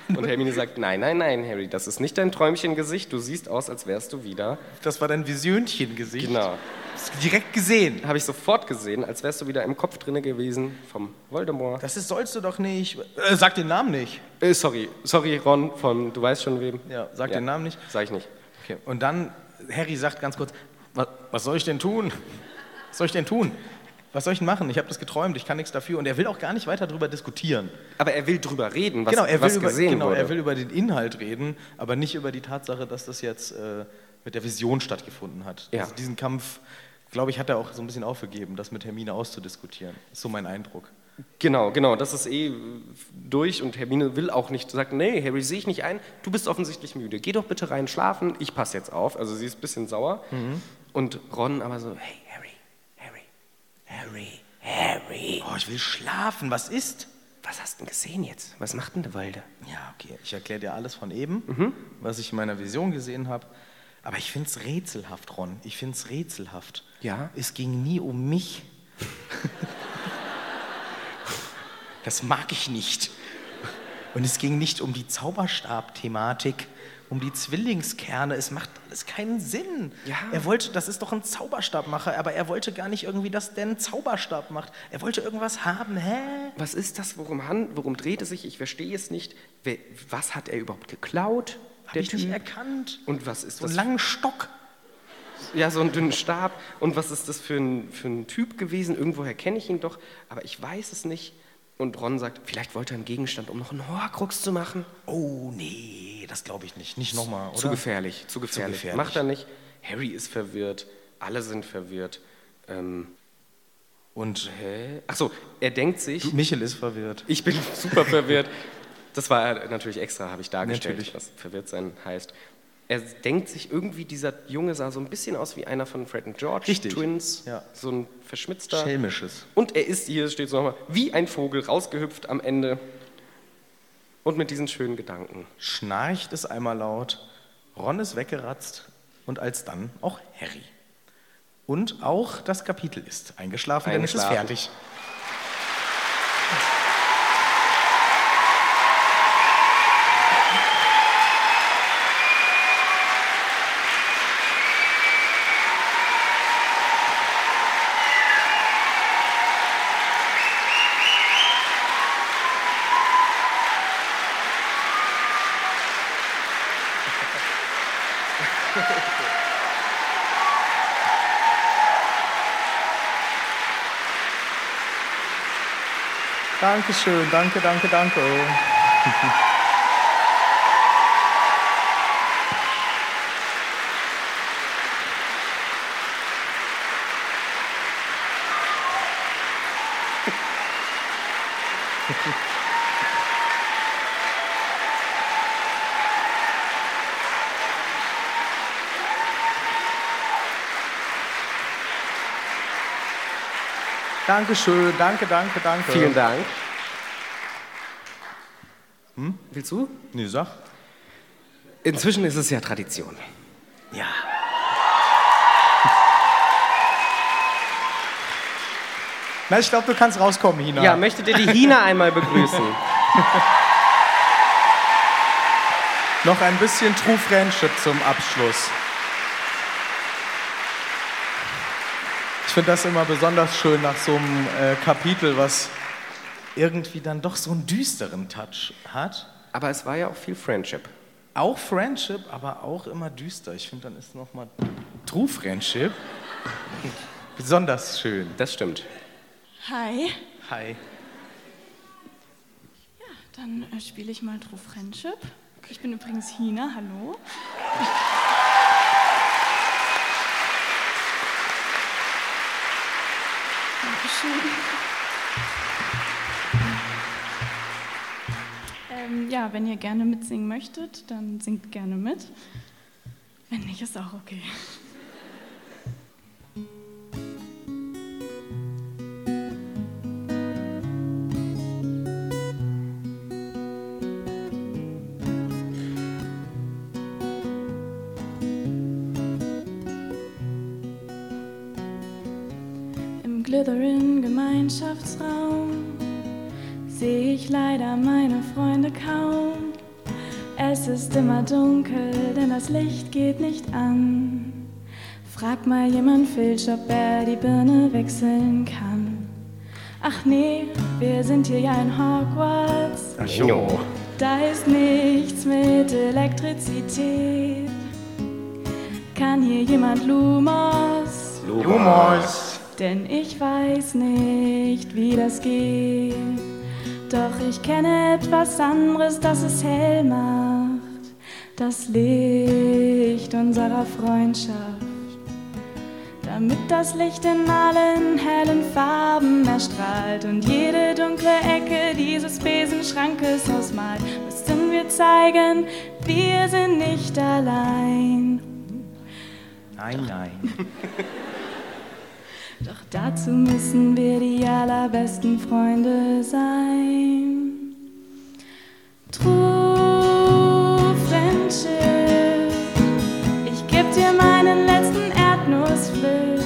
A: Und Hermine sagt, nein, nein, nein, Harry, das ist nicht dein Träumchengesicht. Du siehst aus, als wärst du wieder.
B: Das war dein Visiönchen-Gesicht.
A: Genau.
B: Hast du Direkt gesehen.
A: Habe ich sofort gesehen, als wärst du wieder im Kopf drinne gewesen vom Voldemort.
B: Das ist, sollst du doch nicht. Äh, sag den Namen nicht.
A: Äh, sorry, sorry, Ron von Du weißt schon wem.
B: Ja, sag den Namen nicht.
A: Sag ich nicht.
B: Okay. Und dann, Harry sagt ganz kurz, was, was soll ich denn tun? Was soll ich denn tun? Was soll ich denn machen? Ich habe das geträumt, ich kann nichts dafür. Und er will auch gar nicht weiter darüber diskutieren.
A: Aber er will drüber reden, was,
B: genau, er will
A: was
B: über,
A: gesehen
B: genau,
A: wurde.
B: er will über den Inhalt reden, aber nicht über die Tatsache, dass das jetzt äh, mit der Vision stattgefunden hat.
A: Ja.
B: Also diesen Kampf, glaube ich, hat er auch so ein bisschen aufgegeben, das mit Hermine auszudiskutieren. Ist so mein Eindruck.
A: Genau, genau, das ist eh durch und Hermine will auch nicht, sagt, nee, Harry, sehe ich nicht ein, du bist offensichtlich müde, geh doch bitte rein schlafen, ich passe jetzt auf. Also sie ist ein bisschen sauer
B: Mhm.
A: und Ron aber so, hey, Harry, Harry, Harry, Harry,
B: Oh, ich will schlafen, was ist?
A: was hast du denn gesehen jetzt? Was macht denn der Walde?
B: Ja, okay, ich erkläre dir alles von eben, was ich in meiner Vision gesehen habe. Aber ich finde es rätselhaft, Ron. Ich finde es rätselhaft.
A: Ja?
B: Es ging nie um mich. das mag ich nicht. Und es ging nicht um die Zauberstab-Thematik, um die Zwillingskerne. Es macht alles keinen Sinn.
A: Ja.
B: Er wollte, das ist doch ein Zauberstabmacher, aber er wollte gar nicht irgendwie, dass der einen Zauberstab macht. Er wollte irgendwas haben. Hä?
A: Was ist das, worum, han, worum dreht es sich? Ich verstehe es nicht. Wer, was hat er überhaupt geklaut?
B: Hab ich nicht erkannt.
A: Und was ist
B: so einen
A: das?
B: langen Stock.
A: Ja, so einen dünnen Stab. Und was ist das für ein, für ein Typ gewesen? Irgendwoher kenne ich ihn doch, aber ich weiß es nicht. Und Ron sagt, vielleicht wollte er einen Gegenstand, um noch einen Horcrux zu machen.
B: Oh nee, das glaube ich nicht. Nicht nochmal, oder?
A: Zu gefährlich, zu gefährlich.
B: gefährlich.
A: Macht er nicht. Harry ist verwirrt, alle sind verwirrt. Ähm,
B: Und
A: hä? Achso, er denkt sich,
B: Michel ist verwirrt.
A: ich bin super verwirrt. Das war natürlich extra, habe ich dargestellt,
B: Natürlich.
A: was verwirrt sein heißt. Er denkt sich irgendwie, dieser Junge sah so ein bisschen aus wie einer von Fred und George,
B: Richtig.
A: Twins,
B: Ja.
A: so ein verschmitzter.
B: Schelmisches.
A: Und er ist, hier steht es nochmal, wie ein Vogel rausgehüpft am Ende. Und mit diesen schönen Gedanken.
B: Schnarcht es einmal laut. Ron ist weggeratzt. Und alsdann auch Harry. Und auch das Kapitel ist eingeschlafen, denn
A: Eingeschlafen.
B: es ist fertig. Dankeschön, danke, danke, danke. Dankeschön, danke, danke, danke.
A: Vielen Dank. Hm? Willst du?
B: Nee, sag.
A: Inzwischen ist es ja Tradition.
B: Ja. Na, ich glaube, du kannst rauskommen, Hina.
A: Ja, möchtet ihr die Hina einmal begrüßen?
B: Noch ein bisschen True Friendship zum Abschluss. Ich finde das immer besonders schön nach so einem äh, Kapitel, was irgendwie dann doch so einen düsteren Touch hat.
A: Aber es war ja auch viel Friendship.
B: Auch Friendship, aber auch immer düster. Ich finde, dann ist noch mal True Friendship besonders schön.
A: Das stimmt.
G: Hi.
B: Hi.
G: Dann äh, spiele ich mal True Friendship. Ich bin übrigens Hina, hallo. Dankeschön. Ähm, ja, wenn ihr gerne mitsingen möchtet, dann singt gerne mit. Wenn nicht, ist auch okay. Im Glytherin-Gemeinschaftsraum sehe ich leider meine Freunde kaum. Es ist immer dunkel, denn das Licht geht nicht an. Frag mal jemand Filch, ob er die Birne wechseln kann. Ach nee, wir sind hier ja in Hogwarts.
A: Jo.
G: Da ist nichts mit Elektrizität. Kann hier jemand Lumos?
A: Lumos.
G: denn ich weiß nicht, wie das geht. Doch ich kenne etwas anderes, das es hell macht. Das Licht unserer Freundschaft. Damit das Licht in allen hellen Farben erstrahlt und jede dunkle Ecke dieses Besenschrankes ausmalt, müssen wir zeigen, wir sind nicht allein.
B: Nein, nein.
G: Doch dazu müssen wir die allerbesten Freunde sein. True Friendship, ich geb dir meinen letzten Erdnussflip.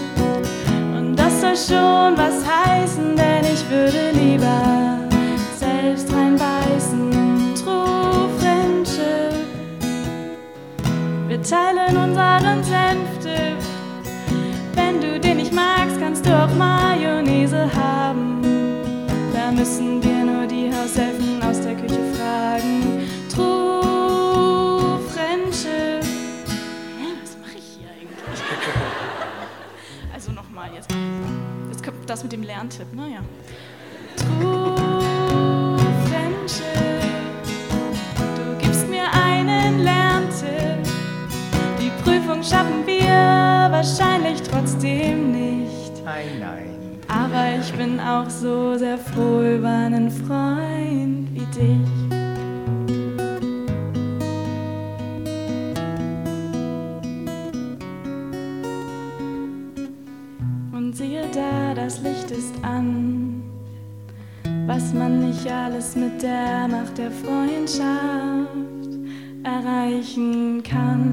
G: Und das soll schon was heißen, denn ich würde lieber selbst reinbeißen. True Friendship, wir teilen unseren Senftipp. Wenn du den nicht magst, kannst du auch Mayonnaise haben. Da müssen wir nur die Haushelfen aus der Küche fragen. True Friendship. Hä, was mache ich hier eigentlich? also nochmal jetzt. Jetzt kommt das mit dem Lerntipp, naja. True Friendship. Du gibst mir einen Lerntipp. Die Prüfung schaffen wir wahrscheinlich trotzdem nicht.
B: Nein, nein.
G: Aber ich bin auch so sehr froh über einen Freund wie dich. Und siehe da, das Licht ist an. Was man nicht alles mit der Macht der Freundschaft erreichen kann.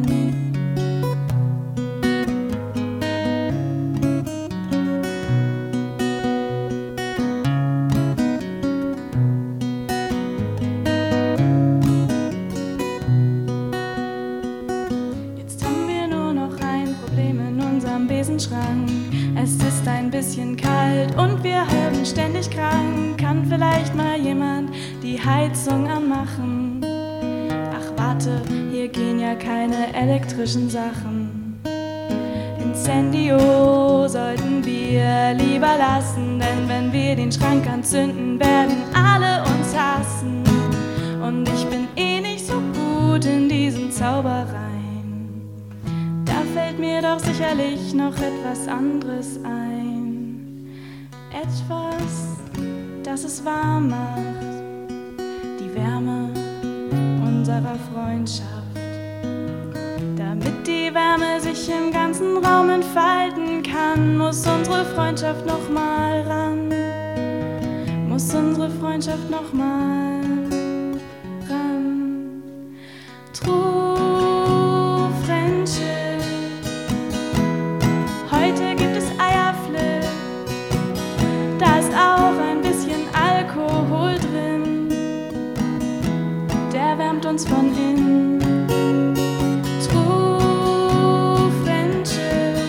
G: Jetzt haben wir nur noch ein Problem in unserem Besenschrank. Es ist ein bisschen kalt und wir werden ständig krank. Kann vielleicht mal jemand die Heizung anmachen? Ach warte, hier gehen ja keine elektrischen Sachen. Incendio sollten wir lieber lassen, denn wenn wir den Schrank anzünden, werden alle uns hassen. Und ich bin eh nicht so gut in diesen Zaubereien. Da fällt mir doch sicherlich noch etwas anderes ein. Etwas, das es warm macht. Die Wärme unserer Freundschaft. Damit die Wärme sich im ganzen Raum entfalten kann, muss unsere Freundschaft nochmal ran. Muss unsere Freundschaft nochmal ran. True Friendship. Heute gibt es Eierflip. Da ist auch ein bisschen Alkohol drin. Der wärmt uns von innen. True Friendship.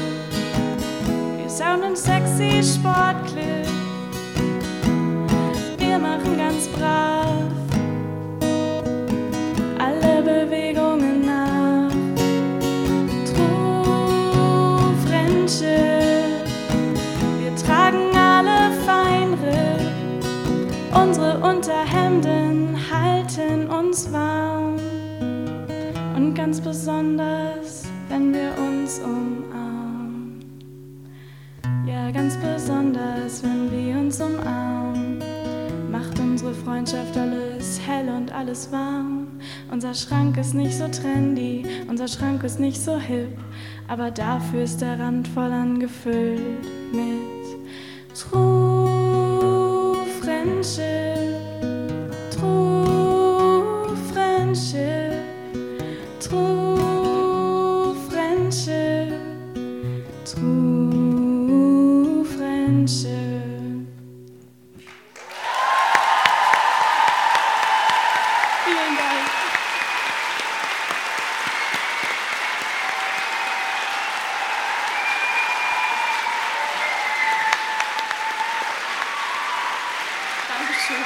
G: Wir sounden sexy Sportclip. Wir machen ganz brav alle Bewegungen nach. True Friendship, wir tragen alle Feinripp. Unsere Unterhemden halten uns warm. Und ganz besonders, wenn wir uns umarmen. Ja, ganz besonders, wenn wir uns umarmen macht unsere Freundschaft alles hell und alles warm. Unser Schrank ist nicht so trendy, unser Schrank ist nicht so hip, aber dafür ist der Rand voll angefüllt mit True Friendship, True Friendship, True Friendship, True Friendship. Vielen Dank. Dankeschön.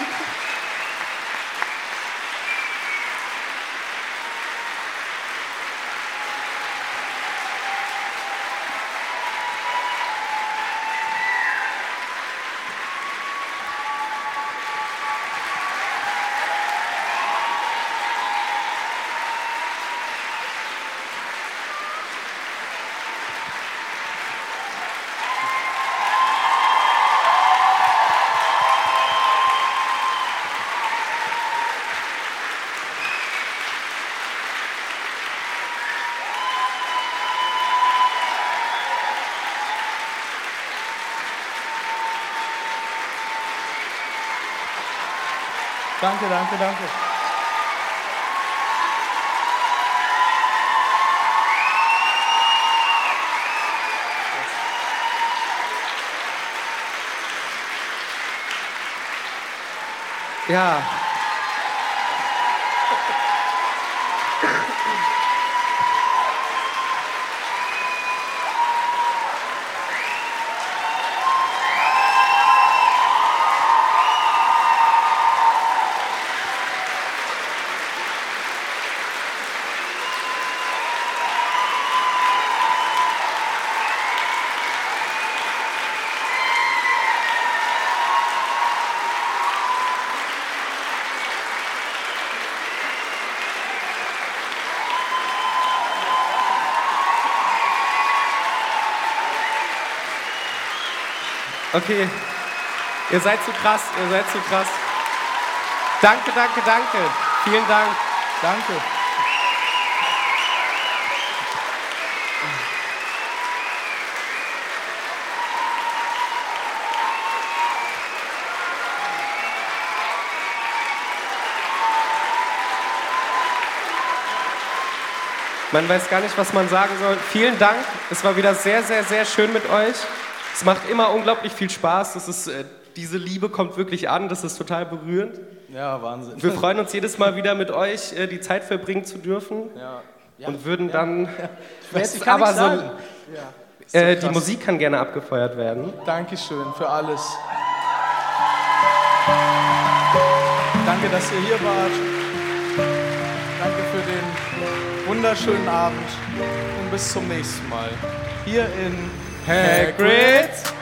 B: Danke, danke, danke.
A: Ja. Okay. Ihr seid zu krass, ihr seid zu krass. Danke, danke, danke. Vielen Dank. Danke. Man weiß gar nicht, was man sagen soll. Vielen Dank. Es war wieder sehr, sehr, sehr schön mit euch. Es macht immer unglaublich viel Spaß. Das ist, äh, diese Liebe kommt wirklich an. Das ist total berührend.
B: Ja, Wahnsinn.
A: Wir freuen uns jedes Mal wieder mit euch äh, die Zeit verbringen zu dürfen
B: Ja.
A: und würden dann.
B: Jetzt,
A: Das
B: ich kann
A: aber
B: aber sagen.
A: so, äh, die
B: krass.
A: Musik kann gerne abgefeuert werden.
B: Dankeschön für alles. Danke, dass ihr hier wart. Danke für den wunderschönen Abend und bis zum nächsten Mal. Hier in Hagrid's